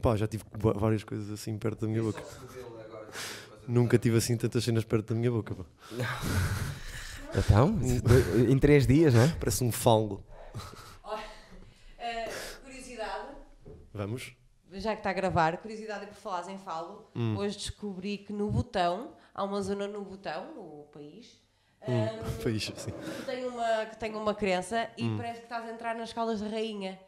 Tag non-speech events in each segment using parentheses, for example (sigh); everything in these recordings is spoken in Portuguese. Pá, já tive va- várias coisas assim perto da minha boca. Nunca tive assim tantas cenas perto da minha boca. pá. Então, do- em três dias, não é? Parece um fango. Eh, curiosidade, Vamos? já que está a gravar, curiosidade é por falares em falo. Hoje descobri que no Botão, há uma zona no Botão, no país, ehm, Foi isto, sim. que tem uma, que tem uma crença e Hum. parece que estás a entrar nas escolas de rainha.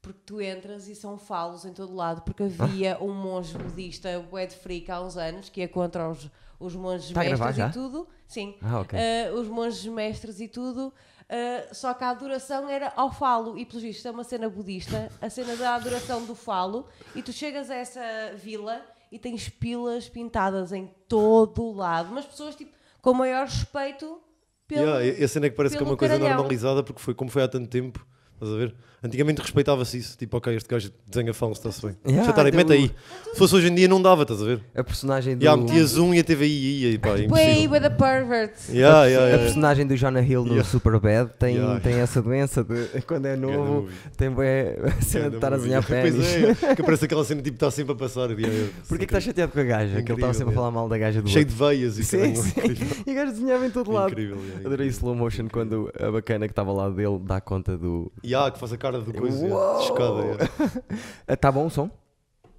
Porque tu entras e são falos em todo lado. Porque (laughs) havia um monge budista, o Ed Freak, há uns anos, que ia contra os, os monges Está Tá a gravar mestres já? e tudo. Sim. Ah, ok. Eh, os monges mestres e tudo. eh, só que a adoração era ao falo. E, pelo visto, é uma cena budista. A cena da adoração do falo. E tu chegas a essa vila e tens pilas pintadas em todo o lado. Mas pessoas, tipo, com o maior respeito pelo... Yeah, e a cena é que parece que é pelo uma coisa caralhão. normalizada porque foi como foi há tanto tempo. Estás a ver? Antigamente respeitava-se isso. Tipo, ok, este gajo desenha falo, está-se bem. Yeah, Já está aí, então- mete aí. Se fosse hoje em dia não dava, estás a ver? A personagem do. E há metias um e a TVI ia e pá, é Way impossível. with the perverts. Yeah, yeah, A yeah. personagem do Jonah Hill no eh, Yeah. Superbad tem, Yeah. tem essa doença de quando é novo, movie. tem bué- a cena de Ganda estar a desenhar maravilha. pênis. (laughs) Pois é, que parece aquela cena tipo está sempre a passar. Yeah, yeah. Porquê que tá estás chateado com a gaja? que ele estava Incrível, sempre a é. falar mal da gaja do Cheio outro. de veias e Sim, caralho. (laughs) sim. E o gajo desenhava em todo lado. Incrível, yeah, Adorei incrível. slow motion quando a bacana que estava ao lado dele dá conta do. E há que faz a cara do coisa. é. Uou! Yeah. Chocada. Yeah. Está Ah, tá bom o som?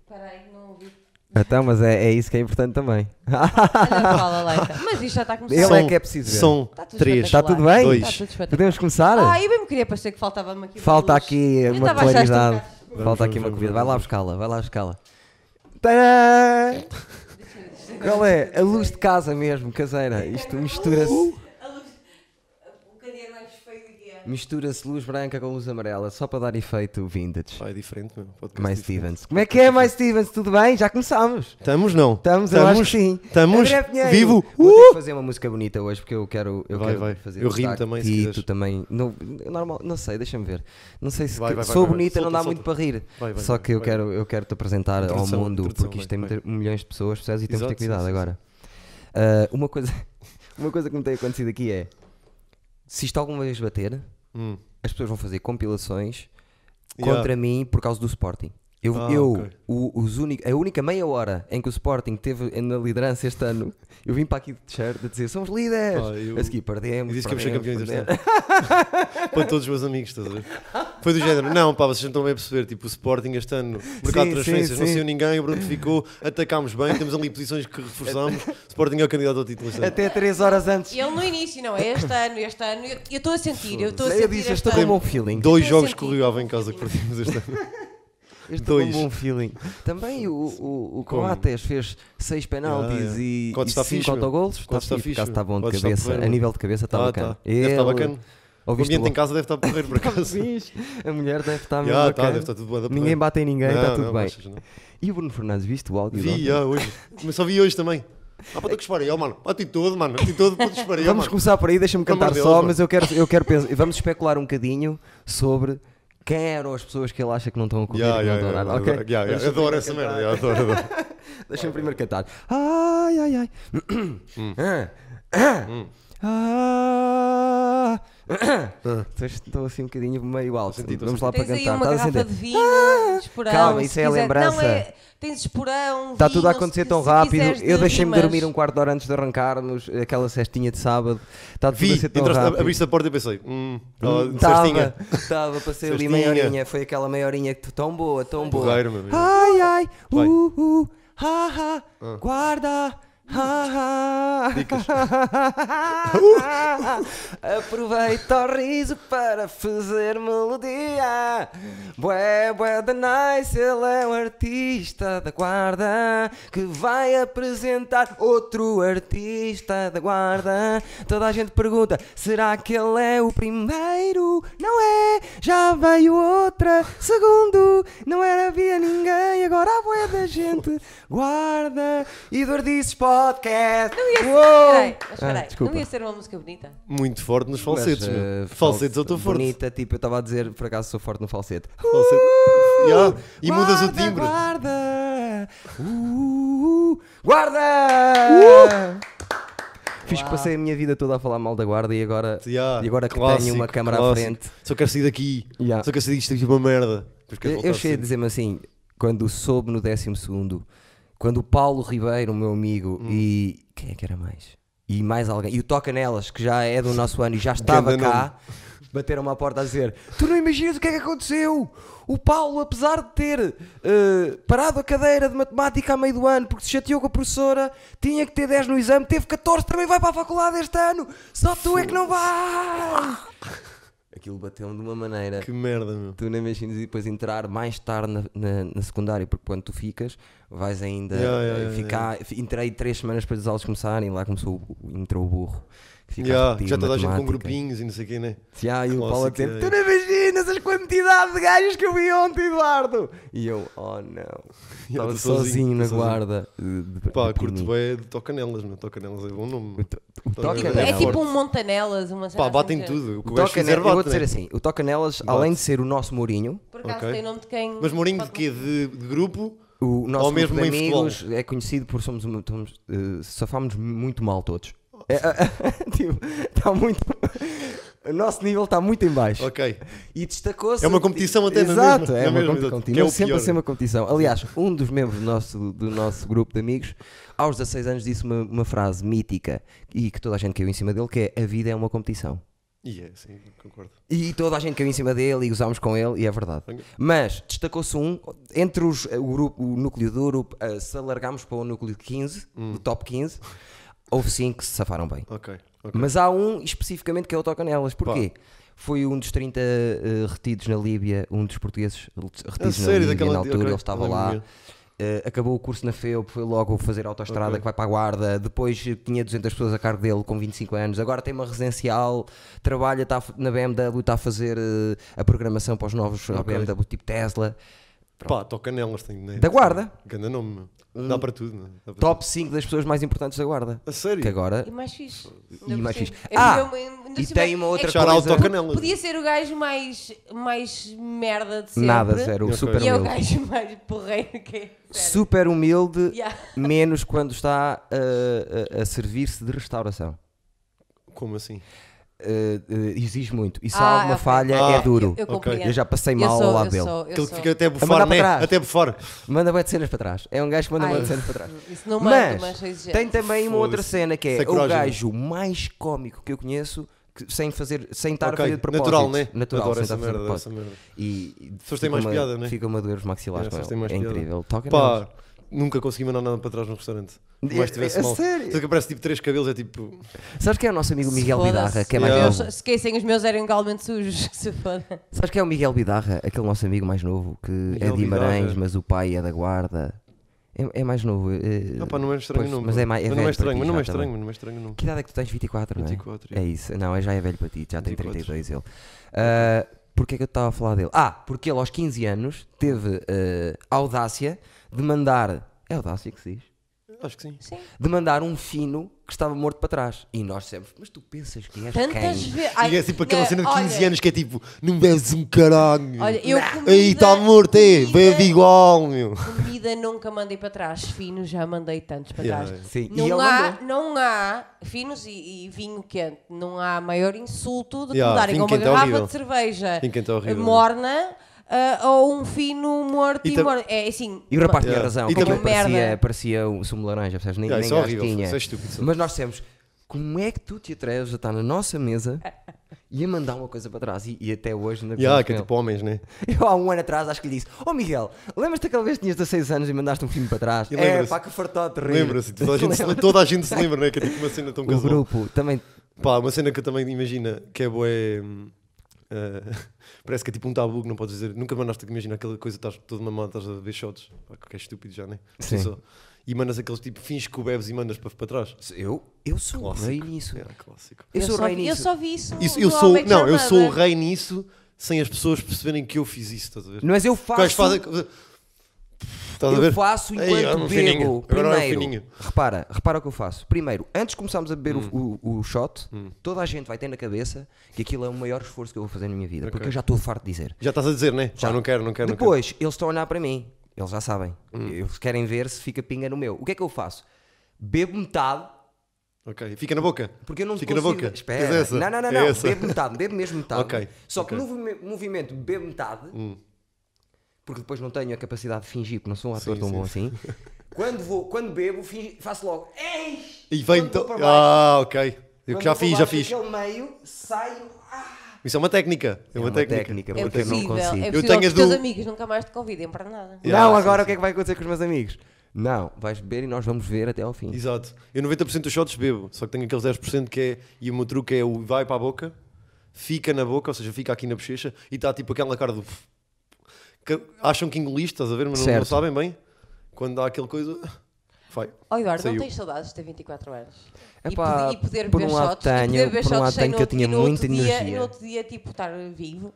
Espera aí, não ouvi. Então, mas é, é isso que é importante também. (laughs) Olha, fala, Leita. Mas isto já está a começar. Ele Som. é que é preciso ver. São Está tudo três. Está tudo bem? Dois. Está tudo espetacular. Podemos começar? Ah, eu bem me queria parecer que faltava-me aqui uma Falta luz. aqui Eu uma estava a achar isto um claridade. bocado- Falta vamos, aqui uma vamos, comida. vamos, Vai lá vamos. buscá-la, vai lá buscá-la. Tadã! Qual é? A luz de casa mesmo, caseira. Isto mistura-se. Uh! A luz- O candeeiro mais feio do que é. Mistura-se luz branca com luz amarela, só para dar efeito vintage. Pá, é diferente mesmo. Podcast Mais diferente. Stevens. Como é que é, mais Stevens? Tudo bem? Já começámos. Estamos, não? Estamos, eu acho que sim. Estamos, André Pinheiro, vivo. Vou ter Uh! que fazer uma música bonita hoje porque eu quero, eu Vai, quero vai. fazer um Eu rimo destaque também, de se ti, quiseres. tu também. Não, normal, não sei, deixa-me ver. Não sei se Vai, que- vai, vai, sou vai, vai. bonita, não Solta, dá muito solta. para rir. Vai, vai, Só vai, que eu vai. quero, eu quero te apresentar ao Introdução, mundo introdução, porque isto tem vai, muita- milhões de pessoas, percebes? E temos de ter Exato, sim, cuidado sim, agora. Ah, uma coisa, (laughs) uma coisa que me tem acontecido aqui é se isto alguma vez bater, Hum. as pessoas vão fazer compilações Yeah. contra mim por causa do Sporting. Eu, Ah, eu ok. o- os único- a única meia hora em que o Sporting teve na liderança este ano, eu vim para aqui de t-shirt a dizer somos líderes. Pá, eu- A seguir perdemos. E disse que eu perdemos, fui campeões deste perdemos. ano. (laughs) Para todos os meus amigos, estás a ver? Foi do género, não, pá, vocês não estão bem a perceber. Tipo, o Sporting este ano, mercado Sim, de transferências, sim, não sim. saiu ninguém, o Bruno ficou, atacámos bem, temos ali posições (laughs) que reforçamos. Sporting é o candidato ao título este ano. Até 3 horas antes. Ele no início, não, é este ano, este ano. Eu eu estou a sentir, eu estou a Nem eu sentir. disse, eu este estou com um ano. bom feeling. Dois Tem jogos que sentido. o Rio Ave em casa que perdemos este ano. Eu estou com um dois. bom feeling. Também o, o, o Como? Coates fez 6 penaltis Yeah, yeah. e Coates está 5 fixe, meu. autogolos. Está Coates está fixe, por acaso fixe, está bom de Coates está cabeça. porreiro, A meu. nível de cabeça está Tá, bacana. tá. Deve estar Ele- bacana. O Ouviste ambiente o- em casa deve estar porreiro, Tá por acaso. Fixe. A mulher deve estar mesmo Já, tá, bacana. deve estar tudo bem da Ninguém porreira. bate em ninguém, está Não, tudo não, bem. achas, não. E o Bruno Fernandes, viste o áudio? de Vi, ontem? ah, hoje. Mas só vi hoje também. Ah, para tu que disparei, ó, mano. Atitude, mano. Atitude, para tu que disparei, ó, Vamos mano. começar por aí, deixa-me Pelo cantar amor de só, Deus, mas eu quero, eu quero pensar. Vamos especular um bocadinho sobre quem eram as pessoas que ele acha que não estão a curtir. Yeah, e que não estão yeah, a dar yeah, nada, adoro, ok? yeah, yeah, Deixa-me adoro primeiro cantar. essa merda. Adoro, (laughs) adoro. Deixa-me primeiro cantar. Ai, ai, ai. Hum. Ah, ah, ah. Então Estou assim um bocadinho meio alto. senti, tô Vamos lá para Tens aí cantar. uma Estás a garrafa sentir? de vinho, de esporão. calma, se isso é a quiser- lembrança. Não, é, tens esporão, Está Tá tudo a vinho, acontecer se- tão se rápido. quiseres de Eu deixei-me rimas. dormir um quarto de hora antes de arrancarmos aquela cestinha de sábado. Está tudo Vi, a ser é tão entraste- rápido. abriste a porta e pensei, hum, Hum, ah, Estava, cestinha. estava, passei ali Cestinha. meia horinha. Foi aquela meia horinha que tão boa, tão boa. Porreiro, meu amigo. Ai, ai, Vai. Ah. uh, uh, ha, ha, guarda. Ha, ha. Dicas. (laughs) Aproveita o riso para fazer melodia. Bué, bué da nice, ele é um artista da guarda que vai apresentar outro artista da guarda. Toda a gente pergunta: será que ele é o primeiro? Não é, já veio outra. Segundo, não era havia ninguém, agora há bué da gente. Guarda, Eduardices Podcast. Não ia ser, Uou! peraí, mas Ah, peraí, desculpa. não ia ser uma música bonita? Muito forte nos falsetes, Mas, meu. eh, falsetes, eu estou false- forte. Bonita, tipo, eu estava a dizer, por acaso sou forte no falsete. Falsete. Uh, Yeah, e mudas o timbre. Guarda! Uh, guarda! Uh! Fiz que passei a minha vida toda a falar mal da guarda e agora, Yeah, e agora que tenho clássico, uma câmara à clássico. frente. Só quero sair daqui. Yeah. Só quero sair disto aqui uma merda. Depois quero Eu, voltar eu cheguei a assim. dizer-me assim: quando soube no 12 quando o Paulo Ribeiro, o meu amigo, Hum. e quem é que era mais? E mais alguém, e o Toca Nelas, que já é do nosso ano e (laughs) já estava Ganda nome. cá, bateram-me à porta a dizer: Tu não imaginas o que é que aconteceu? O Paulo, apesar de ter eh, parado a cadeira de matemática a meio do ano porque se chateou com a professora, tinha que ter 10 no exame, teve 14, também vai para a faculdade este ano, só tu é que não vais! (laughs) Aquilo bateu-me de uma maneira Que merda, meu. tu nem imaginas e depois entrar mais tarde na, na, na secundária, porque quando tu ficas, vais ainda Yeah, yeah, eh, yeah, ficar. Entrei três semanas depois das aulas começarem e lá começou o- o, entrou o burro. que fica a Yeah, repetir já toda a gente com matemática. grupinhos e não sei o quê, né? Yeah, e o Paulo a dizer: Tu Clássico, não imaginas as quantidades de gajos que eu vi ontem, Eduardo! E eu, oh (laughs) não, estava tô sozinho, sozinho, na tô sozinho. guarda. eh, de- de- Pá, deprimido. curto bem de Toca Nelas, meu. Toca Nelas é bom nome. O Toca É É, Nelas. tipo um montanelas, uma cena Pá, assim batem do género. tudo. O que O o gajo Toca Nelas, fizer, eu vou bate. dizer né? assim: o Toca Nelas, além de ser o nosso Mourinho, Por acaso Ok. tem nome de quem. Mas Mourinho de pode- quê? De, de grupo? assim. O nosso Ou grupo mesmo de em futebol. amigos é conhecido por somos, uma- somos eh, safámos muito mal todos. É, é, (laughs) tipo, está muito. O nosso nível está muito em baixo. Ok. E destacou-se. É uma competição até, não é Exato, mesmo? é Não é uma mesmo, competição. exato. Continua Que é o sempre a pior. ser uma competição. Aliás, um dos membros do nosso, do nosso grupo de amigos, aos 16 anos, disse uma, uma frase mítica e que toda a gente caiu em cima dele: que é a vida é uma competição. E é, sim, concordo. E toda a gente caiu em cima dele e gozámos com ele, e é verdade. Mas destacou-se um, entre os, o, grupo, o núcleo duro, eh, se alargámos para o núcleo 15, do top 15, houve cinco que se safaram bem. Ok. ok. Mas há um especificamente que é o Tocanelas. Porquê? Foi um dos 30 eh, retidos na Líbia, um dos portugueses A retidos na sério, Líbia daquela na altura, ok, ele estava lembro-me. lá. Eh, acabou o curso na FEUP, foi logo fazer autoestrada Ok. que vai para a guarda. Depois eh, tinha 200 pessoas a cargo dele com 25 anos. Agora tem uma residencial, trabalha tá, a f- na BMW, está a fazer eh, a programação para os novos Ok. BMW tipo Tesla. Pá, Toca Nelas tem. Né? Da Guarda. Hum. Ganda nome, meu. Dá para tudo, né? Dá para Top 5 das pessoas mais importantes da guarda. tudo. A sério? Que agora. E mais fixe. ainda E por mais cima. fixe. É Ah, meu- ainda por e cima tem uma é outra que Shout out coisa. Toca Nelas. Podia ser o gajo mais, mais merda de sempre. Nada, zero. Ok. Super E é o humilde. gajo mais porreiro que é. Zero. Super humilde. Yeah. menos quando está uh, a, a servir-se de restauração. Como assim? Uh, uh, exige muito. E se Ah, há alguma ok. falha, Ah, é duro. Eu, Ok. eu compreendo. Eu já passei Eu mal sou- ao lado eu dele. sou- eu Aquele que sou. fica até a mandar bufar, para né? trás. Até a bufar. Manda bué de cenas para trás. É um gajo que manda Ai. bué de cenas para trás. Isso não manda, Mas, mas é exigente. tem também uma outra Foda-se. cena que é Isso é o coragem. gajo mais cómico que eu conheço que- sem fazer, sem estar Tá Ok, a fazer de propósito. natural, né? Natural, Adoro sem essa estar a fazer de merda, essa propósito. merda. E e pessoas têm fica mais uma- piada, né? Fica uma doer os maxilares É, com essas ele. têm mais É piada. incrível. Toca neles. Pá, nunca consegui mandar nada para trás no restaurante. Por mais É- que tivesse é mal. sério? Só que aparece tipo três cabelos, é tipo. Sabes quem é o nosso amigo Miguel Foda-se. Bidarra, que é Os mais Yeah. novo? meus- Se esquecem, os meus eram igualmente sujos. (laughs) Se foda. Sabes quem é o Miguel Bidarra? Aquele nosso amigo mais novo que é Miguel de Guimarães, Bidarra. mas o pai é da guarda. É, é mais novo. É, Ah, pá, não é estranho pois, o nome. mas pá. é mais- é Mas não velho é estranho, para ti mas não é já estranho, mas não é estranho o nome. Que idade é que tu tens? 24, não é? 24, É isso. Não, é já é velho para ti, já 24. tem 32 ele. Ah, Porquê é que eu estava a falar dele? Ah, porque ele aos 15 anos teve ah, a audácia de mandar. É audácia que se diz? Acho que sim. Sim. De mandar um fino que estava morto para trás. E nós sempre, mas tu pensas que és Tantas quem? vezes. E é tipo aquela não, cena de 15 olha, anos que é tipo, não bebes um caralho. Olha, eu comida, Aí está morto, é, bebe comida, igual, meu. comida nunca mandei para trás. Finos já mandei tantos para Yeah, trás. Sim, e ele Não há, mandou. não há, finos e, e vinho quente, não há maior insulto do que Yeah, me darem vinho uma quente é garrafa horrível. de cerveja Vinho quente é horrível. morna ah, ou um fino morto E e, tam- morno. É assim. E o rapaz Yeah. tinha razão, E aquilo também- parecia, Merda. parecia um sumo de laranja, percebes? Nem, Yeah, nem isso é gás horrível, tinha. isso é estúpido, isso é Mas nós temos, como é que tu te atreves a estar na nossa mesa e a mandar uma coisa para trás? E, e até hoje ainda Yeah, conversamos que é com tipo homens, né? ele. Eu há um ano atrás acho que lhe disse, oh Miguel, lembras-te daquela vez que tinhas 16 anos e mandaste um filme para trás? E É, lembra-se. pá, que fartote rir. Lembra-se, (laughs) toda, a gente se- toda a gente se lembra, né? Que é tipo uma cena tão O casual. grupo também... Pá, uma cena que eu também imagina que é boé. (laughs) parece que é tipo um tabu que não podes dizer. Nunca mandaste que imagina aquela coisa, estás todo mamado, estás a ver shots. Pá, que é estúpido já, né? Por si Sim. só. E mandas aqueles tipo, fins que o bebes e mandas para, para trás. Eu, eu sou o Clássico. rei nisso. É, clássico. Eu, sou o só, rei vi- eu nisso. só vi isso. Isso, do eu sou, How I Met não, Your eu sou o Mother. rei nisso sem as pessoas perceberem que eu fiz isso, estás a ver? Não és eu Quais faço... fazem. Estás a Eu ver? faço Ei, enquanto é um bebo. fininho. Agora é um Primeiro, fininho. repara, repara o que eu faço. Primeiro, antes de começarmos a beber o- Hum. o, o shot, toda a gente vai ter na cabeça que aquilo é o maior esforço que eu vou fazer na minha vida, porque eu já estou farto de dizer. Já estás a dizer, né? Já não quero, não Hum. quero, não quero. Depois, eles estão a olhar para mim, eles já sabem. Eles querem ver se fica pinga no meu. O que é que eu faço? Bebo metade, Ok, fica na boca. porque eu não Fica consigo... na boca. Espera. Tens essa? Não, não, não, É não. essa. Bebo metade, bebo mesmo metade. Ok, Hum. Só que ok. no movi- movimento de beber metade, porque depois não tenho a capacidade de fingir, porque não sou um ator Sim, tão sim. bom (laughs) assim. Quando, vou, quando bebo, fingi- faço logo. Ei! E vem Quando vou então. para baixo- Ah, ok. Eu quando que já vou para fiz, já baixo fiz. daquele meio, saio. ah! Isso é uma técnica. É, É uma, uma técnica. técnica, É uma porque eu não técnica. possível, consigo. é Eu possível tenho que a os teus do- amigos nunca mais te convidem para nada. Yeah, não, sim, agora o que é que vai acontecer com os meus amigos? Não, vais beber e nós vamos ver até ao fim. Exato. Eu 90% dos shots bebo, só que tenho aqueles 10% que é. E o meu truque é o vai para a boca, fica na boca, ou seja, fica aqui na bochecha e está tipo aquela cara do. que acham que engoliste, estás a ver, mas não, não Certo. sabem bem. Quando dá aquela coisa. Vai. Ó Oh, Eduardo, Saiu. não tens saudades de ter 24 anos? Epá, e, poder, e poder por beber um lado shots, tenho, e poder beber por um shots lado sem tenho que eu tinha no outro- e no outro muita dia- energia. E no outro dia, tipo, estar vivo.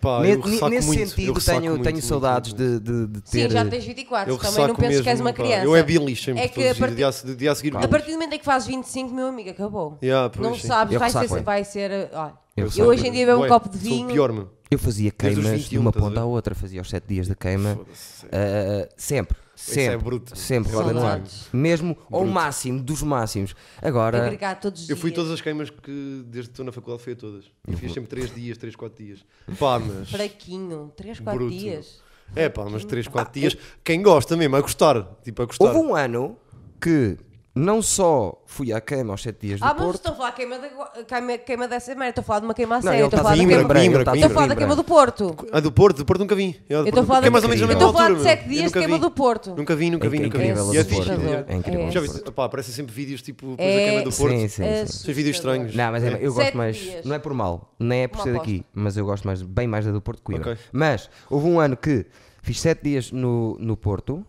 Pá, Ne- eu ressaco nesse muito, eu sentido, ressaco tenho, muito, tenho muito, saudades muito, de, de- de ter. Sim, já tens 24, eh, Eu também não ressaco penses mesmo. que és uma pá. criança. Eu é bilis sempre, É que todos a os dias. partir- dia a se- dia a seguir A bilis. partir do momento em que fazes 25, meu amigo, acabou. Yeah, pois, não sim. sabes, Eu vai ser, ressaco, é. vai ser. uh, Olha, Eu eu, ressaco. hoje em dia bebo Bué, um copo de sou o vinho. pior, meu. Eu fazia Desde os queimas de 21, uma estás a ponta à ver? outra, fazia os 7 dias da queima. Foda-se. Ah, sempre, é sempre, bruto. sempre, Saudades. ordenado. mesmo ao máximo dos máximos. Agora, Agregar todos os Eu fui a dias. todas as queimas que desde que estou na faculdade fui a todas. E Uhum. fiz sempre 3 dias, 3, 4 dias. Pá, mas. Fraquinho, 3, 4 Bruto. dias. É pá, mas 3, 4 dias. Quem gosta mesmo, a gostar. Tipo, a gostar. houve um ano que não só fui à queima aos 7 dias do Ah, mas Porto, estão a falar queima, da, gua- queima, queima dessa merda, estou a falar de uma queima a Não, sério, ele estou a está falar de da Coimbra, queima. Coimbra, Estou a falar da Coimbra. queima do Porto. A do Porto, do Porto nunca vim. Eu, do Eu estou a Porto, falar que é da- mais ou menos na eu mesma estou a falar altura. de meu. sete Eu dias, nunca queima vi. do Porto. Nunca vi, nunca É vi, nunca vi. incrível E a é do Porto. fixe. é incrível. É. Já viste? Pá, aparecem sempre vídeos tipo. depois É. da queima do Porto. Sim, sim, É sim. São vídeos estranhos. Não, mas é, eu gosto Sete mais. dias. Não é por mal, nem é por Uma ser aposta. daqui, mas eu gosto mais, bem mais da do Porto de Coimbra. Ok. Mas houve um ano que fiz 7 dias no, no Porto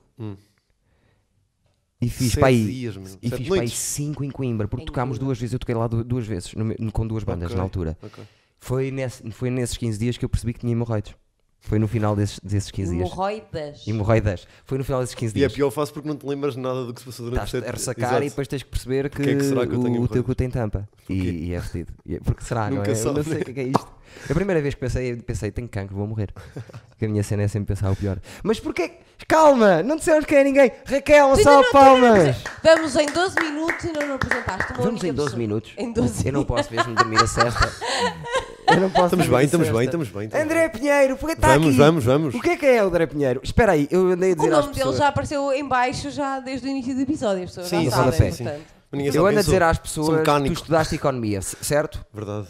e fiz Hum. Sete para aí. dias, meu. E Sete fiz para aí noites. 5 em Coimbra, porque Em tocámos Coimbra. duas vezes, eu toquei lá du- duas vezes, no me- no- com duas bandas Ok, na altura. ok. Foi, nesse, foi nesses 15 dias que eu percebi que tinha hemorroides. Foi no final desses, desses 15 dias. Hemorroidas. Hemorroidas. Foi no final desses 15 E é dias. pior fácil porque não te lembras de nada do que se passou durante os Estás sete a ressacar e Exato. depois tens que perceber que, Porquê é que será que eu tenho o, teu hemorroidas? cu tem tampa. E, e é fedido. E é- Porque será, não Nunca é? eu sabe, não sei né? o que é que é isto. A primeira vez que pensei, eu pensei, tenho cancro, vou morrer. Porque a minha cena é sempre pensar o pior. Mas porquê? Calma, não disseram quem é ninguém. Raquel, Tu ainda só não palmas. Vamos em 12 minutos e não apresentaste uma Vamos única em 12 pessoa. minutos. Em 12 Eu não posso mesmo dormir a cesta. Eu não posso Estamos dormir a bem, estamos cesta. bem, estamos bem. estamos André Pinheiro, porque está Vamos, aqui? vamos, vamos. O que é que é o André Pinheiro? Espera aí, eu andei a O dizer às nome dele pessoas. já apareceu em baixo já desde o início do episódio, as pessoas Sim, já sim, sabem, sim, sim. portanto. bem. Ninguém sabe Eu ando quem a dizer sou. um às Sou pessoas, tu mecânico. estudaste economia, c- certo? Verdade,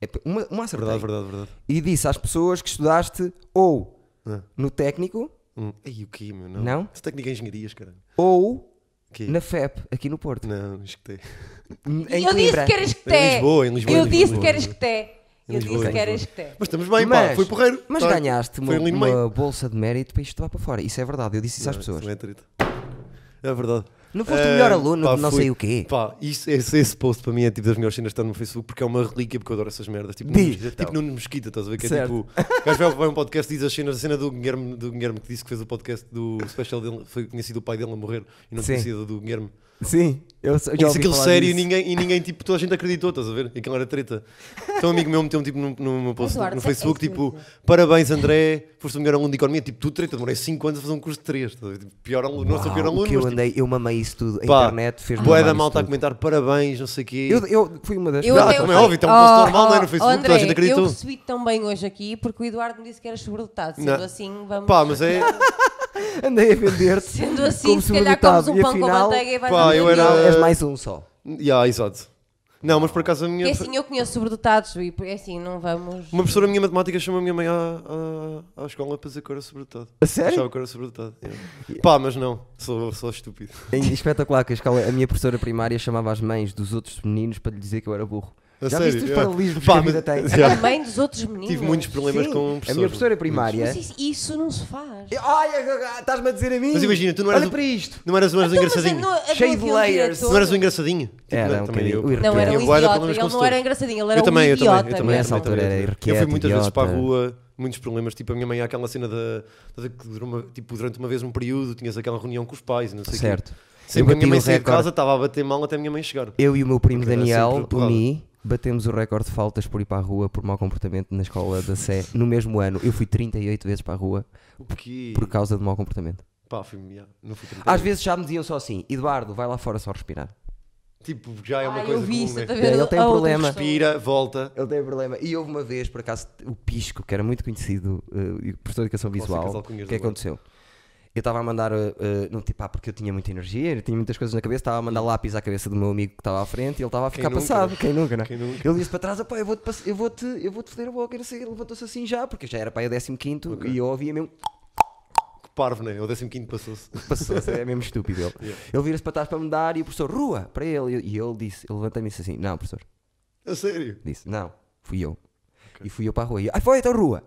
É p- Uma, uma acertei. verdade, verdade, verdade. E disse às pessoas que estudaste ou É. no técnico Hum. Ei, o que, meu? Não. Não? Isso é técnica em engenharias, caralho. ou Que? na FEP, aqui no Porto. Não, é- escutei. Em eu disse Coimbra. que eras que Em Lisboa, em Lisboa, Eu em disse Lisboa. que eras que té. Em Eu Lisboa, disse em que eras Lisboa. que té. Mas estamos bem, pá. Foi porreiro. Mas Tá. ganhaste uma, Foi ali no meio. uma bolsa de mérito para ir estudar para fora. Isso é verdade, eu disse isso às Não, pessoas. Isso não é treta. É verdade. Não foste o Ah, melhor aluno de não fui. sei o quê. Pá, isso, esse, esse post para mim é tipo das melhores cenas que está no Facebook porque é uma relíquia porque eu adoro essas merdas. Tipo, Diz, Nuno, então. tipo Nuno Mesquita, estás a ver? Que é Certo. tipo. O gajo vai- vai a um podcast diz as cenas, a cena do Guilherme, do Guilherme que disse que fez o podcast do special dele, foi que tinha sido o pai dele a morrer e não tinha Sim. sido a do Guilherme. Sim, eu já Disse é- aquilo sério e ninguém, e ninguém, tipo, toda a gente acreditou, estás a ver? E Aquilo era treta. Então, um amigo meu meteu um tipo num- numa post no- Eduardo, no sei- é Facebook, isso que eu ia tipo, parabéns André, foste o melhor aluno de economia. Tipo, tu treta, demorei 5 anos a fazer um curso de 3. Pior aluno, não sou pior aluno, que eu mas tipo, andei, eu mamei isso tudo. A Pá, internet fez bué da mamar isso malta a tudo. comentar parabéns, não sei o quê. Eu, eu fui uma das Eu Não, até- como é óbvio, tem um post normal, não é? No Facebook, André, toda a gente acreditou. Eu recebi tão bem hoje aqui porque o Eduardo me disse que eras sobredotado. Sendo Não. assim, vamos. Pá, mas é. andei a vender-te. (laughs) Sendo assim, como se calhar sobredotado. comes um E pão com afinal, manteiga e vais Pá, ao É eu Daniel. era- afinal, és mais um só. Ya, exato. Não, mas por acaso a minha. É assim, eu conheço sobredotados e é assim, (laughs) não vamos. Uma professora minha de matemática chamou a minha mãe à, à, à escola para dizer que eu era sobredotado. A sério? Achava que eu era sobredotado. yeah. Pá, mas não, sou, sou estúpido. É espetacular que a, escola- a minha professora primária chamava as mães dos outros meninos para lhe dizer que eu era burro. A Já sério? viste os Yeah. paralismos Pá, que a mas- vida tem? (laughs) Yeah. (laughs) Também dos outros meninos. Tive muitos problemas Sim, com um A minha professora Mas primária. isso, isso não se faz. Então, Eu- Ai, agora estás-me a dizer a mim. Mas imagina, tu não eras Olha o- para isto. Não eras, não eras Então, um mas engraçadinho? não- não Cheio de havia um layers. diretor. Não eras um engraçadinho? Tipo, Era um não, também bocadinho- eu. o Não, era Tinha um bué de idiota. problemas Ele com não todos. era engraçadinho, ele era eu também, um eu também, idiota. eu também. Nessa eu também, altura também. era Eu fui irrequieto, muitas vezes para a idiota. rua, muitos problemas. Tipo, a minha mãe, há aquela cena da. da- que durou uma- tipo, durante uma vez, um período, tinhas aquela reunião com os pais, e não sei o quê. Certo. Sempre Eu que bati a minha mãe o saía de recorde. casa, estava a bater mal até a minha mãe chegar. Eu e o meu primo Porque era Daniel, sempre o porrada. Mi, batemos o recorde de faltas por ir para a rua por mau comportamento na escola da Sé no mesmo ano. Eu fui 38 vezes para a rua O quê? por causa de mau comportamento. Pá, fui-me. já, Não fui 30 Às vezes já me diziam só assim: Eduardo, vai lá fora só respirar. Tipo, já é uma Ah, coisa eu vi comum, isso, né? tá a É, ver? ele tem um a outra problema. pessoa. Respira, volta. é Ele tem problema. E houve uma vez, por acaso, o Pisco, que era muito conhecido, eh, professor de educação Clássicas visual, alcunhas o que é que agora. aconteceu? Eu estava a mandar, eh, eh, não tipo, ah, porque eu tinha muita energia, eu tinha muitas coisas na cabeça, estava a mandar lápis à cabeça do meu amigo que estava à frente e ele estava a Hum. Quem ficar nunca, passado. né? Quem nunca, né? Quem nunca? Ele disse para trás, "Opá, eu vou-te pass- eu vou-te eu vou foder a boca, e não sei, o quê." ele levantou-se assim já, porque já era para aí o 15 e eu ouvia mesmo (laughs) Que parvo, né? É O 15 passou-se. (laughs) passou, é mesmo estúpido ele. Ele vira-se para trás para me dar e o professor, rua, para ele. E ele disse, ele levanta-me e disse assim, não, professor, A sério. disse, não, fui eu. E fui eu para a rua. E, ah, foi, então rua.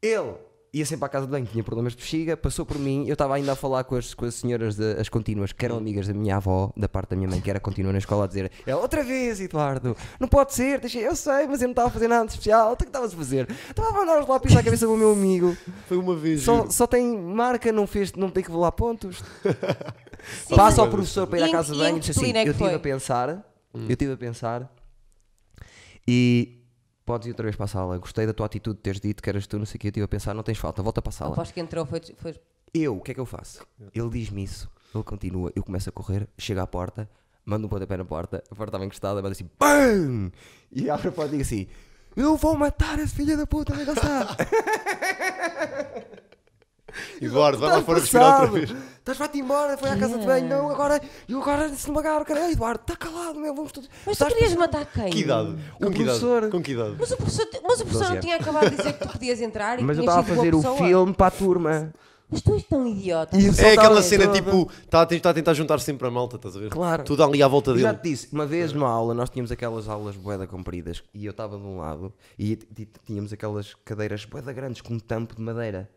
Ele ia sempre à casa de banho, tinha problemas de bexiga, passou por mim, eu estava ainda a falar com as, com as senhoras das as contínuas, que eram amigas da minha avó, da parte da minha mãe, que era contínua na escola, a dizer, é outra vez, Eduardo, não pode ser, deixa, eu sei, mas eu não estava a fazer nada de especial, então o que estavas a fazer? Então, ah, Estava a mandar os lápis à cabeça do meu amigo, Foi uma vez. só, juro. só tem marca, não fez, não tem que volar pontos. Sim, Passa ao mas- professor para ir Em- à casa de em banho e que diz assim: disciplina é Eu que estive foi?" a pensar, eu estive a pensar e podes ir outra vez para a sala. Gostei da tua atitude de teres dito que eras tu, não sei o que. Eu estive a pensar, não tens falta, volta para a sala. Aposto que entrou, foi, foi Eu, o que é que eu faço? Ele diz-me isso, ele continua, eu começo a correr, chego à porta, mando um pontapé na porta, a porta estava encostada, mando assim, BAM! E abre a porta e digo assim: Eu vou matar esse filho da puta, onde é que ele está? Eduardo, vai lá Estás fora respirar outra Tá passado. vez. Estás vai-te embora, foi à casa de banho, não, agora, eu agora se não pagar, caralho, Eduardo, está calado, meu, vamos todos. Mas tu Estás querias matar quem? Que idade? Com que tá professor. idade? Com que idade? Mas o professor, mas o professor não anos. tinha acabado de dizer que tu podias entrar e Mas eu tinhas estava a sido boa fazer o pessoa? filme para a turma. Mas tu és tão idiota. E eu só É aquela estava- cena toda- tipo, está a, tentar- tentar juntar sempre a malta, estás a ver? Claro. Tudo ali à volta Eu dele. já te disse, uma vez numa aula, nós tínhamos aquelas aulas boeda compridas e eu estava de um lado e t- t- tínhamos aquelas cadeiras boeda grandes com um tampo de madeira.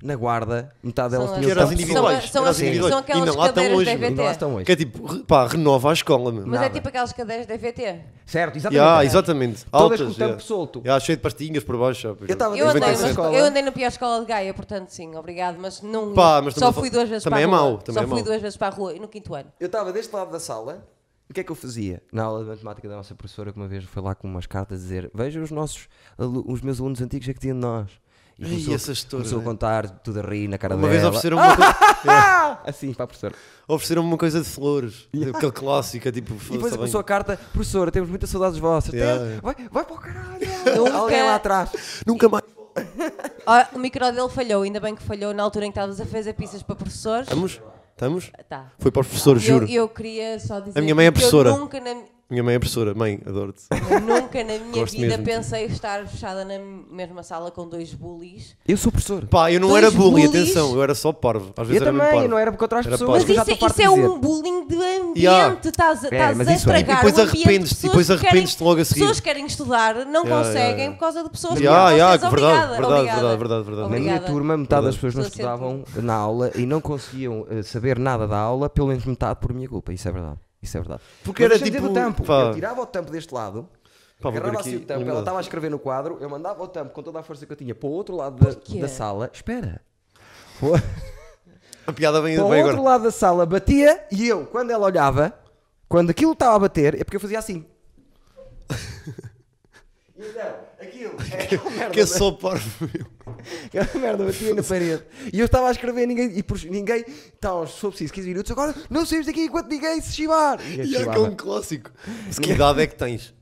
Na guarda, metade delas São tinham Que era tampo as de São- individuais. são era as- as individuais. são aquelas Ainda lá estão cadeiras hoje. da meu. EVT. Ainda lá estão hoje. Que é tipo, re- pá, renova a escola, meu. Mas é nada. tipo aquelas cadeiras da EVT. Certo, exatamente. Yeah, exatamente. Todas Altas, com o tampo yeah. solto. Yeah, cheio de pastinhas por baixo. já, pois Eu é. tava- Eu andei, Mas mas, na escola? eu andei na pior escola de Gaia, portanto sim, obrigado, mas não Pá, mas só estamos a fui falar- duas vezes também para a é rua. mau, também só é fui mau. duas vezes para a rua e no quinto ano. Eu estava deste lado da sala. O que é que eu fazia? Na aula de matemática da nossa professora, que uma vez foi lá com umas cartas dizer: Veja os nossos, alu- os meus alunos antigos é que tinham de nós. E Ei, começou, essa história, começou a né? contar tudo a rir na cara Uma vez dela. ofereceram-me uma, coi- Ah! Assim, para a professora. ofereceram-me uma coisa (laughs) de flores. Aquele clássico, é tipo, E depois foda-se, tá começou a bem. carta: Professora, temos muita saudades vossas. Até- Yeah. Vai, vai para o caralho. Nunca. Alguém lá atrás. Nunca mais. Ah, o micro dele falhou, ainda bem que falhou na altura em que estavas a fazer pizzas para professores. Estamos? Estamos? Tá. Foi para os professores, Eu, juro. eu queria só dizer A minha mãe é que professora. eu nunca na, eu Minha mãe é professora. Mãe, adoro-te. nunca na minha Gosto vida mesmo de ti. pensei estar fechada na mesma sala com dois bullies. Eu sou professor. Pá, eu não Dois era bully, bullies. atenção, eu era só parvo. Às vezes Eu era mesmo também, parvo. eu não era porque eu trago as Era pessoas. parvo. Mas Mas eu já isso, estou farto isso de é dizer. um bullying de ambiente, Yeah. estás, É, estás mas isso a é. E estragar depois o ambiente. arrependes-te, pessoas depois que querem- arrependes-te logo a seguir. Pessoas que querem estudar, não Yeah, conseguem yeah, yeah. por causa de pessoas Yeah, que yeah, não conseguem. verdade, Obrigada, verdade, obrigada. verdade, verdade, verdade. Na minha Obrigada. turma, metade das pessoas não Estou a sentir. estudavam na aula e não conseguiam eh, saber nada da aula, pelo menos metade por minha culpa. Isso é verdade. Isso é verdade. Porque Mas era deixa-me dizer do tipo, tampo. pá. Eu tirava o tampo deste lado, Pá, vou ver agarrava aqui um assim o tampo, ela lembrar. estava a escrever no quadro, eu mandava o tampo com toda a força que eu tinha para o outro lado da, Porquê? da sala. Espera. Para A piada vem, o vem outro agora. lado da sala batia e eu, quando ela olhava, quando aquilo estava a bater, é porque eu fazia (laughs) assim. E então, aquilo, aquela merda Que é da- só parvo, meu. Aquela é merda batia na parede. E eu estava a escrever ninguém, e por, ninguém. Então, se for preciso 15 minutos, agora não saímos daqui enquanto ninguém se chivar. E eu E é que é chivava. (laughs) um clássico. Se que idade é que tens?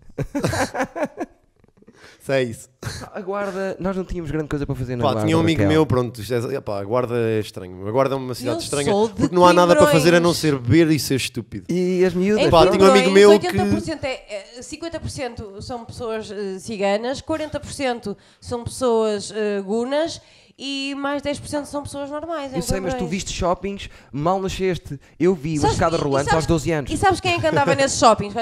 Se é isso. A guarda, nós não tínhamos grande coisa para fazer na Pá, guarda. tinha um amigo Raquel. meu, pronto, isto é, epá, a guarda é estranho. A guarda é uma cidade Eu estranha sou de porque não há nada para fazer a não Coimbrões. ser beber e ser estúpido. E as miúdas. Em é? Pá, pronto. tinha um amigo Coimbrões, meu que- 80% é- é- 50% são pessoas eh, ciganas, 40% são pessoas eh, gunas e mais 10% são pessoas normais. é um- em Eu sei, mas tu Coimbrões. viste shoppings, mal nasceste. Eu vi uma Sabes- escada e- e rolante sabes- aos 12 anos. E sabes quem é (laughs) que andava nesses shoppings?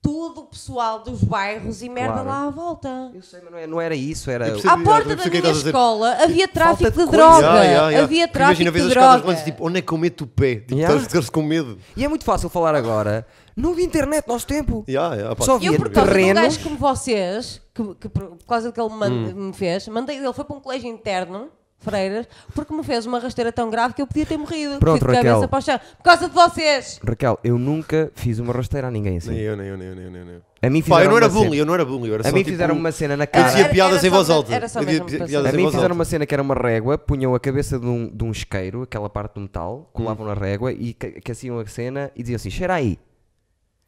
Todo o pessoal dos bairros e merda Claro. lá à volta. Eu sei, mas não é- não era isso, era. Eu percebo. À Sim, porta eu da sei o que é que minha estás a dizer. escola havia tráfico falta de, de coisa. Ya, droga. ya, ya. Havia Porque tráfico Imagina, vês de as escadas droga. rolantes tipo, onde é que eu meto o pé? Tipo, Yeah. estás estás com medo. E é muito fácil falar agora. Não vi internet, nosso tempo. Yeah, yeah, pá, Só sim, eu, havia é por causa de um terrenos. gajo como vocês, que, que por por causa do que ele man- Hum. me fez, mandei, ele foi para um colégio interno, Freiras, porque me fez uma rasteira tão grave que eu podia ter morrido. Pronto, Fui de Raquel. cabeça para o chão. Por causa de vocês. Raquel, eu nunca fiz uma rasteira a ninguém assim. Nem eu, nem eu, nem eu, nem eu, nem eu. A mim Pá, eu fizeram não era uma cena- bully, eu não era bully. eu era A só, mim tipo, fizeram uma cena na Eu cara. dizia Era- piadas era em só voz me- alta. era só Eu dizia mesmo pi- para piadas A em mim voz fizeram alta. uma cena que era uma régua, punham a cabeça de um, de um Hum. isqueiro, aquela parte do metal, colavam na régua e ca- aqueciam a cena e diziam assim: cheira aí.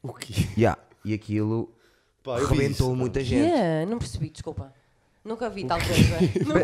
O quê? Yeah. E aquilo Pá, eu vi rebentou isso, muita Quê? gente. Não percebi, desculpa. Nunca vi tal coisa.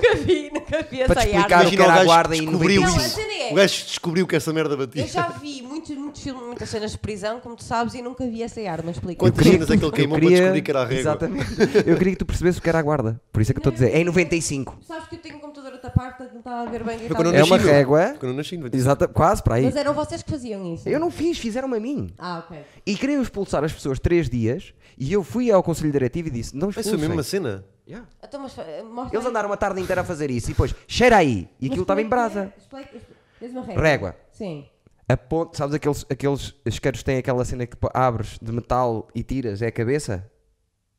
(laughs) nunca vi, nunca vi essa Para te explicar, arte. Imagina Eu o quero a gajo guarda que em descobriu 95. isso. Não, a cena é- O gajo descobriu que essa merda batia. Eu já vi muitos, muitos filmes, muitas cenas de prisão, como tu sabes, e nunca vi essa arma. Explica. Quantas queria cenas é que ele Eu queimou para queria- descobrir que era a régua? Exatamente. Eu queria que tu percebesses o que era a guarda. Por isso é que eu estou a dizer. É em 95. Sabes que eu tenho um computador a tapar, portanto não estava a ver bem o que Foi quando eu É nasci, uma meu. régua. Quando eu nasci, não Exata, quase para aí. Mas é assim. eram vocês que faziam isso. Eu não fiz, fizeram-me a mim. Ah, ok. E queriam expulsar as pessoas três dias e eu fui ao Conselho Diretivo e disse: não Mas foi assim. expulsem. a mesma cena. Yeah. Então, mas, eh, mostra Eles aí. andaram uma tarde inteira a fazer isso e depois, cheira aí! E aquilo Mas estava em como é que brasa. é? Explica- explica- Tens uma régua. Régua. Sim. A ponte, sabes aqueles, aqueles isqueiros que têm aquela cena que po- abres de metal e tiras, é a cabeça?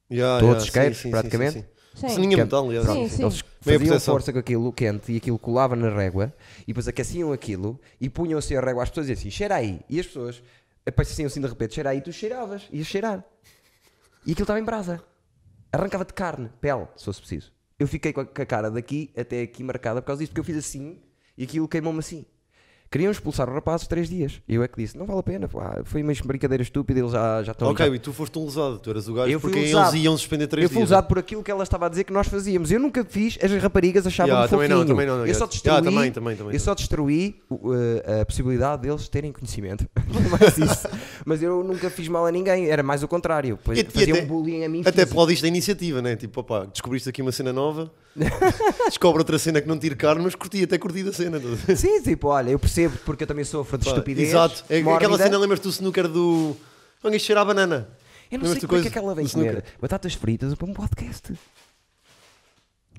Yeah, Todos yeah, isqueiros, sim, sim, praticamente. Sim, Sim. sim. Sininha Que- metal, aliás. Sim, sim. Eles faziam Meia proteção. força com aquilo quente e aquilo colava na régua e depois aqueciam aquilo e punham assim a régua às pessoas e diziam assim, cheira aí! E as pessoas apareciam assim de repente, cheira aí, e tu cheiravas, ias cheirar. E aquilo estava em brasa. Arrancava-te carne, pele, se fosse preciso. Eu fiquei com a com a cara daqui até aqui marcada por causa disso, porque eu fiz assim e aquilo queimou-me assim. Queriam expulsar o rapaz os três dias. Eu é que disse, não vale a pena, pá, foi uma brincadeira estúpida, eles já, já estão... já- Ok, e tu foste um lesado, tu eras o gajo Eu fui porque eles lesado. iam suspender 3 eu dias. fui né? usado por aquilo que ela estava a dizer que nós fazíamos. Eu nunca fiz, as raparigas achavam Yeah, também fofinho. não, também não, não, eu só yes. destruí, Yeah, também, também, também, eu só destruí o, uh, a possibilidade deles terem conhecimento. (laughs) mais isso. Mas eu nunca fiz mal a ninguém, era mais o contrário. Pois- E- e Faziam até- um bullying a mim. Até físico. aplaudiste a iniciativa, né? Tipo, opá, descobriste aqui uma (laughs) cena nova, descobre outra cena que não tire carne, mas curti, até curti da cena. estás a ver? Sim, tipo, olha, eu percebo porque eu também sofro de Pá, estupidez. Exato. É, aquela mórbida. cena, lembras-te do snooker do. Não, isto cheira a banana. Eu não Lembras-te sei como é do que coisa? aquela vem Do snooker. comer. Batatas fritas para um podcast.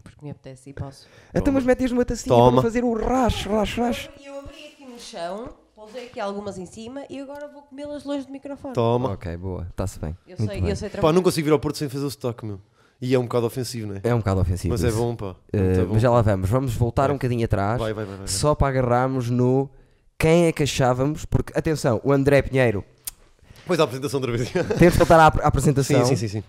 Porque me apetece e posso. Então, mas metes numa tacinha Toma. para fazer o racho, racho, racho. E eu abri aqui no chão, pousei aqui algumas em cima e agora vou comê-las longe do microfone. Toma. Ok, boa, está-se bem. Eu Muito sei, bem. eu sei É Pá, trabalhar. não consigo vir ao Porto sem fazer o sotaque, meu. E é um bocado ofensivo, né? É um bocado ofensivo. Mas é isso. bom, Uh, pá. Muito bom. É. mas já lá vamos, vamos voltar um bocadinho atrás, Vai, vai, vai, vai. só para agarrarmos no quem é que achávamos, porque atenção, o André Pinheiro Depois da apresentação outra vez. (laughs) temos de voltar à, ap- à apresentação. sim, sim, Tá sim, sim.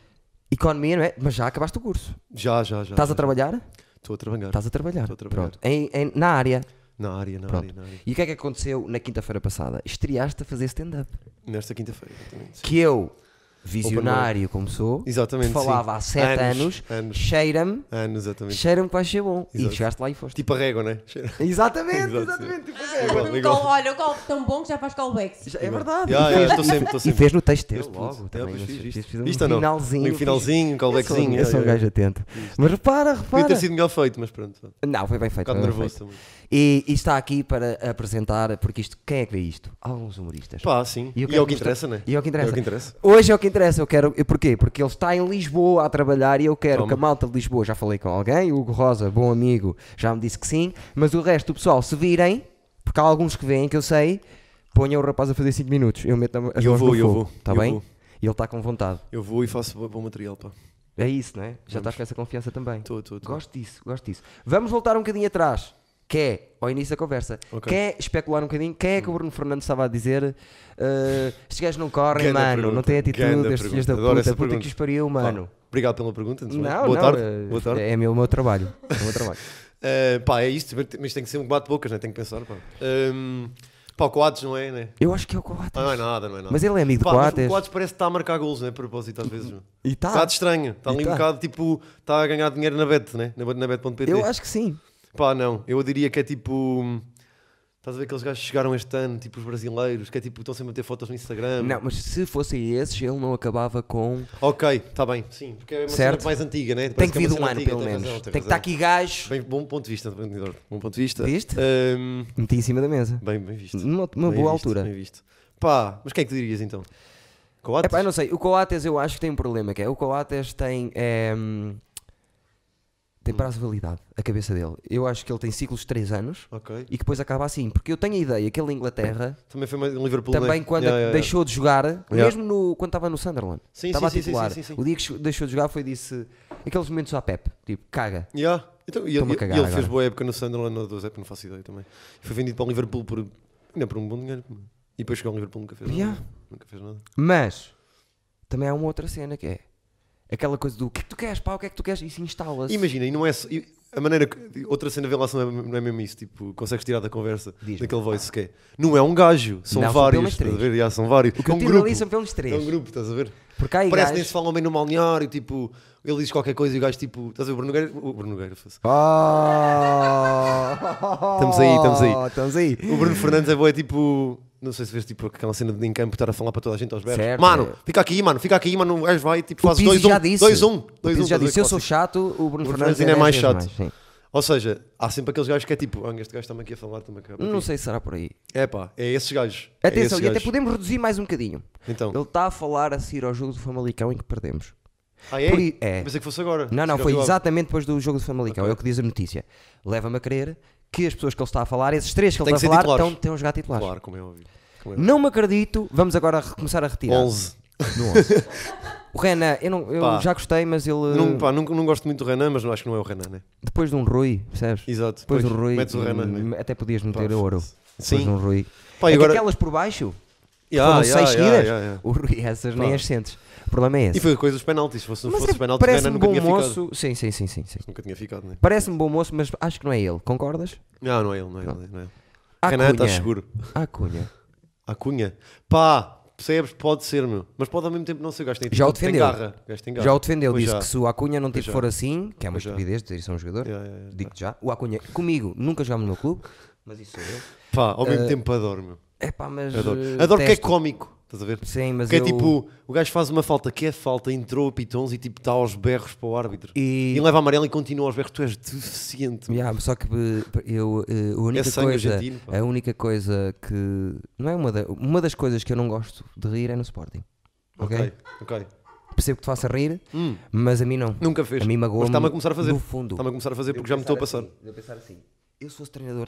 Economia, não é? Mas já acabaste o curso. Já, já, já. Estás a já. trabalhar? Estou a trabalhar. Estás a trabalhar. Estou a trabalhar. Pronto. Em- em- na área. Na área, na Pronto. área, na área. E o que é que aconteceu na quinta-feira passada? Estreaste a fazer stand-up. Nesta quinta-feira, exatamente. sim. Que eu, visionário como sou, Exatamente, falava sim. há sete Anos, anos, anos. cheira-me, Anos, Ah, exatamente. cheira-me que vai ser bom. E Exato. chegaste lá e foste. Tipo a (laughs) régua, né? (laughs) Cheira. Exatamente, (laughs) Exato, sim. exatamente. tipo assim. Igual, Um igual. call- Olha, o golpe tão bom que já faz callbacks. Já- É verdade. Ya, E ya, fez- estou e sempre, fe- estou E sempre. fez no texto dele Este logo. puto. também, É, pois mas fiz fez- isto. fez um Isto ou não? finalzinho. Tem um fiz- finalzinho, um callbackzinho, Eu sou um é, é, é. gajo atento. Mas repara, Podia repara. ter sido melhor feito, mas pronto. Um Não, foi bem feito. bocado foi bem nervoso É feito. também. E, e está aqui para apresentar, porque isto, quem é que vê isto? Alguns humoristas. Pá, sim. E eu E, é quero o que mostrar- interessa, né? e é o que interessa. É o que interessa. Hoje é o que interessa, eu quero. eu- Porquê? Porque ele está em Lisboa a trabalhar e eu quero Toma. que a malta de Lisboa, já falei com alguém, o Hugo Rosa, bom amigo, já me disse que sim, mas o resto do pessoal, se virem, porque há alguns que vêm que eu sei, ponham o rapaz a fazer 5 minutos. Eu meto a- as Eu mãos vou, no eu fogo, vou, Está eu bem? vou. E ele está com vontade. Eu vou e faço bo- bom material, pá. É isso, não é? Já estás com essa confiança também. Tô, tô, tô. Gosto disso, gosto disso. Vamos voltar um bocadinho atrás, que é ao início da conversa. Ok. Que é especular um bocadinho, quem é que o Bruno Fernandes estava a dizer? Uh, estes gajos não correm, Ganda mano, pergunta, não têm atitude, ganda estes filhos da pergunta. Adoro puta, essa puta que pergunta. os pariu, mano. Pá, obrigado pela pergunta. antes de mais. Não, Boa não, tarde. eh, Boa tarde. É meu, meu trabalho. É o meu trabalho. Eh, pá, é isto, mas tem que ser um bate-bocas, né? Tem que pensar, pá. Ehm, pá, o Coates não é, né? Eu acho que é o Coates. Ah, não é nada, não é nada. Mas ele é amigo de Pá, mas Coates. o Coates parece que está a marcar golos, né? Por propósito, às vezes. meu. E tá. Está de estranho. Está E ali tá. um bocado tipo. Está a ganhar dinheiro na bet, né? Na, na bet.pt. Eu acho que sim. Pá, não. Eu diria que é tipo. Estás a ver aqueles gajos que chegaram este ano, tipo os brasileiros, que é tipo. Estão sempre a ter fotos no Instagram. Não, mas se fossem esses, ele não acabava com. Ok, está bem. Sim, porque é uma Certo. cena mais antiga, né? Tem Parece que é vir uma de um cena ano, antiga, pelo tem menos. razão, Tem tem que estar razão. aqui gajo. Bem, bom ponto de vista, Bom ponto de vista. Viste? Ehm, Meti em cima da mesa. bem, bem visto. Numa, numa Bem boa visto, altura. Bem visto. Pá, mas quem é que tu dirias então? Coates? Epá, eu não sei. O Coates eu acho que tem um problema, que é o Coates tem. eh, tem prazo de validade, a cabeça dele. Eu acho que ele tem ciclos de 3 anos Ok. e que depois acaba assim. Porque eu tenho a ideia que ele na Inglaterra, Também foi mais um Liverpool. também né? quando Yeah, yeah, yeah. deixou de jogar, mesmo no- quando estava no Sunderland, Sim, estava sim, a sim, sim, titular. sim, sim, sim. O dia que deixou de jogar foi disse aqueles momentos à Pep, tipo, caga. Yeah. Então, e Estou-me ele, a cagar e ele agora. fez boa época no Sunderland, ou duas épocas, não faço ideia também. E foi vendido para o Liverpool por, ainda por um bom dinheiro. E depois chegou ao Liverpool, nunca fez Yeah. nada. Nunca fez nada. Mas também há uma outra cena que é aquela coisa do o que é que tu queres, pá, o que é que tu queres? E se instala-se. Imagina, e não é só. e a maneira que- outra cena de relação não é, não é mesmo isso, tipo, consegues tirar da conversa Diz-me. daquele voice que é. Não é um gajo, são Não, são vários, pelas estás a três. ver? Já, são vários. O que é eu um tiro grupo. ali são pelos três. É um grupo, estás a ver? Porque há aí Parece que nem gajos- se falam bem no balneário, tipo, ele diz qualquer coisa e o gajo, tipo, estás a ver? O Bruno Nogueira, o Bruno Nogueira, foda-se. Oh! Estamos aí, estamos aí. Estamos aí. (laughs) O Bruno Fernandes é boa, é tipo, não sei se vês, tipo, aquela cena de em campo estar a falar para toda a gente aos berros. Certo. Mano, fica aqui, mano, fica aqui, mano, o gajo vai, tipo, faz 2-1. Pizzi já disse. 2-1. O Pizzi já 2-1, disse, eu sou clássico. chato, o Bruno um, Bruno Fernandes Fernandes ainda é dez mais vezes chato. sim. Ou seja, há sempre aqueles gajos que é tipo, ah, este gajo está-me aqui a falar, está-me aqui a Não sei se será por aí. É pá, é esses gajos. É Atenção, esses e até gajos. podemos reduzir mais um bocadinho. Então. Ele está a falar a seguir ao jogo do Famalicão em que perdemos. Ah, é? por i- é. Pensei que fosse agora. Não, não, Se foi calhar já- exatamente depois do jogo do Famalicão, é o que diz a notícia. Leva-me a crer que as pessoas que ele está a falar, esses três que ele Tem que está ser a falar, titulares. estão, estão a jogar titulares. Claro, como é óbvio. Como é óbvio. Não me acredito, vamos agora recomeçar a retirar. 11. No (laughs) 11. o Renan, eu, não- eu Pá. já gostei, mas ele. Não, pá, não, não gosto muito do Renan, mas não acho que não é o Renan, né? Depois de um Rui, percebes? Exato. Depois do Pois, Rui, Metes o Renan, né? hum, até podias Pá, meter ouro. foda-se. Depois de um Sim. Rui. Pá, é e que agora- Ah, aquelas por baixo, Ya, foram ya, seis ya, seguidas. ya, ya. O Rui, essas nem Pá. as sentes. O problema é esse. E foi a coisa dos penaltis. Se fosse, não Mas fosse é- os penaltis, o parece Renan um nunca bom tinha ficado. moço. Sim, sim, sim, sim, sim. Nunca tinha ficado, né? Parece-me bom moço, mas acho que não é ele. Concordas? Não, não é ele, não é ele. Não é ele. À Renan está Cunha. seguro. À Cunha. A Cunha. Pá, percebes? Pode ser, meu. Mas pode ao mesmo tempo não ser. O gajo tem, tipo, Já o tem defendeu. garra. O gajo tem garra. Já o defendeu, Pois disse já. que se o Acunha não Pois tipo já. for assim, que é uma Pois já. estupidez dizer isso a um jogador, Ya, ya, ya. digo-te já. O Acunha, comigo, nunca jogámos no meu clube, mas isso sou eu. Pá, ao mesmo tempo adoro, meu. É pá, mas. Adoro. eh, Adoro que é detesto. cómico. Estás a ver? Sim, mas Porque eu- é tipo, o gajo faz uma falta que é falta, entrou a pitons e tipo está aos berros para o árbitro. E- ele leva amarelo e continua aos berros. Tu és deficiente. meu. Ya, só que eh, eu, eh, a única É sangue coisa, argentino, pá. a única coisa que não é uma, da- uma das coisas que eu não gosto de rir é no Sporting. Ok? Ok. ok. Percebo que te faça rir, Hum. mas a mim não. Nunca fez. A mim magoa. Mas está-me a começar a fazer. No fundo. Está-me a começar a fazer porque já me estou a passar. Assim, de eu pensar assim, eu se fosse treinador,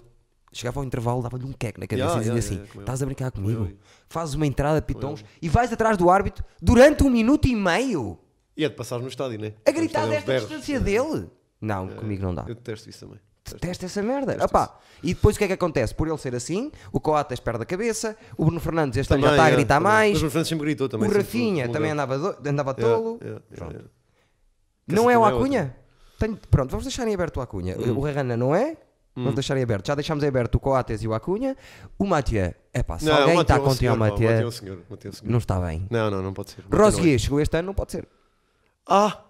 chegava ao intervalo, dava-lhe um queque na cabeça Ya, e dizia ya, assim: ya, como eu. estás a brincar comigo? eu. Fazes uma entrada de pitons e vais atrás do árbitro durante um minuto e meio E é de passar no estádio, né? a gritar Vamos fazer uns desta berros. É. distância dele. Não, comigo não dá. Eu detesto isso também. Testa essa merda. Opá, E depois o que é que acontece? Por ele ser assim, o Coates perde a cabeça, o Bruno Fernandes este ano Então já está a é, gritar também. mais, Mas o Fernandes sempre gritou também. o sempre É, Rafinha foi um também lugar. andava, do- andava Yeah, tolo. yeah, yeah, Pronto. yeah. Não é o também é Hum. Acunha? Tenho- Pronto, vamos deixar em aberto o Acunha. O Herrana não é? Vamos deixar em aberto. Já deixámos em aberto o Coates e o Acunha. O Matia, é pá, se Não, alguém o está a Mateu é um continuar o senhor, pá, o Mateu é um Matia, senhor, o Mateu é um senhor. não está bem. Não, não, não pode ser. O Mateu não é. Rosier chegou este ano, não pode ser. Ah!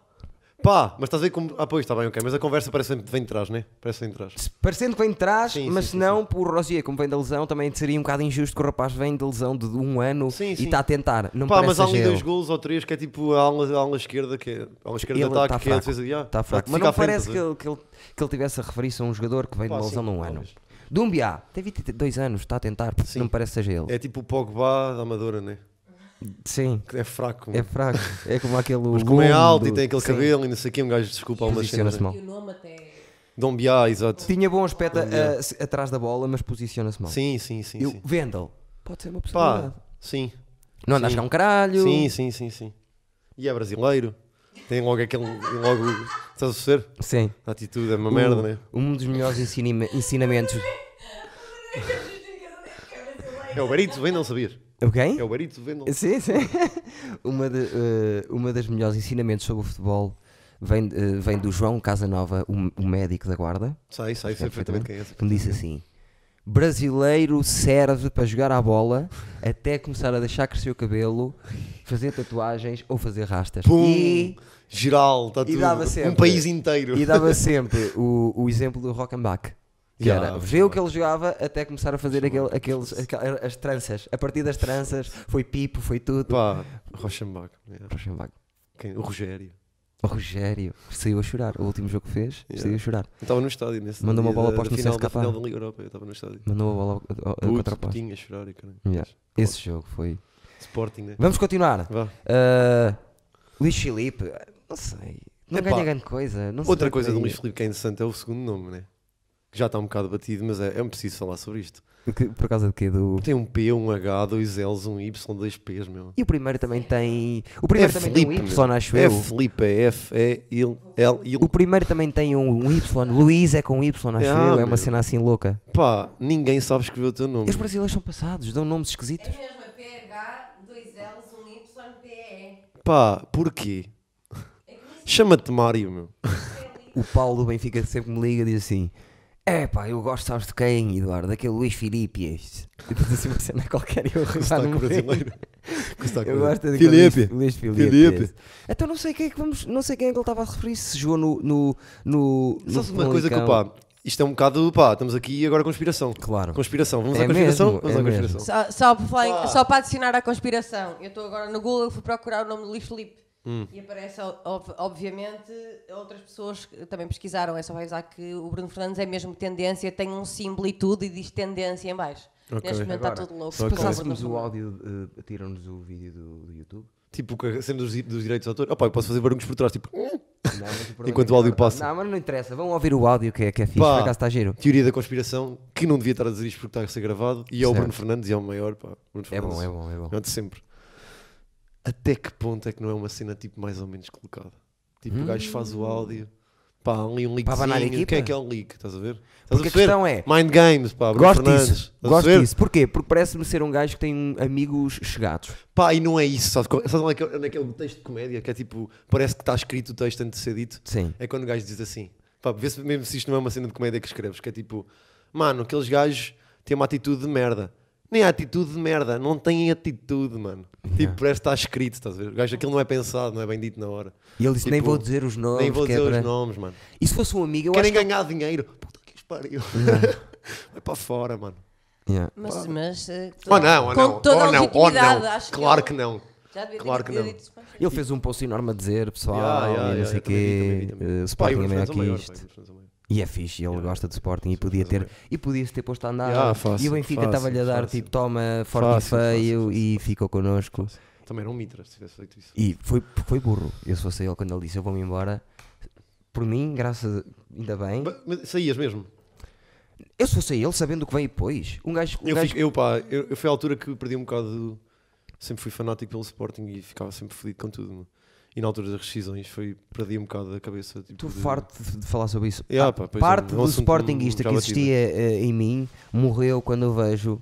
Pá, mas estás a ver como. Ah, pois, está bem, ok. Mas a conversa parece que vem de trás, né? Parece que vem de trás. Se- Parecendo que vem de trás, Sim, mas sim, se sim, não, por Rosier, como vem da lesão, também seria um bocado injusto que o rapaz vem de lesão de um ano Sim, e sim. está a tentar. Não Pá, parece mas há ali exagero. dois golos ou três que é tipo a ala, a ala esquerda, que é, a ala esquerda de Ele ataque, está que é a fraco. defesa de. ah, Está fraco. fica Mas não à frente, parece estás a que ver? ele, que, ele, que ele tivesse a referir-se a um jogador que vem de Pá, uma sim, lesão de um ano. talvez. Dumbiá, tem 22 anos, está a tentar, Sim. não me parece que seja ele. É tipo o Pogba da Amadora, né? Sim, Que é fraco. é mano. fraco. É como aquele. mas como é lobo alto e do- tem aquele Sim. cabelo e não sei o quê, um gajo desculpa algumas cenas. Posiciona-se né? mal. E o nome até. é Dom Biá, exato. Tinha bom aspecto a- se- atrás da bola, mas posiciona-se mal. Sim, sim, sim. Eu, sim. Vendel, pode ser uma possibilidade. Pá, sim. não anda a sim. jogar um caralho. Sim, sim, sim, sim. E é brasileiro. Tem logo aquele. Logo, estás a perceber? Sim. A atitude é uma merda, né? Um dos melhores ensinima- ensinamentos. É o Barito vem, não sabias? Ok? É o Barito vem, não Sim, sim. (laughs) uma, de, eh, uma das melhores ensinamentos sobre o futebol vem, eh, vem do João Casanova, o, o médico da guarda, Sai, sai, sei perfeitamente quem é esse. que me disse assim: brasileiro serve para jogar à bola até começar a deixar crescer o cabelo, fazer tatuagens ou fazer rastas. Pum! E, Geral, está e dava tudo. sempre. Um país inteiro. e (laughs) dava sempre o, o exemplo do Rockenbach. Que Yeah, era, vê o Rockenbach. que ele jogava até começar a fazer aquele, aqueles, aquel- as tranças. A partir das tranças, foi pipo, foi tudo. Pá, Rochambac. yeah. Rockenbach. Quem? O Rogério. O Rogério saiu a chorar. O último jogo que fez, Yeah. saiu a chorar. Eu estava no estádio nesse Mandou uma dia bola da- para os da final, da CSKA. final da Liga Europa. Eu estava no estádio. Mandou Ah, a bola ao- ao- ao Puto, contra o putinho a chorar e caralho. yeah. Esse jogo foi. é? Sporting, né? Vamos continuar. Vá. Uh, Luís Filipe, não sei. Não Epá. ganha grande coisa. não sei Outra por coisa do aí. Luís Filipe que é interessante é o segundo nome, né? Que já está um bocado batido, mas é, é preciso falar sobre isto. O que- Por causa do quê? Do... Tem um P, um H, dois L's, um Y, dois P's, meu. E o primeiro também tem. O primeiro é também Filipe, tem um meu. Y, acho é eu. Felipe, é F, E, Il, L, Il. O primeiro também tem um, um Y. Luís é com Y, acho Ah, eu. É uma meu. cena assim louca. Pá, ninguém sabe escrever o teu E nome. os brasileiros são passados, dão nomes esquisitos. É mesmo, é PH, dois L's, um Y, PE. Pá, porquê? Chama-te Mário, meu. o Paulo do Benfica sempre me liga e diz assim: É pá, eu gosto, sabes de quem, Eduardo? Daquele Luís Filipe. e este." E depois assim uma cena qualquer e eu Com o já sotaque não me lembro. (laughs) brasileiro. Com o Eu sotaque brasileiro. gosto daquele Filipe. Luís, Luís Filipe. Filipe. este. Então não sei quem é que vamos, não sei quem é que ele estava a referir se jogou no no no, no Sabes uma coisa que, Famalicão. pá, isto é um bocado, pá, estamos aqui agora conspiração. Claro. Conspiração, vamos É à conspiração? mesmo, vamos é à conspiração. Só, só para falar em- só para adicionar à conspiração, eu estou agora no Google e fui procurar o nome do Luís Filipe. Hum. E aparece, o- ob- obviamente, outras pessoas que também pesquisaram. É só para avisar que o Bruno Fernandes é mesmo tendência, tem um símbolo e tudo e diz tendência em baixo. Ok. Neste momento está Agora, tudo louco. Se com o Bruno passássemos o Fernandes. áudio, eh, tiram-nos o vídeo do, do (laughs) YouTube. Tipo, com a cena dos, dos direitos de autor. Opa, eu posso fazer barulhos por trás, tipo. Não, mas problema Enquanto é o áudio que agora- passa. Não, mas não interessa. Vão ouvir o áudio que é, que é fixe. Pá. Por acaso está giro. Teoria da conspiração, que não devia estar a dizer isto porque está a ser gravado. E é o Certo. Bruno Fernandes, e é o maior, pá. Bruno É bom, Fernandes. é bom, é bom. Não de sempre. Até que ponto é que não é uma cena tipo mais ou menos colocada? Tipo, o gajo faz o áudio. Pá, há ali um leak. banar a equipa? Quem é que é um leak? Estás a ver? Estás Porque a perceber? questão é- Mind games, pá. Bruno Gosto Fernandes. disso. Estás a Gosto perceber? disso. Porquê? Porque parece-me ser um gajo que tem amigos chegados. Pá, e não é isso. Sabe, qual- sabe onde é que é- onde é que é o texto de comédia? Que é tipo, parece que está escrito o texto antes de ser dito. Sim. É quando o gajo diz assim. Pá, vê se mesmo se isto não é uma cena de comédia que escreves. Que é tipo, mano, aqueles gajos têm uma atitude de merda. Nem há atitude de merda, não têm atitude, mano. Tipo, parece que está escrito, estás a ver? O gajo, aquilo não é pensado, não é bem dito na hora. E ele disse: Nem Tipo, vou dizer os nomes. Nem vou que dizer é para- os nomes, mano. E se fosse um amigo, eu Querem é acho ganhar dinheiro. Puta que os pariu. (laughs) Vai para fora, mano. que. Yeah. Mas, mas eh, Ou Oh, Ah, não, ou com não. Oh, toda ou a não, ou legitimidade, não. acho Claro que, é. que ele não. já devia ter Claro que dito não. isso, mas- Ele fez um post enorme a dizer, pessoal, Ya, ya, e ya, não sei eu o também vi, também vi, quê. também vi. eh, O Pá, e Sporting é meio Bruno Fernandes aqui maior, pá, e isto. Bruno Fernandes é maior. E é fixe, ele gosta de Sporting e podia ter, e podia ter posto a andar. Ya, fácil, e o Benfica estava-lhe a dar fácil. tipo, toma, forte e Fácil, fácil, feio, e ficou connosco. Também era um mitra se tivesse feito isso. E foi, foi burro. Eu se fosse ele quando ele disse eu vou-me embora. Por mim, graças a- ainda bem. Mas, mas saías mesmo. Eu se fosse ele sabendo o que vem depois. Um gajo. Um Eu, gajo fico- eu, pá, eu, eu fui à altura que perdi um bocado. Sempre fui fanático pelo Sporting e ficava sempre fodido com tudo. meu. E na altura das rescisões foi, perdi um bocado a cabeça. Tipo, Estou de- farto de de falar sobre isso. Ya, A pá, pois é, parte um do assunto Sportingista já né? que batido. existia eh, em mim morreu quando eu vejo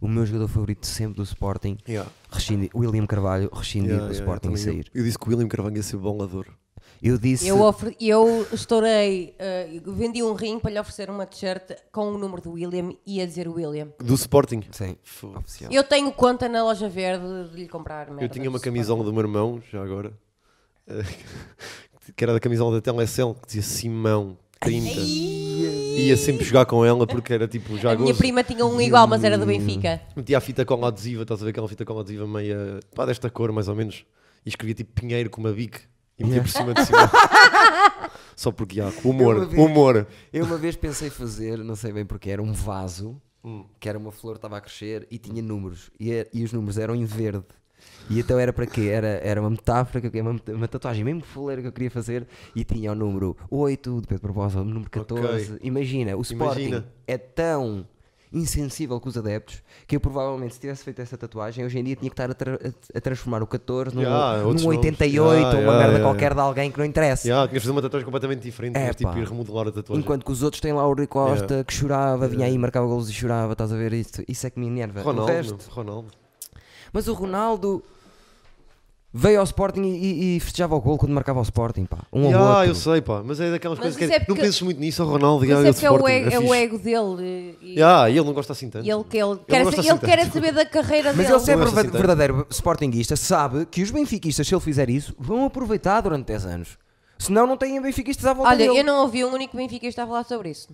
o meu jogador favorito sempre do Sporting, Ya, rescindi, William Carvalho, rescindir ya, do ya, Sporting e também eu- sair. Eu, disse que o William Carvalho ia ser bolador. Eu disse. Eu, ofre- eu estourei, eh, vendi um rim para lhe oferecer uma t-shirt com o número do William e a dizer William. Do Sporting? Sim, Foda-se. oficial. Eu tenho conta na loja verde de lhe comprar merda. Então. Eu tinha uma camisola do meu irmão, já agora, (laughs) eh, que era da camisola da Telecel, que dizia Simão 30. Ia sempre jogar com ela porque era tipo já A minha gozo. prima tinha um igual, mas era do Benfica. Metia a fita cola adesiva, estás a ver aquela fita cola adesiva meia pá, desta cor mais ou menos. E escrevia tipo Pinheiro com uma bique e metia por cima de (laughs) cima. Só porque há Eu humor, ouvi. humor. Eu uma vez pensei fazer, não sei bem porque, era um vaso, Hum. que era uma flor que estava a crescer e tinha números. E, é- e os números eram em verde. E então era para quê? Era, era uma metáfora, que eu queria- uma, meta- uma tatuagem mesmo fuleira que eu queria fazer e tinha o número 8 de Pedro Barbosa, o número 14. Imagina, o Sporting Imagina. é tão insensível com os adeptos que eu provavelmente se tivesse feito essa tatuagem hoje em dia tinha que estar a, tra- a- a transformar o 14 num, Yeah, Ah, outros num nomes. 88 Yeah, ou uma yeah, merda yeah, qualquer de alguém que não interessa. Yeah, tinhas de fazer uma tatuagem completamente diferente, É, tinhas tipo pá. ir remodelar a tatuagem. Enquanto que os outros têm lá o Rui Costa que chorava, vinha aí, marcava golos e chorava, estás a ver? Isso, isso é que me enerva. O Ronaldo, resto- meu, Ronaldo. mas o Ronaldo veio ao Sporting e, e- e festejava o gol quando marcava ao Sporting, pá. Um ao Yeah, outro. eu sei, pá, mas é daquelas Mas coisas que isso é não porque- penses muito nisso, o Ronaldo Mas yeah, é que é o, Sporting, ego, é o fixe. ego dele. E, (laughs) Yeah, e ele não gosta assim tanto. e ele que ele, não quer, gosta sa- assim ele quer tanto. saber da carreira Mas dele. ele sempre Não é assim tanto. verdadeiro Sportingista sabe que os benfiquistas, se ele fizer isso, vão aproveitar durante 10 anos. Senão não têm benfiquistas à volta Olha, dele. eu não ouvi um único benfiquista a falar sobre isso.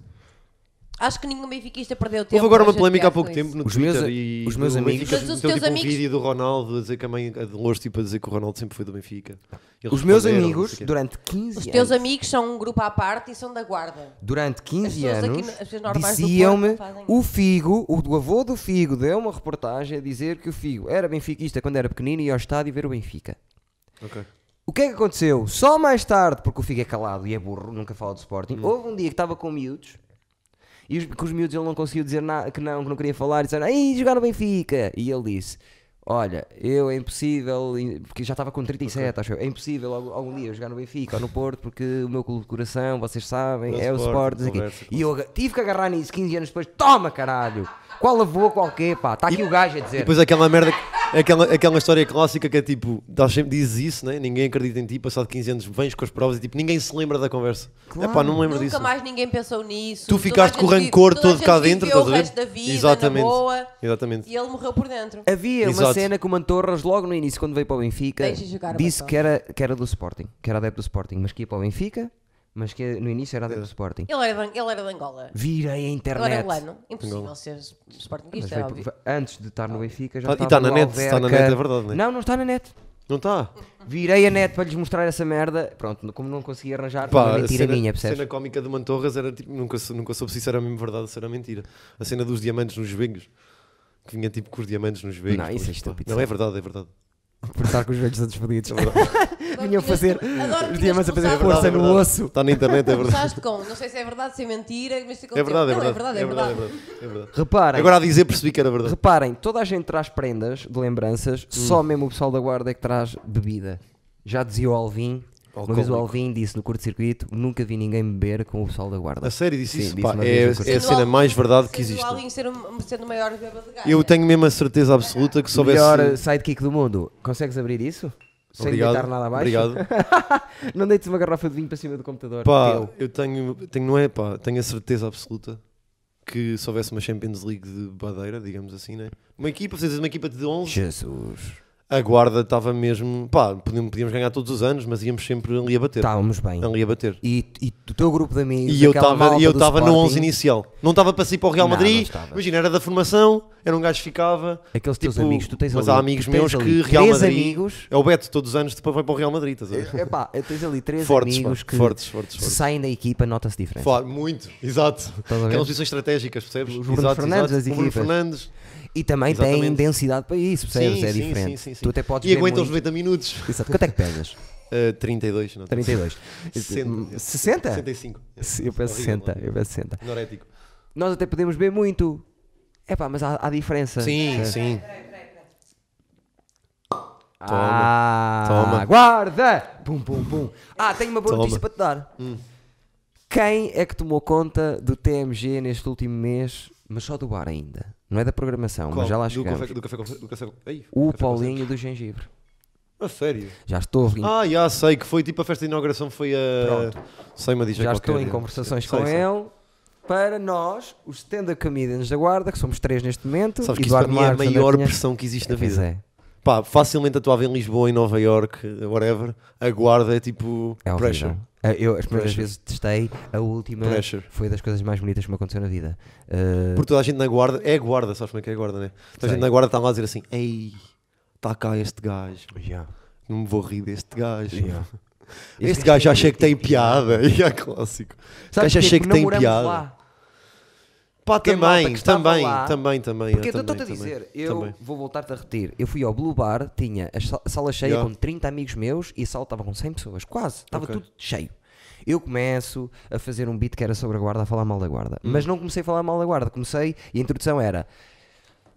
Acho que nenhum benfiquista perdeu tempo. Houve agora a uma polémica há chatear-se pouco com tempo isso. no Os meus- Twitter e os meus o amigos- Benfica Mas os meteu, teus tipo, amigos- um vídeo do Ronaldo a dizer que a mãe a Dolores tipo, a dizer que o Ronaldo sempre foi do Benfica. Eles Os meus responderam, amigos, não sei o quê. durante 15 Os anos, teus amigos são um grupo à parte e são da guarda. durante As 15 pessoas aqui anos no- as pessoas normais do diziam-me Porto fazem o Figo, o do avô do Figo deu uma reportagem a dizer que o Figo era benfiquista quando era pequenino e ia ao estádio ver o Benfica. Ok. O que é que aconteceu? Só mais tarde, porque o Figo é calado e é burro, nunca fala de Sporting, Hum. houve um dia que estava com miúdos e os, que os miúdos ele não conseguiu dizer na- que não, que não queria falar, e disseram, ai, jogar no Benfica. E ele disse, olha, eu é impossível, e- porque já estava com 37, acho eu, é impossível algum, algum dia eu jogar no Benfica ou no Porto, porque o meu clube de coração, vocês sabem, É é o Sporting. não Sporting, sei o quê." conversa, E eu aga- tive que agarrar nisso 15 anos depois, toma caralho, qual avô, qual quê, pá, está aqui o gajo a dizer. Depois aquela merda. que- Aquela, aquela história clássica que é tipo, dás sempre, dizes isso, né? ninguém acredita em ti, passado 15 anos vens com as provas e tipo, ninguém se lembra da conversa. É pá, não me lembro Nunca disso. mais ninguém pensou nisso. Tu Toda ficaste a com o gente vi- rancor toda a todo gente cá dentro, viveu estás a ver? O resto da vida, Exatamente. Na boa, Exatamente. e ele morreu por dentro. Havia uma Exato. cena que o Mantorras, logo no início, quando veio para o Benfica, Deixa jogar o disse Mantorras. que era, que era do Sporting, que era adepto do Sporting, mas que ia para o Benfica, mas que no início era adepto do Sporting. Ele era, de- ele era de Angola. Virei a Agora é internet. angolano. Impossível ser Mas Sportingista, é veio- (laughs) óbvio. antes de estar no Benfica já Ah, e estava está na no net, está na Alverca. net, é verdade, né? Não, não está na net. Não tá. está? Virei a net para lhes mostrar essa merda. Pronto, como não consegui arranjar, foi É uma Pá, a mentira cena, minha, a percebes? cena cómica do Mantorras era tipo, nunca, sou- nunca soube se isso era mesmo verdade ou se era mentira. A cena dos diamantes nos joelhos. Que vinha tipo com os diamantes nos joelhos. Não, isso é pois, pá. estúpido, Não, é verdade, é verdade. Por estar com os joelhos todos fodidos. Agora Vinham tinhas fazer que- agora os tinhas diamantes a que fazer começar- força É no verdade. osso. Está na internet, é verdade. Começaste com, não sei se é verdade, se é mentira, mas É verdade, é não, verdade. É verdade, é verdade. verdade. é verdade. Reparem, Agora a dizer percebi que era verdade. reparem, toda a gente traz prendas de lembranças, Hum. só mesmo o pessoal da guarda é que traz bebida. Já dizia o Alvin, uma vez o Alcoólico. Alvin disse no curto-circuito: nunca vi ninguém beber com o pessoal da guarda. A sério disse Sim, isso? disse Pá, uma é, vez no é a Sendo cena mais verdade que existe. O Alinho ser o- sendo o maior bêbado de gaia. Eu tenho mesmo a certeza absoluta que O soubesse. melhor sidekick do mundo. Consegues abrir isso? Sem deitar nada abaixo? Obrigado. Não deites uma garrafa de vinho para cima do computador. Pá, Teu. eu tenho, tenho, não é, pá, tenho a certeza absoluta que se houvesse uma Champions League de badeira, digamos assim, né? Uma equipa, vocês uma equipa de 11, Jesus. a guarda estava mesmo, pá, podíamos, podíamos ganhar todos os anos, mas íamos sempre ali a bater. Estávamos bem. Ali a bater. E, e o teu grupo de amigos. E eu aquela estava malta e eu do estava no Sporting, 11 inicial. Não estava para sair para o Real Não, não Madrid. estava. Imagina, era da formação, era um gajo que ficava. Aqueles teus tipo, amigos, tu tens mas ali, há amigos tu tens meus ali que Real três Madrid. amigos. É o Beto, todos os anos depois vai para o Real Madrid. Estás a ver? Epá, tens ali três Fortes, amigos pá, que fortes, fortes, se fortes. saem da equipa, nota-se diferente. Fá, muito, exato. a ver? Aquelas posições estratégicas, percebes? O Bruno exato, Fernandes das exato. O Bruno equipas. Fernandes. E também têm Exatamente. densidade para isso, percebes? Sim, é sim, sim, diferente. sim, sim. Tu até podes E ver aguenta os muito... 90 minutos. Exato. Quanto é que (laughs) pesas? Ah, 32, não. 32. 60. 60? 65. Eu peço Horrível, é? 60, eu peço 60. Anorético. Nós até podemos beber muito. Epá, mas há, há diferença. Sim, sim. Ah, Toma. guarda! Pum, pum, pum. Ah, tenho uma boa Toma. Hum. notícia para te dar. Quem é que tomou conta do TMG neste último mês, mas só do bar ainda? Não é da programação, Qual? mas já lá do chegamos. café, do café, do café, ei, O café com Paulinho do Gengibre. Sérgio. A sério? Já estou, em- Ah, já sei que foi tipo a festa de inauguração foi a. Sei uma DJ já qualquer, estou em é. conversações Sei, com sei. ele. Para nós, os stand-up comedians da guarda, que somos três neste momento. Sabes que isso para Eduardo mim é a Marques, André maior Cunha- pressão que existe na Pois vida. é. Pá, facilmente atuava em Lisboa, em Nova York, whatever. A guarda é tipo É horrível. pressure. Ah, Eu as primeiras Pressure. vezes testei, a última Pressure. foi das coisas mais bonitas que me aconteceu na vida. Ah, Porque toda a gente na guarda, é guarda, sabes como é que é guarda, né? Toda a gente na guarda está lá a dizer assim: ei, está cá este gajo, não me vou rir deste gajo. Este gajo já achei que tem piada, (laughs) e é clássico. Este Sabes gajo é porquê? achei que Porque não tem moramos piada. lá. Pá, Porque a malta também, que estava também, lá- também, também. Porque é, eu também, estou-te a também, dizer, eu também. vou voltar-te a repetir. Eu fui ao Blue Bar, tinha a sa- sala cheia Yeah. com 30 amigos meus e a sala estava com 100 pessoas, quase, estava Ok. tudo cheio. Eu começo a fazer um beat que era sobre a guarda, a falar mal da guarda. Hum. Mas não comecei a falar mal da guarda, comecei e a introdução era.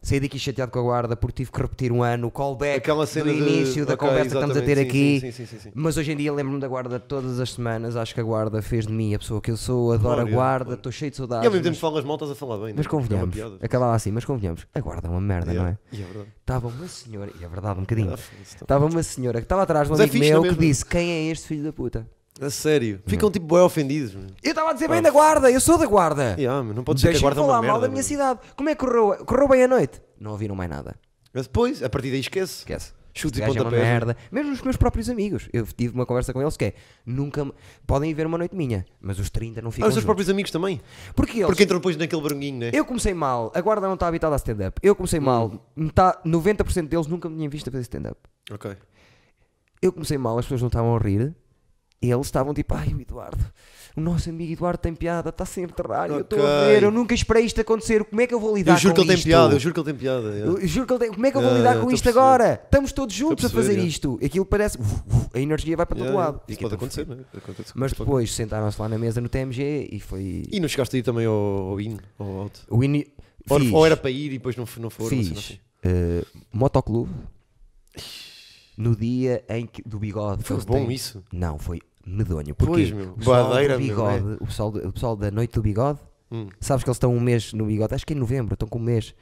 Saí daqui chateado com a guarda porque tive que repetir um ano o callback Aquela do cena de- início da ok, conversa que estamos a ter exatamente, sim, aqui. sim, sim, sim, sim. Mas hoje em dia lembro-me da guarda todas as semanas. Acho que a guarda fez de mim a pessoa que eu sou. Adoro Claro, a é, guarda, claro. estou cheio de E ao saudades. mesmo tempo Mas, falas mal, estás a falar bem. mas né? É uma convenhamos, piada. acabava assim, mas convenhamos. A guarda é uma merda, não é? Yeah. E é verdade. Estava uma senhora, e é verdade um bocadinho, Ah, foda-se, tá. estava uma senhora que estava atrás de um Mas é amigo fixe, meu não é que mesmo? disse quem é este filho da puta. A sério. Ficam tipo bem ofendidos. meu. Eu estava a dizer bem da guarda, eu sou da guarda. Ah. Yeah, meu, não pode ser que a Deixa-me guarda é falar uma mal merda. da minha meu. cidade. Como é que correu, correu bem a noite? Não ouviram mais nada. Mas depois, a partir daí esquece. Esquece. Este Chute e gajo é uma pontapés. merda. Mesmo os meus próprios amigos. Eu tive uma conversa com eles que é, nunca... me- Podem ir ver uma noite minha, mas os 30 não Ah, ficam os seus juntos. próprios amigos também. Porque eles... Porque entram depois naquele barulhinho, né? Eu comecei mal, a guarda não está habitada a stand-up. Eu Hum. comecei mal, metade, 90% deles nunca me tinham visto a fazer stand-up. Ok. Eu comecei mal, as pessoas não estavam a rir. Eles estavam tipo, ai, o Eduardo, o nosso amigo Eduardo tem piada, está sempre raro, eu estou a Ok. ver, eu nunca esperei isto acontecer, como é que eu vou lidar Eu juro que com ele tem isto? piada, eu juro que ele tem piada. yeah. Eu juro que ele tem- como é que eu vou Yeah, lidar yeah, com estou a isto perceber. agora? Estamos todos juntos a perceber, fazer yeah. isto. Aquilo parece, uf, uf, a energia vai para todo Yeah, lado. yeah. Isso Fiquei pode tão acontecer, fodido. né? Acontece. Mas Pode- depois sentaram-se lá na mesa no TMG e foi. E não chegaste aí também ao, ao in ou out? O ini... Ou, Fiz. ou era para ir e depois não, f- não foram? assim, fiz não sei, eh, motoclube no dia em que do bigode. Foi eles bom têm- isso. Não, foi medonho. Porquê? Pois, meu, o pessoal badeira, do meu, bigode, é. o, pessoal, do- o pessoal da noite do bigode, Hum. sabes que eles estão um mês no bigode, acho que é em novembro, estão com um mês.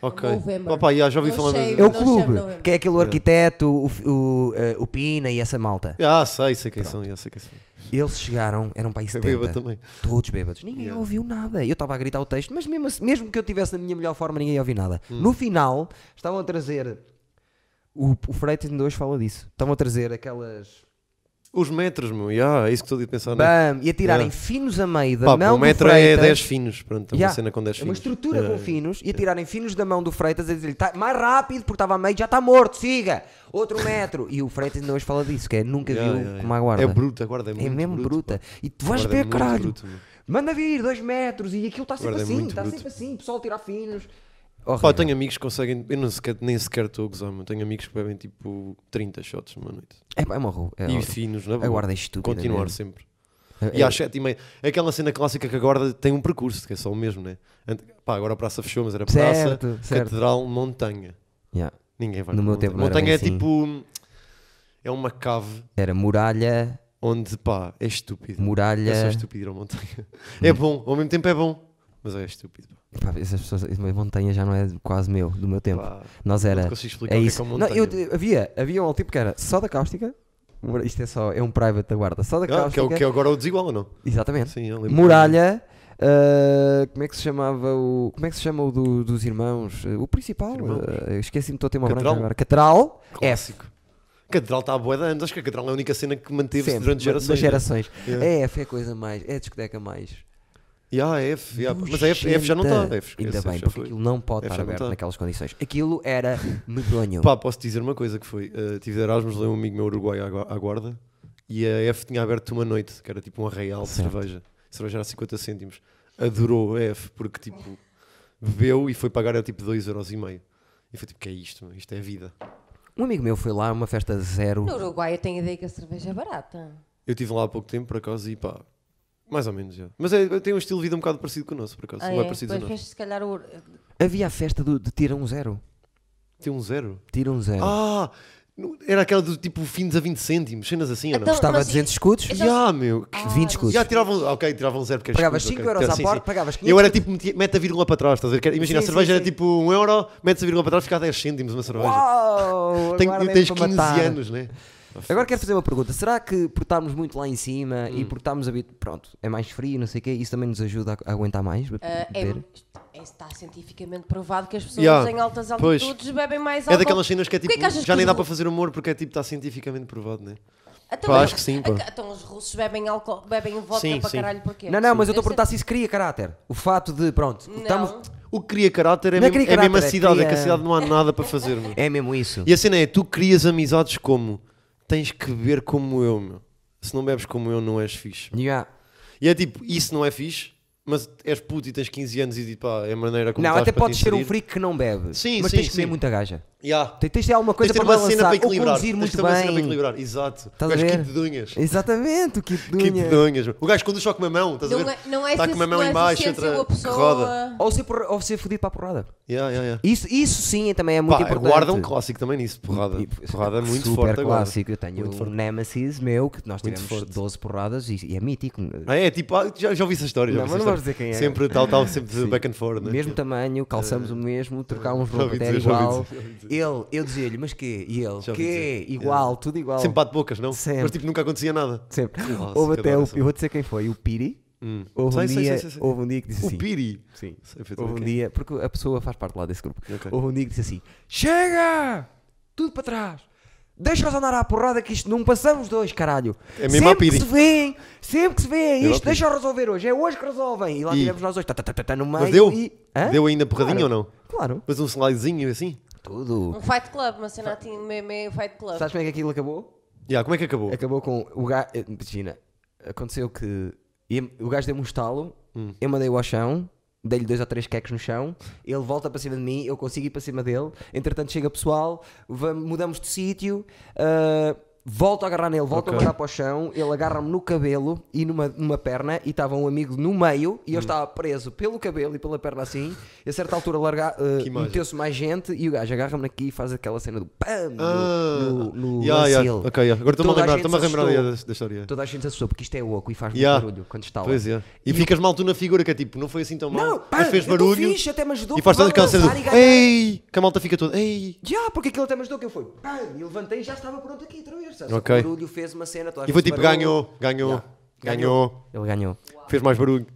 Ok. November. Opa, já, já ouvi No falar. shave. Mas... É o Não chama, não é? clube, que é aquele arquiteto, o, o, eh, o Pina e essa malta. Ah, sei, sei quem são, já sei quem são. Eles chegaram, eram para aí Eu 70. beba É também. Todos bêbados. Ninguém Yeah. ouviu nada. Eu estava a gritar o texto, mas mesmo, assim- mesmo que eu estivesse na minha melhor forma, ninguém ouviu nada. Hum. No final, estavam a trazer. O, o Freitas ainda hoje fala disso. Estavam a trazer aquelas. Os metros, meu, já, é isso que estou ali a pensar. né? Bam! E a tirarem Yeah. finos a meio da Pá, mão. o metro do é Freitas. 10 finos, pronto, é uma Yeah. cena com 10 É finos. uma estrutura Yeah. com finos e a tirarem finos da mão do Freitas a dizer-lhe "Tá- mais rápido porque estava a meio, já está morto, siga! Outro metro! E o Freitas ainda hoje fala disso, que é nunca Yeah, viu yeah, yeah. como a guarda. É bruta, a guarda é muito É mesmo bruta. bruta. E tu vais Guarda é ver, muito caralho. bruto, meu. Manda vir, dois metros. E aquilo está sempre Guarda é assim, muito está bruto. sempre assim. O pessoal tira finos. Pá, eu tenho amigos que conseguem, eu não sequer, nem sequer estou a gozar, meu. tenho amigos que bebem tipo 30 shots numa noite. É, pá, é uma roupa. É e horrível. finos, não é? a guarda é estúpida Continuar mesmo. sempre. É- E é- às 7 e meia. Aquela cena clássica que a guarda tem um percurso, que é só o mesmo, né? Ante- Pá, agora a praça fechou, mas era praça, Certo, certo. catedral, montanha. Yeah. Ninguém vai No para meu montanha. tempo não era Montanha é bem assim. tipo. É uma cave Era muralha, onde, pá, é estúpido. muralha. É só estúpido ir à montanha. É bom, ao mesmo tempo é bom, mas é estúpido. pá. Pá, essas pessoas, uma montanha já não é quase meu, do meu tempo. Pá, Nós era. não te consigo explicar é o que é isso. que é uma Não, eu- montanha. eu- havia, havia um tipo que era só da cáustica. Isto é só, é um private da guarda. Só da Ah, que, é, cáustica. o- que é agora o desigual ou não? Exatamente. Sim, eu lembro. É. Muralha. ah, como é que se chamava o. Como é que se chama o do- dos irmãos? Ah, O principal? Irmãos? ah, esqueci-me, estou a ter uma Catedral? branca agora. É, Catral F. Clássico. Catedral está a boa de anos, acho que a Catedral é a única cena que manteve-se Sempre, durante uma- gerações. né? umas gerações. Yeah. É F é a coisa mais. É a discoteca mais. E há a F, e há- mas a F, a F já não está. nojenta. F, esquece, Ainda F bem, já porque foi. aquilo não pode F já estar não aberto está. naquelas condições. Aquilo (laughs) era medonho. Pá, posso dizer uma coisa que foi. eh, tive de Erasmus, levei um amigo meu uruguaio à gua- à guarda e a F tinha aberto uma noite, que era tipo um arraial de Certo. cerveja. A cerveja era 50 cêntimos. Adorou a F, porque tipo, bebeu e foi pagar era tipo 2,5€. E foi tipo, que é isto? meu? Isto é vida. Um amigo meu foi lá, uma festa de zero. No Uruguai eu tenho a ideia que a cerveja é barata. Eu estive lá há pouco tempo, por acaso, e pá, mais ou menos já. Mas é, tem um estilo de vida um bocado parecido com o nosso, por acaso. Ah, não é, é? parecido Pois, ao nosso. mas se calhar o- eh, Havia a festa do- de tira um zero. é. Tem um zero. Tira um zero. Ah! no- Era aquela do tipo fins a 20 cêntimos, cenas assim ou não? Então, Custava mas e- 200 escudos. Já, meu. que- Ah, 20 Já escudos. tiravam, ok, tiravam zero porque era Pagavas escudo, 5 ok. Então, euros à Sim, porta, sim. pagavas 500. Eu era tipo, metia- mete a vírgula para trás, estás a ver? Que era- Imagina, Sim, a cerveja sim, era sim. tipo 1 euro, metes a vírgula para trás, fica a 10 cêntimos uma cerveja. Uau, Tenho- agora tens deve-me 15 matar. anos, né? Agora quero fazer uma pergunta. Será que por estarmos muito lá em cima e Hum. por estarmos habituados. Pronto, é mais frio, não sei o quê, isso também nos ajuda a a aguentar mais? ah, é- beber? é- está cientificamente provado que as pessoas Yeah, em altas pois. altitudes bebem mais É álcool. daquelas cenas que é tipo, Porquê que achas já que nem os dá ru- para fazer humor porque é tipo, está cientificamente provado, né? Então, Pá, mas- acho que sim, pá. Ah, Então os russos bebem álcool, bebem vodka Sim, para sim. caralho porquê? Não, não, mas eu estou a Deve perguntar se isso cria caráter. O fato de, pronto, ser- estamos- Não. O que cria caráter é, Não é mesmo, cria é mesmo a caráter, é cidade, é que a cria- cidade não há nada para fazer, meu. É mesmo isso. E a cena é, tu crias amizades como? Tens que beber como eu, meu. Se não bebes como eu, não és fixe. Yeah. E é tipo, isso não é fixe, mas és puto e tens 15 anos e tipo, pá, é a maneira como Não, estás até para te podes ser um inserir. freak que não bebe. Sim, mas sim, tens que ter sim. muita gaja. Yeah. Tens, tens de ter alguma coisa Tens de para ter uma cena balançar para ou equilibrar. conduzir Tens de muito ter uma cena para bem. equilibrar, exato. a o gajo ver? quip de unhas. Exatamente, o kit de Quip unha. de unhas. meu. O gajo conduz só com uma mão, estás a ver? Não é, não é Está se- com uma mão não é em baixo, suficiente outra uma que pessoa- roda. Ou ser, por, ou ser fudido para a porrada. Yeah, yeah, yeah. Isso, isso sim também é muito Pá, importante. guarda um clássico também nisso, porrada. E- Porrada é muito super forte agora. clássico. Eu tenho Muito um forte. Nemesis meu que nós Muito tivemos forte. 12 porradas e, e é mítico. Ah, é, tipo, ah, já, já ouvi essa história. Já Não, ouvi mas essa não vamos dizer história. quem é. Sempre tal, tal, sempre de back and forth. Né? mesmo tamanho, calçamos o mesmo, trocámos É. já ouvi roupa até dizer, já ouvi igual. dizer, já ouvi dizer. Ele, eu dizia-lhe, mas quê? E ele, quê? Já ouvi dizer. É. Igual, tudo igual. Sempre bate-bocas, não? Sempre. Mas tipo, nunca acontecia nada. Sempre. Nossa, houve que até, adoro o- essa eu vou dizer quem foi, o Piri. Houve, Sei, um sei, sei, dia, sei, sei. houve um dia que disse O assim. Piri. Sim. Sei Houve um perfeitamente dia, porque a pessoa faz parte lá desse grupo. Ok. Houve um dia que disse assim: Chega! Tudo para trás! Deixa-os andar à porrada que isto não passamos dois, caralho. É mesmo à sempre que Piri. se vêem, sempre que se vêem Mesmo à isto, Piri. deixa-os resolver hoje, é hoje que resolvem. E lá E- tivemos nós dois, tá, tá, tá, tá, tá, no meio. Mas deu? E... Hã? Deu ainda porradinha ou Claro. não? Claro, Mas um slidezinho assim? tudo. Um fight club, uma cena assim, meio, meio fight club. Sabes como é que aquilo acabou? Yeah, como é que acabou? Acabou com o gajo. Imagina, aconteceu que eu- o gajo deu-me um estalo, Hum. eu mandei-o ao chão, dei-lhe dois ou três queques no chão, ele volta para cima de mim, eu consigo ir para cima dele. Entretanto, chega pessoal, vam- mudamos de sítio, ah, Volto a agarrar nele, volto a Ok. mandar para o chão, ele agarra-me no cabelo e numa, numa perna, e estava um amigo no meio, Hum. e eu estava preso pelo cabelo e pela perna assim, e a certa altura larga, eh, Que imagem. meteu-se mais gente, e o gajo agarra-me aqui e faz aquela cena do PAM no, no, no Ah, yeah, lance yeah. dele. Ok, yeah. agora estou-me a Toda lembrar, gente estou-me a se lembrar assustou. da, da história. Toda a gente se assustou porque isto é oco e faz muito Yeah. barulho quando está lá. Pois é. E, ficas mal tu na figura que é tipo, não foi assim tão mal, Não, pá, mas fez eu tô barulho fixe, até me ajudou, e faz toda vamos aquela cena dançar e do ganhar. Ei! Que a malta fica toda, ei! Já, porque aquilo até me ajudou que eu fui. Pam, e levantei e já estava pronto aqui, outra vez. Só que Ok. O barulho fez uma cena. toda a E foi gente tipo, parou. ganhou, ganhou, Yeah. ganhou, Ele ganhou. fez mais barulho.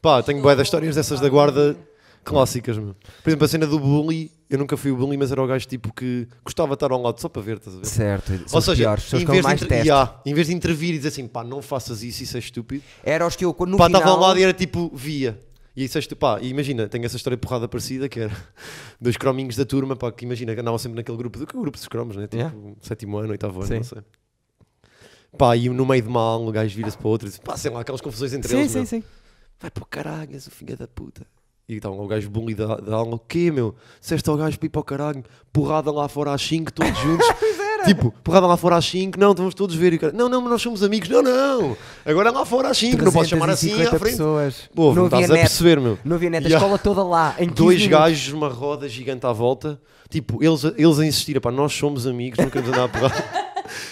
Pá, tenho bué das histórias dessas da guarda clássicas, meu. Por exemplo, a cena do bully, eu nunca fui o bully, mas era o gajo tipo que gostava de estar ao lado só para ver, estás a ver? Certo. São Ou os seja, piores, são os em, que eu vez de mais inter- detesto. Yeah, em vez de intervir e dizer assim, pá, não faças isso, isso é estúpido. Era os que eu, quando no pá, final... estava ao lado e era tipo, via. E isso é estu- pá, e imagina, tenho essa história porrada parecida que era (laughs) dos crominhos da turma, pá, que imagina, que andavam sempre naquele grupo, do que é o grupo dos cromos, né? Tipo, Yeah. sétimo ano, oitavo ano, Sim. não sei. Pá, e no meio de mal, o gajo vira-se para o outro e diz, pá, sei lá, aquelas confusões entre Sim, eles, sim, meu. sim. vai para o caralho, és o filho da puta. E então o gajo bully da, da alma, um, o quê, meu? Disseste ao gajo para ir para o caralho, porrada lá fora às (laughs) 5, todos juntos. Tipo, porrada lá fora às 5, não, vamos todos ver. E o cara, não, não, mas nós somos amigos, não, não. Agora é lá fora às 5, não posso chamar assim à 350 frente. pessoas. Pô, não não estás havia a net. perceber, meu. Não havia net. A Yeah. escola toda lá. Em 15 Dois minutos. gajos, uma roda gigante à volta. Tipo, eles, eles a insistir, pá, nós somos amigos, não queremos andar (laughs) a porrada.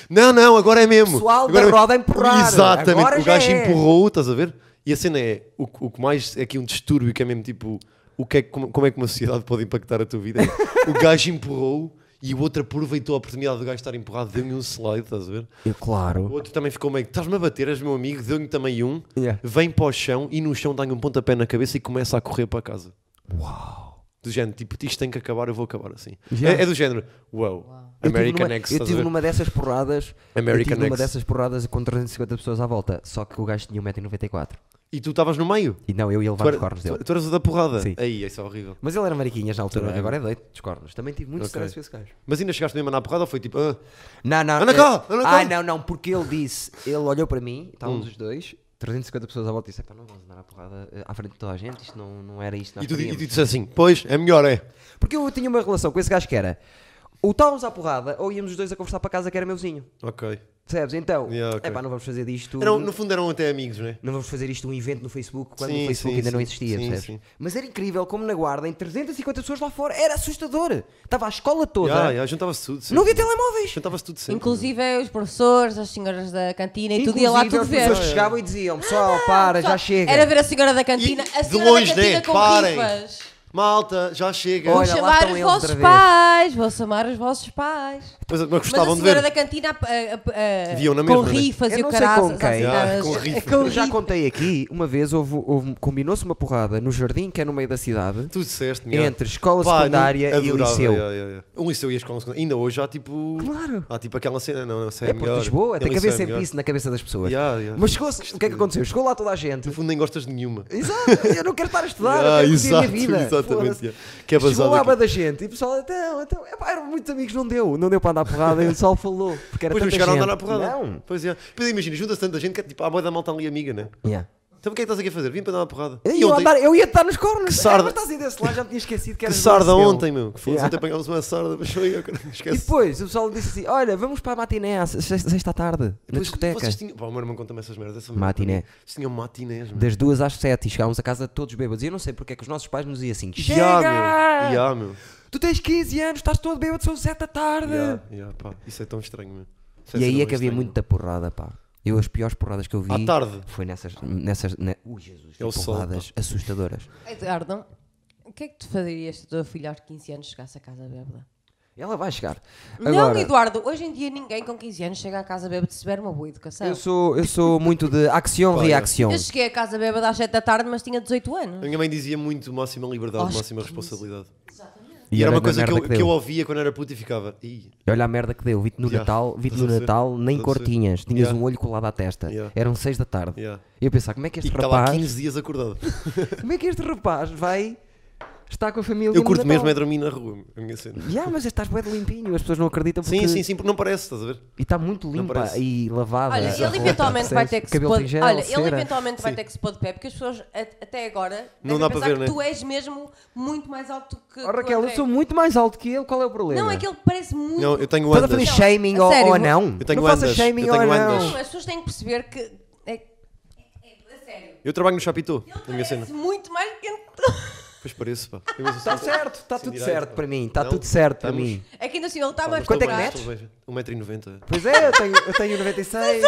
Não, não, agora é mesmo. Pessoal da agora é mesmo. roda a empurrar. Exatamente, Agora o já gajo é. empurrou, estás a ver? E a cena é, o, que- o que mais é aqui um distúrbio que é mesmo tipo, o que é, que- como, como é que uma sociedade pode impactar a (laughs) tua vida? o gajo empurrou e o outro aproveitou a oportunidade do gajo estar empurrado, deu-me um slide, estás a ver? Eu, O claro. outro também ficou meio, estás-me a bater, és meu amigo, deu-lhe também um, Yeah. vem para o chão e no chão dá-lhe um pontapé na cabeça e começa a correr para casa. Uau! Do género, tipo, isto tem que acabar, eu vou acabar assim. Yeah. É, é do género, uau, Eu tive American numa- X, Eu estás a tive ver? numa dessas porradas. eu tive American numa X. dessas porradas com 350 pessoas à volta. Só que o gajo tinha 1,94m. E tu estavas no meio? E não, eu ia levar Tu, os era- cornos dele. tu, tu eras o da porrada? Sim. Aí, isso é horrível. Mas ele era mariquinhas na altura, agora é doido dos cornos. Também tive muito Ok. stress com esse gajo. Mas ainda chegaste mesmo a andar à porrada ou foi tipo, ah, Não, não. Anda eh, cá, anda cá. Ah, não, não, porque ele disse, ele olhou para mim, estávamos os dois, 350 pessoas à volta e disse: "Epá, não vamos andar à porrada eh, à frente de toda a gente, isto não, não era isto. que Nós e tu, di- e tu queríamos." disse assim, pois, é melhor, é. Porque eu tinha uma relação com esse gajo que era ou estávamos à porrada ou íamos os dois a conversar para casa que era meuzinho. Ok. Percebes? Então, Yeah, ok. epá, não vamos fazer disto. Eram, no fundo eram até amigos, não é? Não vamos fazer isto um evento no Facebook quando Sim, o Facebook sim, ainda não sim. existia, Sim, percebes? sim. Mas era incrível como na guarda, em 350 pessoas lá fora, era assustador. Estava a escola toda, Yeah, yeah, juntava-se tudo. sempre. não havia telemóveis. Juntava-se tudo sempre. Inclusive os professores, as senhoras da cantina e É, tudo ia lá Inclusive, tudo as ver. pessoas chegavam e diziam: pessoal, para, já Só- chega. Era ver a senhora da cantina, E- a de senhora longe, da cantina né? com Parem. rifas. Malta, já chega. Olha, Vou lá chamar estão os eles outra vossos vez. pais, vou chamar os vossos pais. Mas, mas Mas a gostavam de senhora ver. da cantina ah, ah, ah, Viam na com mesma, né? rifas Eu e não o sei caraças. com quem. Ah, assim, com ah, rifas. (laughs) com Eu já rifas. contei aqui, uma vez houve, houve- combinou-se uma porrada no jardim, que é no meio da cidade, Tu disseste, entre escola secundária e liceu. O Um liceu e a escola secundária. Ainda hoje há tipo. Claro. Há tipo aquela cena, não, não sei. É porque melhor. Lisboa tem que Liceu haver é sempre melhor. isso na cabeça das pessoas. Yeah, yeah. Mas chegou-se- o que é que aconteceu? Chegou lá toda a gente. (laughs) No fundo nem gostas de nenhuma. Exato, eu não quero estar a estudar, Ah, eu quero curtir a minha exato, vida. (laughs) exatamente, Foda-se. yeah. Que é Chegou basado lá aqui. a da gente e o pessoal, então, então, epá, eram muitos amigos, não deu, não deu para andar a porrada e o pessoal falou, porque era Depois não tanta chegaram a gente. andar à porrada. Não. Pois é. Pois imagina, junta-se tanta gente que é tipo, a boa da malta ali amiga, né? Yeah. Então o que é que estás aqui a fazer? Vim para dar uma porrada. Eu, E ia ontem- andar- eu ia estar nos cornos. Que sarda. Ah, mas estás aí desse lado, já me tinha esquecido que Que era sarda ontem, meu. Que foda-se, Yeah. ontem apanhámos uma sarda, mas foi eu que E esquece. depois o pessoal disse assim: Olha, vamos para a matiné à se- sexta sexta à tarde, na Depois, discoteca. Vocês tinham... Pá, o meu irmão conta-me essas merdas. Essa Matiné. Vocês tinham matinés, meu. Das duas às sete e chegámos a casa todos bêbados. E eu não sei porque é que os nossos pais nos diziam assim: Chega! Ya, meu. Ya, meu. Tu tens 15 anos, estás todo bêbado, são sete da tarde. Ya, ya, pá. Isso é tão estranho, meu. Isso E aí tão é que havia estranho. muita porrada, pá. Eu as piores porradas que eu vi À tarde? foi nessas. nessas ne... Ui, Jesus, É o sol, porradas assustadoras. Eduardo, o que é que tu farias se a tua filha aos 15 anos chegasse a casa bêbada? Ela vai chegar. Não, Agora, Eduardo, hoje em dia ninguém com 15 anos chega à casa bêbada se tiver uma boa educação. eu sou, um. eu sou muito de ação-reação. Eu cheguei a casa bêbada às 7 da tarde, mas tinha 18 A anos. minha mãe dizia muito máxima liberdade, Acho máxima responsabilidade. E E era olha uma a coisa que merda eu, que que deu. eu ouvia quando era puto e ficava. "Ih, E Olha a merda que deu, vi-te no Yeah, Natal, vi-te no estás a perceber? Natal, nem Estás a cor perceber? tinhas, tinhas Yeah. um olho colado à testa. Yeah. Eram seis da tarde. Yeah. E eu pensava, como é que E este estava há rapaz, 15 dias acordado. como é que este rapaz vai estar com a família. Eu curto no mesmo Natal. é dormir na rua, a minha cena. Yeah, mas estás bem limpinho, as pessoas não acreditam porque... Sim, sim, sim, porque não parece, estás a ver? E está muito limpa parece. e lavada. Olha, a ele roupa, eventualmente vai ter que se percebes? pôr Cabelo tem gel, Olha, ele cera. eventualmente vai ter que se pôr de pé, porque as pessoas a- até agora Não devem dá para pensar ver, que né? tu és mesmo muito mais alto que. Oh, que o Raquel, eu André. sou muito mais alto que ele, qual é o problema? Não, é que ele parece muito. Não, eu tenho Estás a fazer andas. shaming A ou, sério, ou vou- não? Eu tenho não faças andas, shaming eu tenho ou andas. não. Não, é as pessoas têm que perceber que. É, é- é- a sério. Eu trabalho no Chapitou, Ele na minha cena. parece muito mais pequeno que tu. Pois parece, pá. Está Tá certo, está Sim, tudo direito, certo pá. para mim, está Não, tudo certo para estamos- mim. É que ainda assim, ele está mais Quanto é que para metes? baixo. 1,90m. Pois é, eu tenho, eu tenho 96.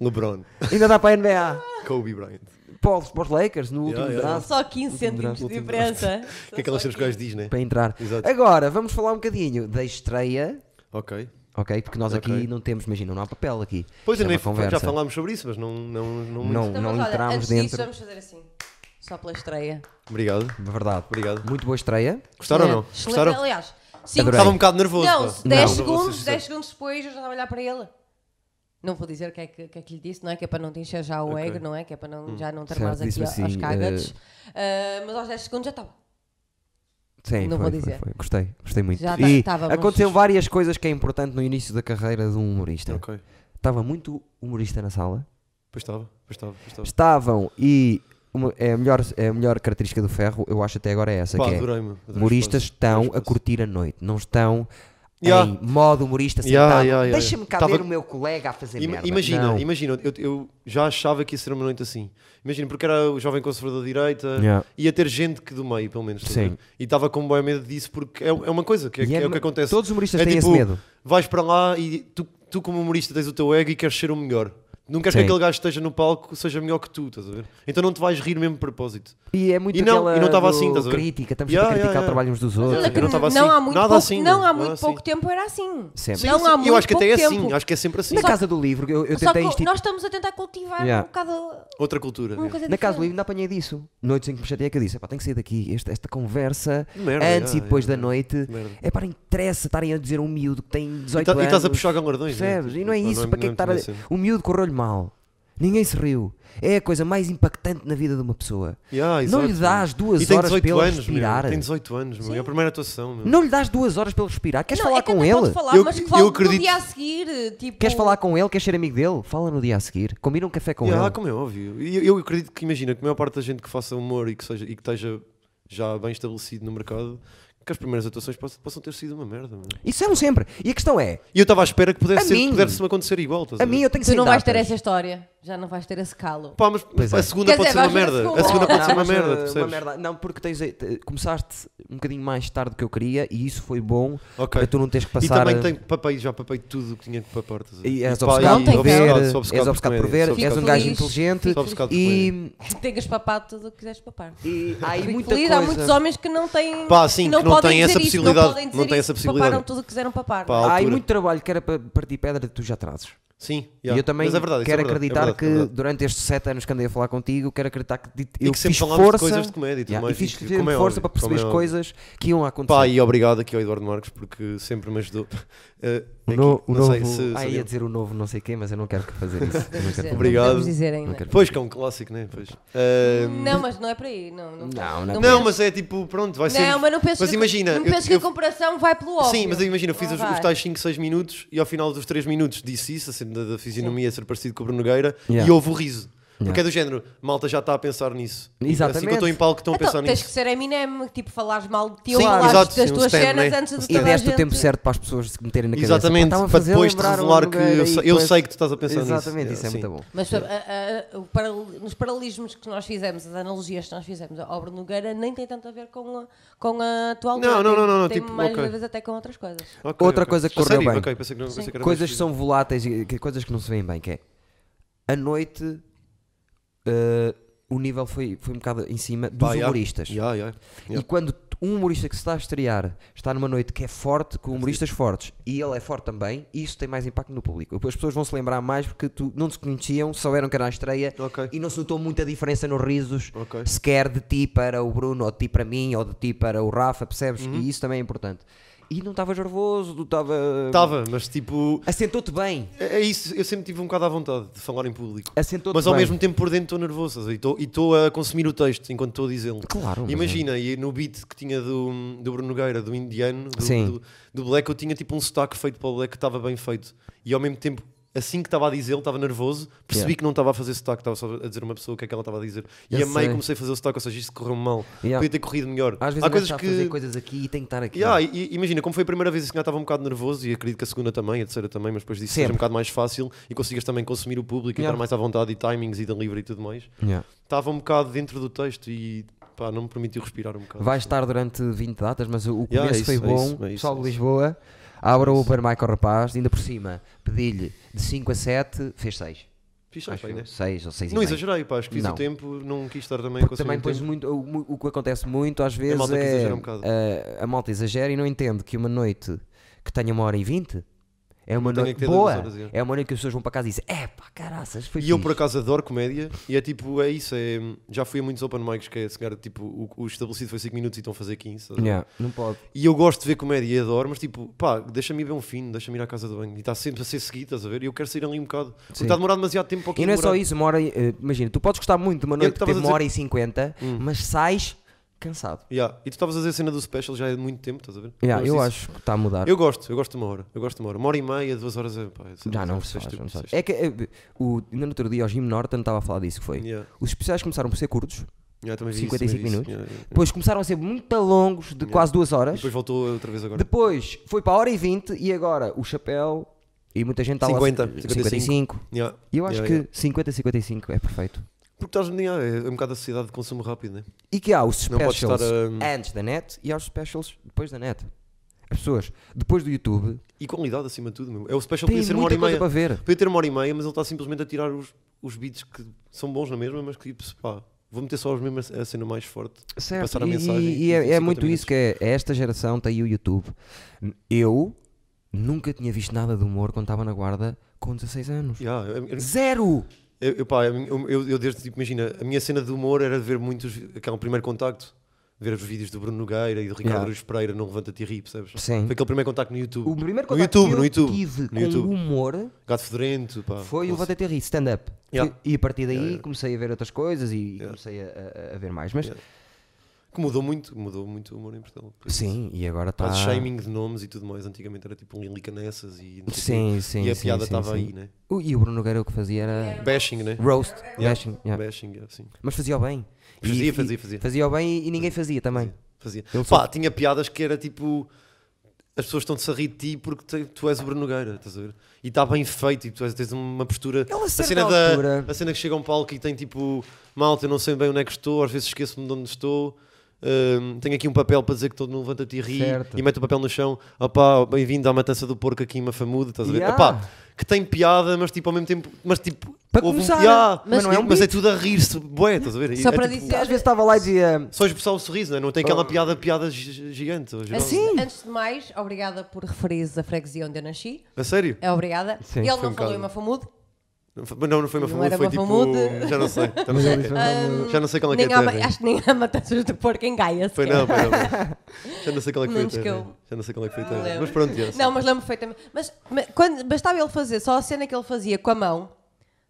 LeBron. (laughs) Ainda dá para a NBA. Kobe Bryant. Para os, para os Lakers, no Yeah, último yeah. draft. Só 15 cêntimos de Último diferença. (laughs) O que é que aquelas cenas que o gajo diz, né? Para entrar. Exato. Agora, vamos falar um bocadinho da estreia. Ok. Ok, porque nós aqui Ok. não temos, imagina, não há papel aqui. Pois Isto eu é nem uma conversa. já falámos sobre isso, mas não. não, não, muito. Não, Então, não mas olha, entramos antes dentro. disso, vamos fazer assim. Só pela estreia. Obrigado. Verdade. Obrigado. Muito boa estreia. Gostaram É, ou não? excelente. Gostaram? Aliás, cinco Adorei. Estava um bocado nervoso. Não, pá. 10 vou ser segundos, sincero. 10 segundos depois eu já estava a olhar para ele. Não vou dizer o que é que, o que, é que lhe disse, não é? Que é para não te encher já o Ok. Hum. ego, não é? Que é para não, já não tramares Certo, aqui disse-me aos assim, cagados. Ah, mas aos 10 segundos já estava. Sim, Não foi, vou foi, dizer. foi. Gostei, gostei muito. Já tá- e estávamos. aconteceu várias coisas que é importante no início da carreira de um humorista. Ok. Estava muito humorista na sala. Pois estava, pois estava, pois estava. Estavam e uma- é, a melhor, é a melhor característica do ferro, eu acho até agora é essa. Pá, que é, adorei-me. adorei o humoristas espaço, estão adorei o a espaço. curtir a noite, não estão Yeah. em modo humorista Yeah, sentado. yeah, yeah, Deixa-me cá yeah. ver Tava- o meu colega a fazer Ima- merda. Imagina, Não. imagina, eu, eu já achava que ia ser uma noite assim. Imagina, porque era o jovem conservador da direita, Yeah. ia ter gente que do meio, pelo menos. estás a Sim. ver? E estava com bem medo disso, porque é, é uma coisa que é, E que- é é- o que acontece. Todos os humoristas é têm tipo, esse medo. vais para lá e tu, tu, como humorista, tens o teu ego e queres ser o melhor. Não queres Sim. que aquele gajo esteja no palco seja melhor que tu, estás a ver? Então não te vais rir mesmo de propósito. E é muito E não- aquela e não estava do assim, estás a ver? crítica, estamos Yeah, sempre a criticar o yeah, yeah. trabalho uns dos outros. Olha que eu não estava assim. há muito Nada pouco, assim, não há nada muito assim. pouco tempo era assim. Sempre. Não Sim, há sim, muito eu acho que até é pouco assim, tempo. acho que é sempre assim. Na Casa do Livro, eu, eu Só que tentei instituir. nós estamos a tentar cultivar Yeah. um bocado Outra cultura. né? uma coisa Na casa do Tá diferente. livro ainda apanhei disso. Noites em que me chateei que eu disse, "Epá, tenho que sair daqui, esta, esta conversa, Merda, antes yeah, e depois yeah, da noite, Merda. é para interessa estarem a dizer a um miúdo que tem E, 18 ta- anos. e estás a puxar né? galardões, percebes? E não é isso, para que é que estar a... estar O miúdo correu-lhe mal. Ninguém se riu. É a coisa mais impactante na vida de uma pessoa. Yeah, não lhe exato, dás meu. duas E tem horas 18 para ele anos, meu. respirar. Tem 18 anos, meu. É a Sim. primeira atuação, meu. Não lhe dás duas horas para ele respirar. Queres Não, falar é que com até ele? podes falar, Eu- mas que eu falo no acredito- dia a seguir. Tipo, Queres falar com ele? Queres ser amigo dele? Fala no dia a seguir. Combina um café com Yeah, ele. como é óbvio. E eu, eu acredito que, imagina, que a maior parte da gente que faça humor e que, seja, e que esteja já bem estabelecido no mercado, que as primeiras atuações possam, possam ter sido uma merda, meu. Isso são sempre. E a questão é, E eu estava à espera que A pudesse, ser, mim. que pudesse-me acontecer igual, estás a a ver? mim eu tenho que Tu ser não vais ter essa história. Já não vais ter esse calo. (laughs) Pá, mas Pois é. a segunda Quer pode dizer, ser uma vais ver a merda. A segunda. segunda Não, pode ser uma mas, merda, uh, percebes? merda. Não, porque tens, eh, começaste um bocadinho mais tarde do que eu queria e isso foi bom Ok. para tu não teres que E passar. eh, também tem papei, já papei tudo o que tinha que papar. estás a ver? E és pá, obcecado e não por tem ver, cara. sou és obcecado obcecado por por ver, comédia, és sou um obcecado gajo por- inteligente sou obcecado por e, Tenhas papado tudo o que quiseres papar. e há aí Fico muita feliz, coisa. há muitos homens que não têm. Pá, sim, que não podem têm essa dizer isto, possibilidade, Não, podem dizer não têm isto, essa possibilidade. Paparam tudo o que quiseram papar. Pá, Há aí altura. muito trabalho que era para partir pedra que tu já trazes. Sim, yeah. E eu também Mas é verdade, isso quero é verdade, é acreditar verdade, que é verdade. durante estes sete anos que andei a falar contigo, quero acreditar que di- E eu que fiz sempre falámos de força coisas de comédia e tudo Yeah, mais, e fiz e que- como é força óbvio, para perceber como é as óbvio. coisas que iam acontecer. Pá, e obrigado aqui ao Eduardo Marques porque sempre me ajudou. (laughs) Eh, O aqui, no- o não sei novo- se- Ah, se- ia dizer o novo não sei quê, mas eu não quero que fazer isso. Eu (laughs) não, Podemos dizer, quero. não Obrigado. podemos dizer ainda. Não quero. Pois que é um clássico, né? Pois. Eh, Não, mas não é para aí. Não, não, Não, não- não, mas é tipo, pronto, vai ser. Não, mas não penso Mas que, imagina, não eu- penso que eu- a comparação vai pelo óbvio. Sim, mas eu imagino, eu fiz Não os, vai. os tais 5, 6 minutos e ao final dos 3 minutos disse isso, assim, da, da fisionomia ser parecido com o Bruno Nogueira, Yeah. e houve o riso. Yeah. Porque é do género, malta já está a pensar nisso. Assim que Exatamente. eu estou em palco, estão a pensar Então, tens nisso. que ser Eminem, tipo, falares mal de ti Sim, ou falares exato, das sim, um tuas stand, cenas né? antes de E toda a deste o gente... tempo certo para as pessoas se meterem na cabeça. Exatamente, Pá, estava a para fazer depois te lembrar um o revelar que Nogueira eu e sei- eu depois- sei que tu estás a pensar nisso. Exatamente, isso é Sim. muito bom. Mas a- a- o paral- nos paralelismos que nós fizemos, as analogias que nós fizemos, a obra Nogueira nem tem tanto a ver com a, com a tua altura. Não, não, Tem- não, não, não, tem tipo, mais ok. às vezes até com outras coisas. Ok, Outra ok. coisa que A correu sério? bem. Ok, pensei que não- pensei que era Coisas mais que fixe. são voláteis, e que- coisas que não se veem bem, que é a noite eh, o nível foi, foi um bocado em cima dos Pá, yeah. humoristas. Yeah, yeah. E quando t- um humorista que se está a estrear está numa noite que é forte, com humoristas fortes, e ele é forte também, isso tem mais impacto no público. As pessoas vão se lembrar mais porque tu não se conheciam, souberam que era a estreia Ok. e não se notou muita diferença nos risos, Ok. Uhum. sequer de ti para o Bruno, ou de ti para mim, ou de ti para o Rafa, percebes? E isso também é importante. E não estavas nervoso, tu estava. Estava, mas tipo. Assentou-te bem. É é isso, eu sempre tive um bocado à vontade de falar em público. Assentou-te Mas ao bem. mesmo tempo por dentro estou nervoso estás a ver? e estou- e estou a consumir o texto enquanto estou a dizê-lo. Claro, mas é. Imagina, e no beat que tinha do, do Bruno Nogueira, do indiano, do, Sim. do- do Black, eu tinha tipo um sotaque feito para o Black que estava bem feito. E ao mesmo tempo, assim que estava a dizê-lo, estava nervoso, percebi Yeah. que não estava a fazer sotaque, estava só a dizer a uma pessoa o que é que ela estava a dizer. E Eu a meio sei. comecei a fazer o sotaque, ou seja, isto correu mal. Yeah. Podia ter corrido melhor. Às vezes Há um gajo coisas está que. a fazer coisas aqui e tem que estar aqui. Yeah, e- e imagina, como foi a primeira vez, assim, já estava um bocado nervoso e acredito que a segunda também, a terceira também, mas depois disso seja Sempre. um bocado mais fácil e consigas também consumir o público Yeah. e estar mais à vontade e timings e delivery e tudo mais. Yeah. Estava um bocado dentro do texto e pá, não me permitiu respirar um bocado. Vai estar durante 20 datas, mas o o começo Yeah, é isso, foi é bom. isso, é isso, Pessoal é de isso. Lisboa, abra o Open Mic ao rapaz, ainda por cima, pedi-lhe de 5 a 7, fez 6. Fiz bem, né? 6 ou 6 Não exagerei, pá, acho que fiz Não. o tempo, não quis estar também a Porque consumir também o depois tempo. muito, o, o que acontece muito às vezes malta que é exagera um bocado. eh, a, malta exagera e não entende que uma noite que tenha uma hora e vinte é uma tenha que noite ter boa, duas horas, é. é uma noite que as pessoas vão para casa e dizem é pá caraças, foi E eu fixe." por acaso adoro comédia e é tipo, é isso, é, já fui a muitos open mics que é, se calhar, tipo, o, o estabelecido foi 5 minutos e estão a fazer 15. estás a ver? Yeah, não pode. E eu gosto de ver comédia e adoro, mas tipo, pá, deixa-me ir ver um fim, deixa-me ir à casa do banho. E está sempre a ser seguido, estás a ver? E eu quero sair ali um bocado. Porque Sim. está a demorar demasiado tempo para o que E não é só demorar. isso, uma hora, e- eh, imagina, tu podes gostar muito de uma que noite que tava teve a uma dizer- Hum. hora e cinquenta, mas sais cansado. Yeah. E tu estavas a dizer a cena do special já é muito tempo, estás a ver? Yeah, eu gosto disso. acho que está a mudar. Eu gosto, eu gosto de uma hora. Eu gosto de uma hora. Uma hora e meia, duas horas é. Pá, é Já não, se sei, faz, sei, não se sei, faz. sei. É que eh, o, ainda no outro dia, ao Jim Norton estava a falar disso que foi. Yeah. Os especiais começaram por ser curtos, Yeah, também vi isso, 55 também vi isso. minutos. Yeah, yeah. depois começaram a ser muito longos, de quase duas E horas. depois voltou outra vez agora. Depois foi para a hora e 20 e agora o chapéu e muita gente está 50, lá. 55. Yeah. E eu acho Yeah, que yeah. 50, 55 é perfeito. Porque estás yeah, é um bocado a sociedade de consumo rápido, né? E que há os Não podes specials estar hum, ah, a. antes da net e há os specials depois da net. As pessoas, depois do YouTube, E qualidade acima de tudo, meu. É o special têm podia ser uma hora muita e coisa meia. para ver. Podia ter uma hora e meia, mas ele está simplesmente a tirar os, os beats que são bons na mesma, mas que tipo, se pá, vou meter só os mesmos, a cena mais forte. Certo, passar a e- mensagem assim e, em é, é 50 muito minutos. isso que é. Esta geração tem o YouTube. Eu nunca tinha visto nada de humor quando estava na guarda com 16 anos. Yeah, eu, eu- Zero! é, eu- eu, pá, é, eu, eu- eu desde, tipo, imagina, a minha cena de humor era de ver muitos, aquele primeiro contacto, ver os vídeos do Bruno Nogueira e do Ricardo Yeah. Aruz Pereira, não levanta-te e ri, percebes? Sim. Foi aquele primeiro contacto no YouTube. O primeiro no contacto YouTube, que eu no YouTube, tive no com YouTube. o humor Gato Fedorento, pá. Foi o não sei. Vou Rir, stand-up. Yeah. E a partir daí Yeah, yeah. comecei a ver outras coisas e comecei a, a- a ver mais. Mas Yeah. Que mudou muito, mudou muito o humor em Portugal. por isso. sim, e agora tá Pá, está. de shaming de nomes e tudo mais, antigamente era tipo um Lilica Nessas e não sei o Sim, quê. sim. E a sim, piada sim, estava sim. aí, né? O- E o Bruno Nogueira o que fazia era. Bashing, né? Roast, Yeah. bashing, yeah. Bashing, yeah, sim. mas fazia o bem. E- Fazia, e- fazia, fazia. Fazia o bem e ninguém fazia também. Fazia. Ele Pá, tinha piadas que era tipo. As pessoas estão-te a rir de ti porque te- tu és o Bruno Nogueira, estás a ver? E está bem feito e tu és- tens uma postura. Ele, a certa da- altura- a cena que chega a um palco e tem tipo. Malta, eu não sei bem onde é que estou, às vezes esqueço-me de onde estou. hum, tenho aqui um papel para dizer que todo mundo levanta-te e ri Certo. e mete o papel no chão. Opá, bem-vindo à matança do porco aqui em Mafamudo, estás a ver? Yeah. Opá, que tem piada, mas tipo ao mesmo tempo. Mas tipo. Para houve um- começar, Yeah, mas não é um mas é beat. tudo a rir-se, bué, estás a ver? E Só é, para tipo, dizer- E às vezes estava lá e dizia. só expressar o sorriso, não é? Não tem aquela piada, piada gi- gigante. ou geral. Assim, antes de mais, obrigada por referires a freguesia onde eu nasci. A sério? É obrigada. Sim, Ele não foi um falou bocado. em Mafamude, Não, foi- não, não foi uma Não famuda, era foi uma tipo. famuda. Já não sei. Já não sei, já não sei qual é que é a nem há, terra. ma- acho que nem há matanças de porco em Gaia. Foi sequer. não, foi não. (laughs) Já não sei qual é que foi a Menos que terra. eu. Já não sei qual é que foi a Não terra. lembro. Mas pronto, já. Não, mas lembro perfeitamente. Mas, mas quando, bastava ele fazer só a cena que ele fazia com a mão,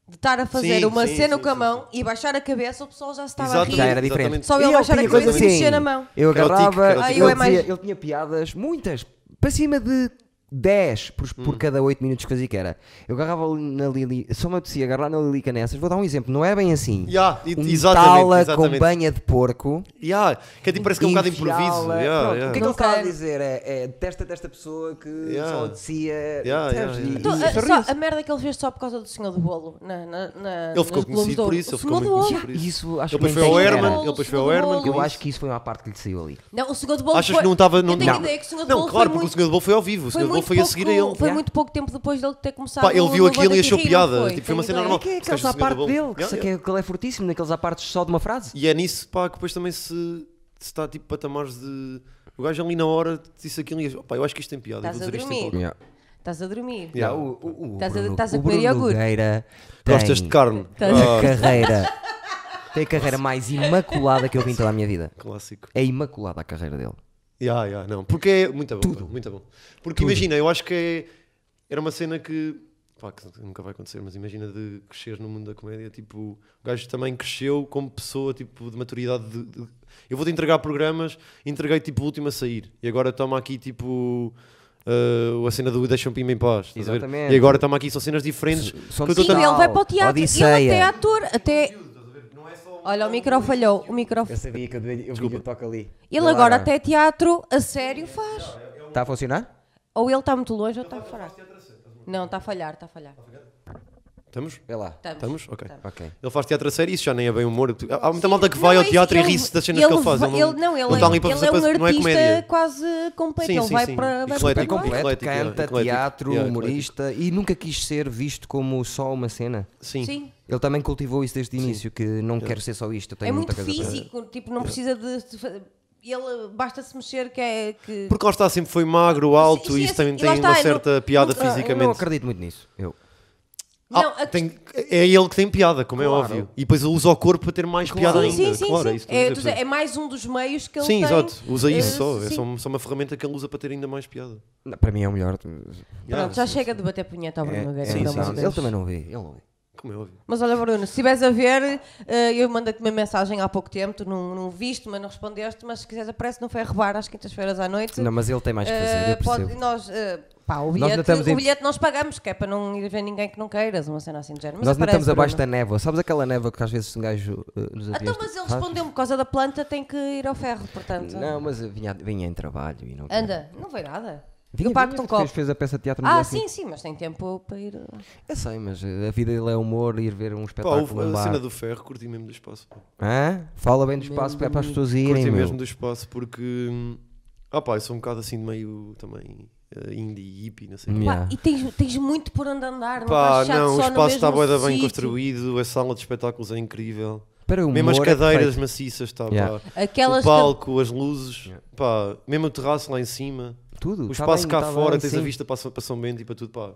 de estar a fazer Sim, uma sim, cena sim, com a sim, mão e baixar a cabeça, o pessoal já se estava Exatamente. Já a era rir. diferente. exatamente. Só ele E baixar a tinha cabeça coisas e mexer na mão. assim. Eu Era o tique, agarrava, era o tique. ele, Ah, eu é mais- dizia- ele tinha piadas, muitas, para cima de 10 por, Hum. por cada 8 minutos que fazia que era. Eu agarrava ali na Lili, só me apetecia agarrar na Lili Canessas, vou dar um exemplo, não é bem assim. Yeah, e- um exatamente, tala com exatamente. banha de porco. Yeah, que é tipo, parece que é um bocado improviso. enfiá-la. Yeah, Pronto, yeah. O que é que Não ele estava a quero. dizer? É, é detesta desta pessoa que Yeah. só descia. Yeah, percebes? yeah, yeah. E- Então, e a, sorriu-se. só a merda que ele fez só por causa do Senhor do Bolo. Na, na, na, Ele ficou nos Globos de conhecido por Ouro. isso. Ele O ficou Senhor do muito Ouro. conhecido por isso. Isso acho Ele depois que foi ao nem Herman. era. Ele depois foi ao Segundo Herman. bolo. com Eu isso. acho que isso foi uma parte que lhe saiu ali. Não, o Senhor do Bolo Achas foi... que não estava. Não, Eu tenho não. ideia que o Senhor do Não, claro, Bolo foi porque o muito... Senhor do Bolo foi ao vivo. O Foi, Senhor do Bolo muito foi a seguir a ele. pouco, foi Yeah. muito pouco tempo depois dele ter começado. Pá, ele no- viu no aquilo e Levanta-te achou Ri, não piada. Tipo, foi uma cena Tenho ideia. normal. Que é Esquece aqueles à do Senhor do parte Bolo. dele, que Yeah, se- que é- que ele é fortíssimo, naqueles à parte só de uma frase. E é nisso pá, que depois também se, se está tipo patamares de. O gajo ali na hora disse aquilo e pá, eu acho que isto tem piada. eu Estás vou a dizer isto dormir. em palco. Estás a dormir. Yeah. Não, o- o- o Estás a- Bruno- estás a o comer Bruno iogurte. Nogueira tem Gostas de carne? Tem. a Ah, (laughs) carreira. tem a carreira mais imaculada que eu vi em toda a minha vida. clássico. É imaculada a carreira dele. Ya, ya, não. Porque é muito bom. Tudo. Muito bom. Porque imagina, eu acho que é- era uma cena que, pá, que nunca vai acontecer, mas imagina de crescer no mundo da comédia, tipo, o gajo também cresceu como pessoa, tipo, de maturidade. de- de- eu vou-te entregar programas, entreguei, tipo, o último a sair. E agora toma aqui, tipo... ah, a cena do Deixam Pima em Paz. estás a ver? Exatamente. E agora estamos aqui, são cenas diferentes. Som que eu tô Sim, total. ele vai para o teatro. Ele até é Odisseia. ator, até... Olha, o micro falhou. O micro... Eu sabia que eu devia- eu vi o toque ali. Ele agora até teatro a sério faz. Está Tá a funcionar? Ou ele está muito longe ou está a falhar. Não, está a falhar, está a falhar. Estamos? Vê lá. Tá. Estamos? Ok. Ok. Ele faz teatro a sério, isso já nem é bem humor. Há muita malta que Não, vai é ao isso, teatro e ele- ri-se das cenas que ele faz. va- Ele não, ele- não, ele não está é- ali para ele fazer é para- um não é artista comédia. quase completo. Sim, ele sim, vai sim. para. vai Eclético, para eclético, baixo. eclético, canta, eclético. teatro, Yeah, humorista e nunca quis ser visto como só uma cena. Sim. Sim. Ele também cultivou isso desde o início, que não quero ser só isto, eu tenho É muito muita coisa para fazer. físico, tipo, não precisa de. de fa- Ele basta-se mexer que é. Que... Porque lá está, sempre foi magro, alto Sim, sim, e isso tem, e tem lá está, uma eu certa não- piada nunca- eu não Eu não fisicamente. acredito muito nisso. Eu. Ah, Não, a questão- tem- é ele que tem piada, como é óbvio. E depois ele usa o corpo para ter mais piada Sim, ainda. sim, sim, claro, sim. é isso que eu É, estou a tu- dizer. é mais um dos meios que ele Sim, tem. exato. Usa Eh, isso só. É sim. só, uma- só uma ferramenta que ele usa para ter ainda mais piada. Não, Para mim é o melhor. Yeah, Pronto, já chega de bater punheta ao Bruno Nogueira. É, pelo sim, amor de sim. Deus. Ele também não vê. Ele não vê. Como é óbvio. Mas olha, Bruno, se estiveres a ver, eh, eu mandei-te uma mensagem há pouco tempo, tu não, não viste, mas não respondeste, mas se quiseres aparece no Ferrobar às quintas-feiras à noite. Não, mas ele tem mais que fazer, Eh, eu percebo. pode- nós, eh, pá, o ainda bilhete, estamos o em- bilhete nós pagamos, que é para não ir ver ninguém que não queiras, uma cena assim de género. Mas Nós não aparece, estamos abaixo da Bruno. névoa. Sabes aquela névoa que às vezes um gajo eh, nos aviões Então, mas ele faz? respondeu-me, por causa da planta tem que ir ao ferro, portanto. Não, mas eu vinha, vinha em trabalho e não... Anda, não vai nada. Vinha, eu pago-te vinha, um fez, copo. fez a peça de teatro no Ah, dia seguinte. sim, sim, mas tem tempo para ir. ah, Eu sei, mas eh, a vida dele é humor, ir ver um Pá, espetáculo o- num a bar. cena do ferro, curti mesmo do espaço. pá. Hã? Fala bem do espaço para, para as pessoas irem, Curti meu. mesmo do espaço porque. hum, Ah, pá, eu sou um bocado assim de meio também eh, indie e hippie, não sei. Hum. Pá, Yeah. e tens, tens muito por onde andar, não Pá, estás chato não, o só no espaço está bué mesmo da bem sítio. construído, a sala de espetáculos é incrível. Para o Mesmo as humor é cadeiras perfeito. maciças, está Yeah. pá. Aquelas o palco, as luzes, pá, mesmo o terraço lá em cima, Tudo. o tá espaço bem, cá tá bem, fora, tens a sim. vista para, São- para São Bento e para tudo, pá.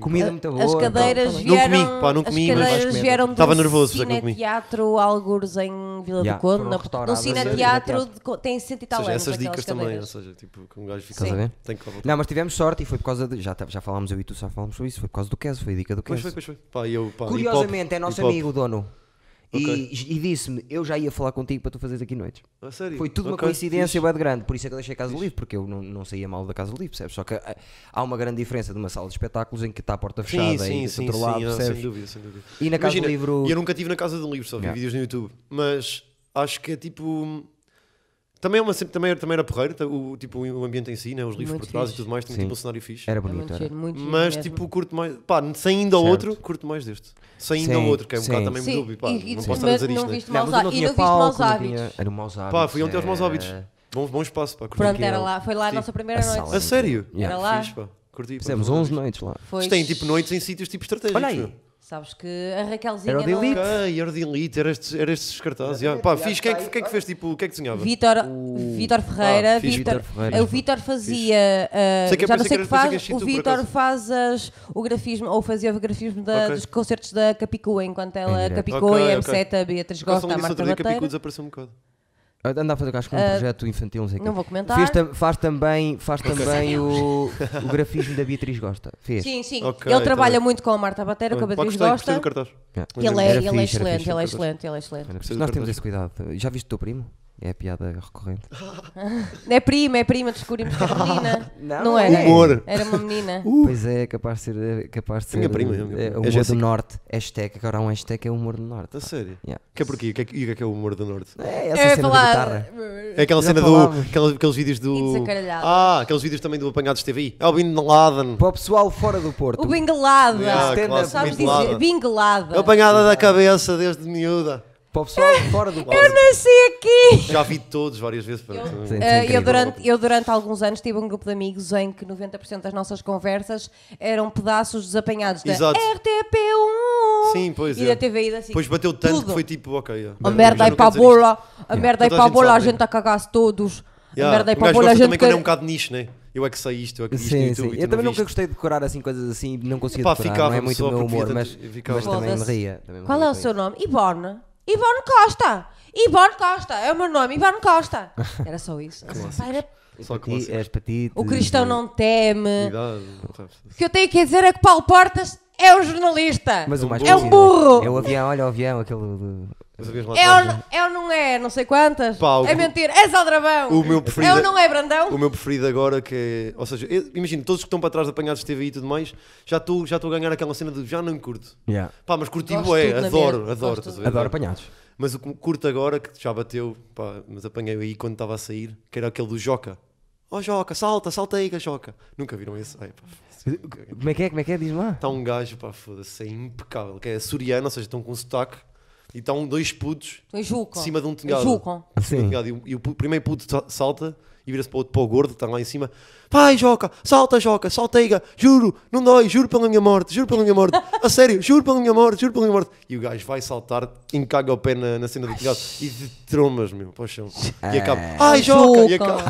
Comida muito boa. As tá- cadeiras tá bem. Não vieram. comi, pá, não comi, as mas- cadeiras Mas vieram de Estava um nervoso, por isso é que não comi. cineteatro Algures em Vila Yeah, do Conde. foram na- Um restauradas, cineteatro sim. de co- tem cento e Ou tal seja, anos. essas Tá aquelas dicas também, ou cadeiras. seja, tipo, que um gajo fica Estás a ver? tem que lá voltar. Não, mas tivemos sorte e foi por causa de, já, tá- já falámos eu e tu só falámos sobre isso, foi por causa do Kes, foi a dica do Pois Kes. foi, pois foi. Pá, e eu, pá, hip Curiosamente hop, é nosso hip hop. amigo o dono. E- Ok. E, disse-me, eu já ia falar contigo para tu fazeres aqui noites. A sério? Foi tudo uma Ok, coincidência fixe. bem grande, por isso é que eu deixei a Casa do Livre, porque eu não, não saía mal da Casa do Livre, percebes? Só que eh, há uma grande diferença de uma sala de espetáculos em que está a porta fechada Sim, sim, e do sim, outro sim, lado, ah, sem percebes? dúvida, sem dúvida. E na Casa do Imagina, Livro- e Eu nunca estive na Casa do Livro, só vi Yeah. vídeos no YouTube. Mas acho que é tipo. Também, é uma, cena- também, era- também era porreiro, tá, o, tipo, o ambiente em si, né, os livros Muito por trás fixe. e tudo mais, tinha Sim. tipo um cenário fixe. Era É bonito, muito era. giro, muito giro Mas mesmo. tipo, curto mais. Pá, sem indo ao Certo. outro, curto mais deste. Sem indo ao Sim, outro, que é um sim. bocado também me Sim, dúbio. Pá, e- não e- posso estar a mas dizer isto, não né? viste Não, maus mas eu há- não e tinha não viste maus palco, não hábitos. tinha... Era maus hábitos. Pá, fui ontem aos maus hábitos. eh, Bom, bom espaço, pá. curti. Pronto, era lá, foi lá a Curti. nossa primeira A noite. sala. né? A sério? Yeah. Era lá. Fixe, pá. Curti, pá. Fizemos Curti. 11 noites lá. Foi- Isto tem tipo noites em sítios tipo estratégicos. Olha aí. meu. Sabes que a Raquelzinha. Era o não- é Delete. Ok, era de elite, era estes, era estes cartazes. Yeah. Pá, fiz, quem é que, quem é que fez tipo, o que é que desenhava? Vítor, Vítor Ferreira, Ah, fiz Vítor, Vítor Ferreira. o Vítor fazia, ah, Sei que eu já não pensei sei que o era- pensei que que faz, és tu, o por Vítor acaso. faz as- o grafismo, ou fazia o grafismo da- Ok. dos concertos da Capicua, enquanto ela É direto. Capicua, Ok, ok. a M7, a Beatriz Por causa Gosta, a disso, Marta outro dia Capicua Bateira. desapareceu um bocado. Anda a fazer acho que um projeto infantil, não sei o quê. Eh, não vou comentar. Fez tam- faz também, faz também (laughs) o, o grafismo da Beatriz Gosta. Fez. Sim, sim. Ok, ele trabalha tá bem. muito com a Marta Bateira, com a Pá, Beatriz gostei, gostei Gosta. do cartaz. Yeah. Ele é, Era ele é fixe, era excelente, fixe, ele é era excelente, ele é excelente. Era preciso- Preciso Nós de temos cartaz. esse cuidado. Já viste o teu primo? É a piada recorrente. É prima, é prima, descobrimos que era menina. Não. não é. era. é. Humor. Era uma menina. É. Pois é, é capaz de ser. É capaz de ser Minha prima, é minha é, prima. É humor do Jéssica. Norte. Hashtag. Agora há um hashtag é humor do Norte. A sério? Yeah. Que é porquê? O que é que- E o que é que é o humor do Norte? É Eu essa ia cena falar- da guitarra. É aquela Já cena do. falámos. Aqueles, aqueles vídeos E do. desacaralhadas. Ah, aqueles vídeos também do Apanhados TV. É o Bin Laden. Para o pessoal fora do Porto. O Bingelada. Yeah, stand-up. classe, Sabes Bin Laden. dizer? Bingelada. É Apanhada da cabeça desde miúda. Para o (laughs) pessoal fora do Porto. Eu nasci aqui. Já vi todos várias vezes. pá. Sim, Ah, sim, eu, é incrível. durante, eu durante alguns anos tive um grupo de amigos em que 90% das nossas conversas eram pedaços desapanhados da Exato. RTP1 Sim, pois e é. da TV e da SIC. Depois bateu tanto Tudo. que foi tipo, ok. yeah. A Já merda aí não para a quero dizer isto. bola, a merda Toda a aí para a gente bola, a sabe, né? gente a cagar-se todos. A Yeah. merda aí Um para a gajo bola, a gosta gente também quando é um quer- bocado de nicho, né? Eu é que sei isto, eu é que vi isto no Sim, YouTube. sim. e tu Eu também não nunca viste. gostei de decorar assim coisas assim, não consigo Epá, decorar, não é ficava-me muito só o meu porque humor, via mas, tanto- ficava- mas também me Foda-se. ria. também me Qual ria é o com seu nome? Ivone. (laughs) Ivone Costa. Ivone Costa. É o meu nome. Ivone Costa. Era só isso. Pá, era Só que Ti, vocês. és petite. O cristão não teme. Idade, não sabes. O que eu tenho que dizer é que Paulo Portas é um jornalista. Mas o mais é um conhecido burro. É o avião, olha o avião, aquele. do- Mas sabias lá né? É ou, atrás, n- é ou não é, não sei quantas. Pá, o- é mentira. És aldrabão. o meu É preferido- ou não é, Brandão? O meu preferido agora que é. Ou seja, eu- imagino, todos que estão para trás apanhados de TV e tudo mais, já estou já estou a ganhar aquela cena de já não curto. Yeah. Pá, mas curti Gosto bué, tudo na adoro, mesma, adoro. gosto estás a ver? Adoro apanhados. Mas o que me curto agora, que já bateu, pá, mas apanhei aí quando estava a sair, que era aquele do Joca. Oh Joca, salta, salta aí, é Joca. Nunca viram esse? Ai, pá, Como é que é? Como é que é? Diz-me lá. Está um gajo, pá, foda-se, é impecável, que é açoriano, ou seja, estão com um sotaque, e estão dois putos Em de Juco. cima de um Em telhado. Juco. Em cima de um Sim. telhado. E o- E o pu- primeiro puto sa- salta e vira-se para o outro, para o gordo, que está lá em cima. Vai, Joca, salta, Joca, salta aí, ga- juro, não dói, juro pela minha morte, juro pela minha morte, a sério, juro pela minha morte, juro pela minha morte. E o gajo vai saltar, encaga o pé na, na cena do telhado e de trombas, meu, para o chão. E acaba, (laughs) ai, Joca, e acaba.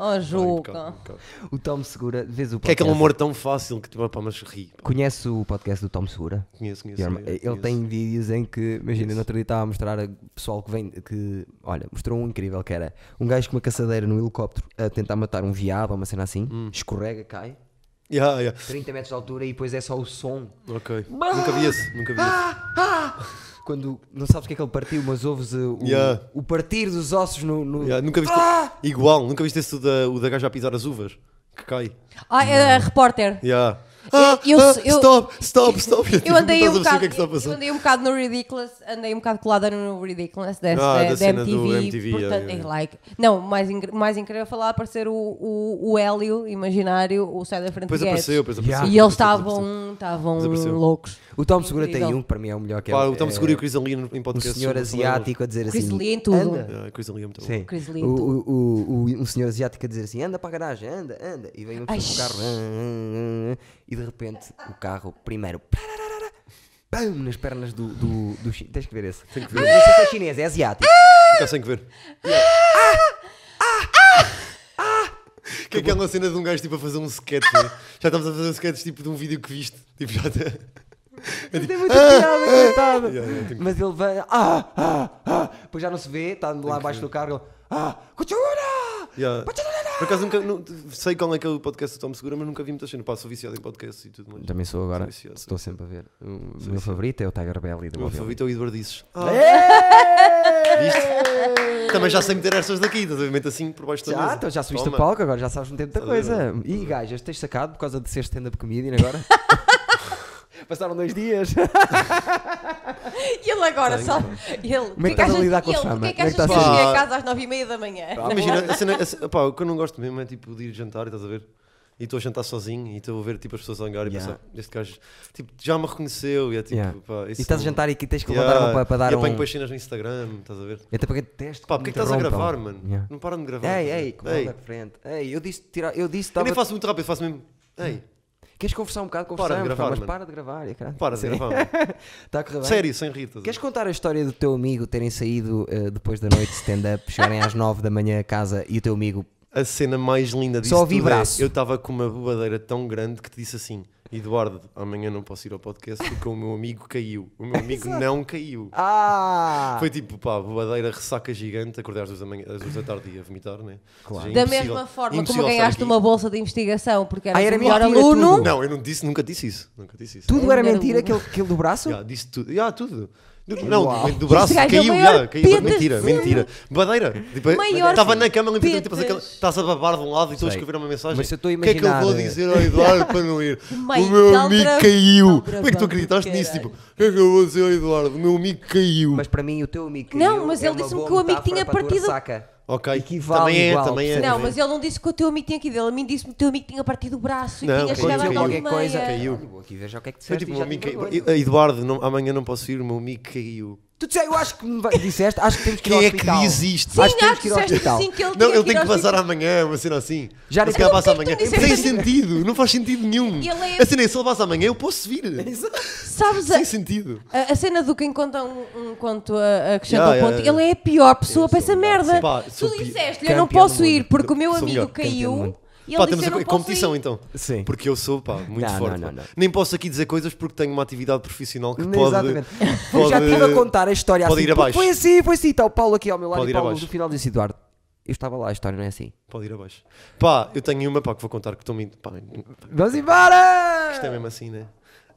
Oh, Juca. Impecável, O Tom Segura, vês o Que é aquele podcast- humor tão fácil que, tipo, pá, mas ri, pá, Conhece o podcast do Tom Segura? conheço, conheço. Guilherme, conheço, Ele conheço. tem vídeos em que, imagina, no outro dia estava a mostrar a pessoal que vem, que, olha, mostrou um incrível que era um gajo com uma caçadeira no helicóptero a tentar matar um viado ou uma cena assim, Hum. escorrega, cai, Yeah, yeah. 30 metros de altura e depois é só o som. Ok. Nunca vi esse, nunca vi esse. Quando não sabes o que é que ele partiu, mas ouves uh, o, Yeah. o partir dos ossos no. no- Yeah, nunca viste Ah! igual, nunca viste esse da, o da gaja a pisar as uvas que cai. Ah, é a repórter. Yeah. Eu- Ah, eu- ah, eu- stop, stop, stop. (laughs) Eu andei, Não um estás a perceber o bocado, que é que está a eu passar. andei um bocado no Ridiculous, andei um bocado colada no Ridiculous desse, Ah, da da, da cena MTV, do MTV, portanto, yeah, yeah. é like, não, mais, incr- mais incrível foi lá aparecer o, o, o Hélio imaginário, o Sai da Frente Depois Guedes. apareceu, depois Yeah. apareceu. E eles depois apareceu. estavam estavam Desapareceu. loucos. O Tom Segura tem Incrível. um que para mim é o melhor que é, Pá, o é Tom Segura e o Chris Lee no- em um podcast. senhor são- são eles. asiático a dizer Chris assim. Lee em tudo. Anda. Yeah, o Chris Lee é muito bom. Sim. Chris Lee o, em o, tudo. o, o- um senhor asiático a dizer assim: anda para a garagem, anda, anda. E vem um Ai, pessoa com o carro. "Ah, ah, ah", E de repente o carro, primeiro, prararara, pam, nas pernas do, do, do chi- Tens que ver esse. Tem que ver. Não sei se é chinês, é asiático. Ah! Fica sem que ver. Ah! (laughs) Que é aquela cena de um gajo tipo a fazer um sketch. né? Já estamos a fazer um sketch tipo de um vídeo que viste. Tipo, já está. Mas tem muita piada, coitado. (laughs) Yeah, yeah, tem que- Mas ele vai. Ah, ah, ah. Depois já não se vê, está lá abaixo do carro. ele, Ah, continua! (laughs) Yeah. Por acaso nunca nu- sei qual é que é o podcast do Tom Segura, mas nunca vi muita cena. Pá, sou viciado em podcasts e tudo mais. Também sou agora, Sou viciado, estou sempre a ver. O meu favorito é o Tiger Belly O do meu Mobile. favorito é o Eduardices. Ah. Viste? Também já sei meter estas daqui, estás a ver? Mete assim por baixo da Já, mesa. então já subiste Toma. o palco, agora já sabes meter muita Estás a coisa. E gajas, tens sacado por causa de ser stand-up comedian (laughs) agora? Passaram dois dias. E ele agora só. Ele, Como é que estás a lidar com a ele, fama? O que Como é é que que achas que estás a cheguei lidar? Ah, a casa às nove e meia da manhã? Imagina, a cena, a ce- pá, o que eu não gosto mesmo é tipo de ir jantar, estás a ver? E estou a jantar sozinho e estou a ver tipo, as pessoas a zangar e Yeah. pensar, este gajo tipo, já me reconheceu e é tipo, Yeah. pá, e isso estás a não- jantar e que tens que Yeah. levantar uma para, para dar E um. apanho depois cenas no Instagram, estás a ver? Até para que detesto. Pá, que porque é me que estás a interrompam. gravar, mano? Yeah. Não param de gravar. Ei, estás a ei, é ver? que mal da frente. Ei, eu disse tirar. Eu disse. Eu Tava... nem faço muito rápido, faço mesmo. Ei, Queres conversar um bocado? de Conversamos, gravar, pá, mas mano. para de gravar. e caralho. para de Sim. gravar. mano. Está a correr (laughs) bem? Sério, sem rir, estás a ver? Queres contar a história do teu amigo terem saído eh, depois da noite de (laughs) stand-up, chegarem às 9 da manhã a casa e o teu amigo A cena mais linda disso Só ouvi tudo é, braço. eu estava com uma bobadeira tão grande que te disse assim, Eduardo, amanhã não posso ir ao podcast porque o meu amigo caiu. O meu amigo não caiu. Ah! Foi tipo, pá, bobadeira, ressaca gigante, acordei às duas da, manhã, às duas da tarde e a vomitar, né? Claro. Ou seja, é Da impossível- mesma forma como impossível ganhaste estar uma aqui. bolsa de investigação porque eras Ah, era o melhor mentira, aluno. tudo. Não, eu não disse, nunca disse isso. Nunca disse isso. Tudo Ele era era mentira, o- aquele, aquele do braço? Já, disse tudo. Já, tudo. Do- Não, Uau. do, do braço, gajo é o caiu, maior já, caiu. pita Mentira, de mentira. Badeira. Tipo, Maior estava na cama, lembro-me, pitas. tipo, aquela- estás a babar de um lado e estou a Sei. escrever uma mensagem. Mas eu estou a O que é que eu imaginar, vou eh, dizer ao Eduardo para não ir? (laughs) Mãe, o meu tal amigo tra- caiu. Como é tal que tu trabalho, acreditaste nisso? caralho. Tipo, o que é que eu vou dizer ao Eduardo? O meu amigo caiu. Mas para mim, o teu amigo. Não, caiu mas é ele uma disse-me boa que o amigo metáfora tinha para a tua partido- ressaca. Ok. Equivale também é, igual, também é. percebes? Não, também é. mas ele não disse que o teu amigo tinha aqui dele. A mim disse-me que o teu amigo tinha partido o braço Não, e tinha caiu, chegado às caiu. nove e Qualquer meia. caiu. Olha, vou aqui ver já o que é que Foi disseste. e tipo, já o meu amigo tive caiu. vergonha. Eduardo, não- amanhã não posso ir, o meu amigo caiu. Tu disse, eu acho que me vai- disseste, acho que temos que ir ao Quem é que hospital. diz isto? Acho que Sim, temos que ir ao disseste hospital. sim que ele Não, tinha ele tem ir que ao passar amanhã, uma cena assim. Já Ele disse- se calhar passa Mas amanhã. porquê que tu Não tem disseste assim? sentido, não faz sentido nenhum. Ele é- A cena é se ele passa amanhã, eu posso vir. Sabes a, Sem sentido. a- a cena do quem conta um, um conto a, a que chega Yeah, ao ponto? yeah, yeah. Ele é a pior pessoa para essa melhor. merda. Pá, sou tu pi- disseste-lhe, eu não campeão posso do ir mundo. porque o meu Sou amigo melhor. Campeão do caiu. mundo. E ele Pá, disse, temos eu não a posso competição ir. então. Sim. Porque eu sou, pá, muito Não, forte. não, pá. não, não. Nem posso aqui dizer coisas porque tenho uma atividade profissional que Não, pode. (laughs) Exatamente. Eu pode já estive a contar a história pode assim. ir abaixo. Foi assim, foi assim. Está o Paulo aqui ao meu lado Pode e ir Paulo abaixo. no final disse, Eduardo, Eu estava lá, a história não é assim. Pode ir abaixo. Pá, eu tenho uma, pá, que vou contar que estou muito. Pá, isto Vamos embora! é mesmo assim, né?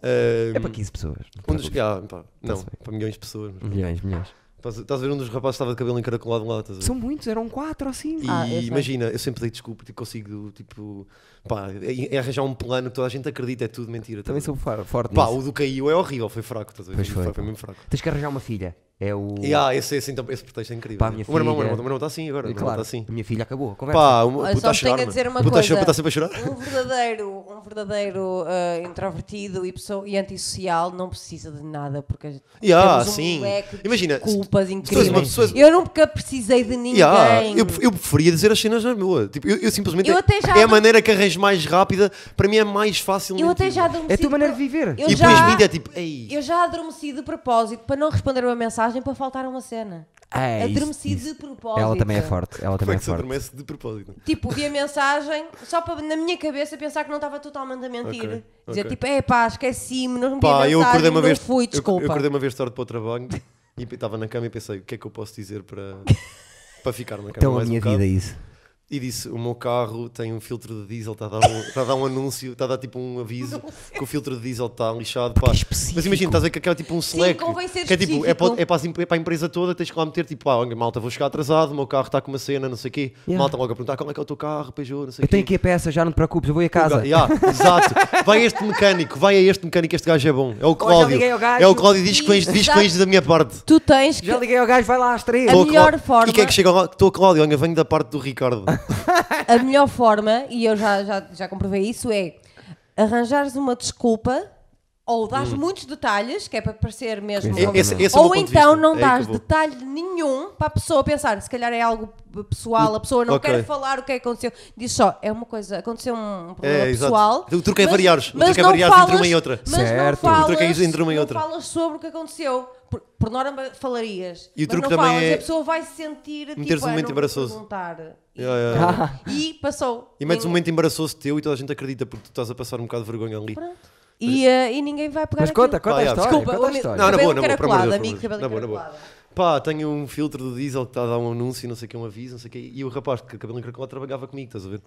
Ah, É para 15 pessoas. não te um dos, preocupes. ah, pá, não, Tá-se bem. para milhões de pessoas. mas- Milhões, milhões. Estás a- Estás a ver um dos rapazes que estava de cabelo encaracolado lá, estás a ver? São muitos, eram 4 ou 5. E Ah, eu sei. imagina, eu sempre dei desculpa, tipo, consigo, tipo, pá, é, é arranjar um plano que toda a gente acredita, é tudo mentira. Também estás a sou fo- forte ver? Pá, nisso. o do caiu é horrível, foi fraco, estás a ver? Pois foi, pá. mesmo fraco. Tens que arranjar uma filha. É o... E ah, esse, esse, então, esse pretexto é incrível. Pá, né? minha o meu irmão, o meu filha. irmão, o meu irmão está assim agora, o meu irmão claro, é assim. está assim. a minha filha acabou. a Conversa. Pá, o Olha, puta só a vos chorar, tenho a dizer mano. uma Puta a chorar, coisa. puta sempre a chorar. Um verdadeiro, um verdadeiro ah, introvertido e, pessoa, e antissocial não precisa de nada, porque Ya, temos um sim. leque de Imagina, se- se desculpas fosse incríveis. uma pessoa- Eu nunca precisei de ninguém. Ya, eu, pref- eu preferia dizer as cenas na boa. Tipo, eu, eu simplesmente. Eu até já é a não- maneira que arranjo mais rápida, para mim é mais fácil. Eu até mentir. já adormeci. É a tua de maneira de pro- viver. Eu E já, depois mídia é tipo, ei. eu já adormeci de propósito para não responder uma mensagem para faltar a uma cena. É, isso, adormeci isso. de propósito. Ela também é forte. Ela Como também é é que se forte. adormece de propósito? Tipo, vi a mensagem só para na minha cabeça pensar que não estava totalmente a mentir. Ok, Dizer ok. tipo, é pá, esqueci-me, não vi a Pá, mensagem, eu acordei uma não vez. fui, eu- desculpa. Eu, acordei uma vez tarde para o trabalho e p- estava na cama e pensei: o que é que eu posso (laughs) dizer para, para ficar na cama? Então a mais um minha bocado? vida é isso. E disse: o meu carro tem um filtro de diesel, está a dar um, está a dar um anúncio, está a dar tipo um aviso que o filtro de diesel está lixado. Pá. específico. Mas imagina, estás a ver que aquela é tipo um slack. convém ser que é tipo, é para, específico. é para as em- é para a empresa toda, tens que lá meter tipo: ah, olha, malta, vou chegar atrasado, o meu carro está com uma cena, não sei o quê. Yeah. Malta logo a perguntar: como é que é o teu carro, Peugeot, não sei Eu o quê. tenho aqui a peça, já não te preocupes, eu vou ir a casa. Yeah, exato. Vai este mecânico, vai a este mecânico, este gajo é bom. É o Cláudio. liguei ao gajo. É o Cláudio, diz que vens- diz que vens da minha parte. Tu tens que. Já liguei ao gajo, vai lá às três. A Tô, melhor Clá- forma- E quem é que chega lá? Estou Cláudio, olha, venho da parte do Ricardo. A melhor forma, e eu já, já, já comprovei isso, é arranjares uma desculpa ou dás muitos detalhes, que é para parecer mesmo. Exatamente. Hum. Esse- esse é o meu ou ponto de então vista. não É aí dás que eu vou. detalhe nenhum para a pessoa pensar, se calhar é algo pessoal, a pessoa não Hum, Ok. quer falar o que é que aconteceu. Diz só, é uma coisa, aconteceu um problema É, exato. pessoal. O truque é variares, o mas truque é não variares entre uma falas- e outra. Mas Certo. não falas, O truque é isso entre uma e não outra. falas sobre o que aconteceu. Por, por norma falarias. E o mas truque não também falas, é a pessoa vai se sentir meteres tipo, um "Ah, momento não vou embaraçoso." perguntar. E- Yeah, yeah, yeah. Ah. e passou. E metes um momento embaraçoso teu e toda a gente acredita porque tu estás a passar um bocado de vergonha ali. Pronto. E, eh, e ninguém vai pegar Mas conta, aquilo. conta a Pá, já, um história. Desculpa, conta a o meu- história. Ah, Não, na boa, Cabelo na boa, por amor de Deus, encaracolado, amigo, por amor de Deus. cabelo Na boa, na boa. encaracolado. um Pá, tenho um filtro do diesel que está a dar um anúncio, não sei o que, um aviso, não sei o que. E o rapaz que cabelo encaracolado trabalhava comigo, estás a (laughs) ver?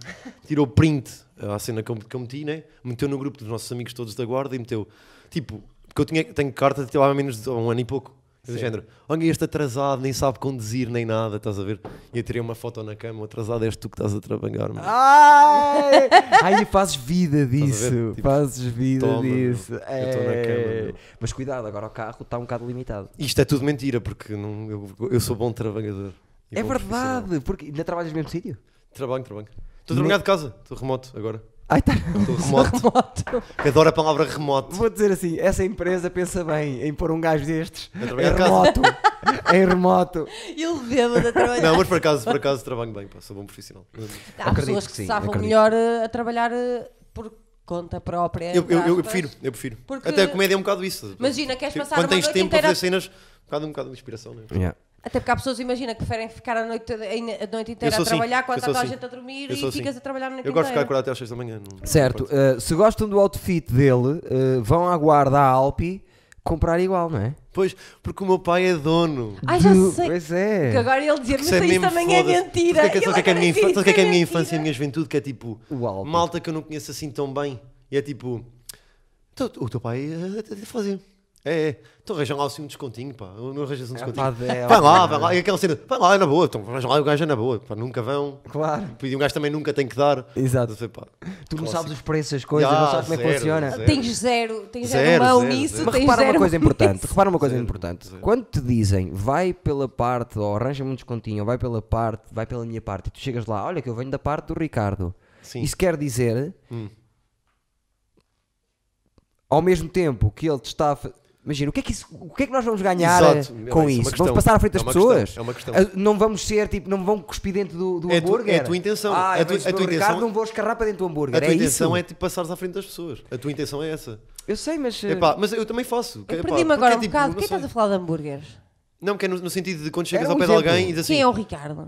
Tirou print à cena que eu, que eu meti, né? Meteu no grupo dos nossos amigos todos da guarda e meteu. Tipo, porque eu tinha, tenho carta de ter lá há menos de um ano e pouco. Do género, olha este atrasado, nem sabe conduzir, nem nada, estás a ver? E eu tirei uma foto na cama, o atrasado és tu que estás a trabalhar, mano. Ai, aí fazes vida Estás a ver? disso. Tipo, fazes vida toma, meu. disso. Eu tô na É. cama, meu. Mas cuidado, agora o carro está um bocado limitado. Isto é tudo mentira, porque não, eu, eu sou bom trabalhador. e é bom profissional. verdade, porque ainda trabalhas no mesmo sítio? Trabalho, trabalho. Estou a trabalhar de casa, estou remoto agora. Ai, tá. (laughs) Estou remoto. Adoro a palavra remoto. (laughs) Vou dizer assim: essa empresa pensa bem em pôr um gajo destes em trabalhar de casa. (laughs) remoto. em remoto. E o bêbado a trabalhar. Não, mas por acaso, por acaso trabalho bem, pá, sou bom profissional. Há Acredito pessoas que que, sim, se safam acredito. melhor eh, a trabalhar eh, por conta própria. Eu, eu, eu entre aspas. prefiro, eu prefiro. Porque- Até a comédia é um bocado isso. Tipo, Imagina, queres passar Quando uma tens noite tempo para inteira- fazer cenas, um bocado, um bocado de inspiração, né? Até porque há pessoas, imagina, que preferem ficar a noite, toda- a noite Eu inteira sou a assim, trabalhar eu quando está sou toda a assim. gente a dormir Eu e sou assim. ficas a trabalhar na noite Eu gosto de ficar acordado inteira. até às 6 da manhã. não- Certo, eh, se gostam do outfit dele, eh, vão à guarda à Alpi comprar igual, não é? Pois, porque o meu pai é dono. Ai, já Do- sei. Pois é. Que agora ele dizia, mas isso, mesmo também é foda-se. mentira. Sabe o que é que- sabe o que é que é a minha Ele infância- sabe o que é que é a minha acredita, infância e a minha juventude? Que é tipo, O álbum. malta que eu não conheço assim tão bem. E é tipo, "Então, o teu pai é de fazer. É, é. Então arranjam lá assim um descontinho, pá. Não arranjas um descontinho. É, pá, é, dela, vai lá, não. vai lá. E aquela cena, vai lá, é na boa. Então arranjam lá e o gajo é na boa. Pá, nunca vão. Claro. E um gajo também nunca tem que dar. Exato. Não sei, pá. Tu não Clássico. sabes os preços das coisas, Ah, não sabes como é que zero, funciona. zero. Tens zero, tens zero, Zero, mão zero, nisso, zero. Mas tens repara uma zero coisa nisso. importante, repara uma coisa Zero, importante. zero. Quando te dizem vai pela parte, ou arranja-me um descontinho, ou vai pela parte, vai pela minha parte, e tu chegas lá, olha que eu venho da parte do Ricardo. Sim. Hum. Isso quer dizer, ao mesmo tempo que ele te está a fa- Imagina, o que, é que isso- o que é que nós vamos ganhar Exato. eh, com É isso, é uma isso? questão. Vamos passar à frente das É uma questão, pessoas? é uma questão. Ah, Não vamos ser, tipo, não me vão cuspir dentro do, do É tu- hambúrguer? é a tua intenção. Ah, É eu tu- venho é a do tua Ricardo, intenção- não vou escarrar para dentro do hambúrguer. A tua é intenção isso? é tipo passares à frente das pessoas. A tua intenção é essa. Eu sei, mas... eh, Epá, mas eu também faço. É. Eu Epá, perdi-me porque agora é um tipo, bocado. não Porquê sei. estás a falar de hambúrgueres? Não, que é no, no sentido de quando chegas Era um ao pé de exemplo. alguém e dizes assim. Quem é o Ricardo?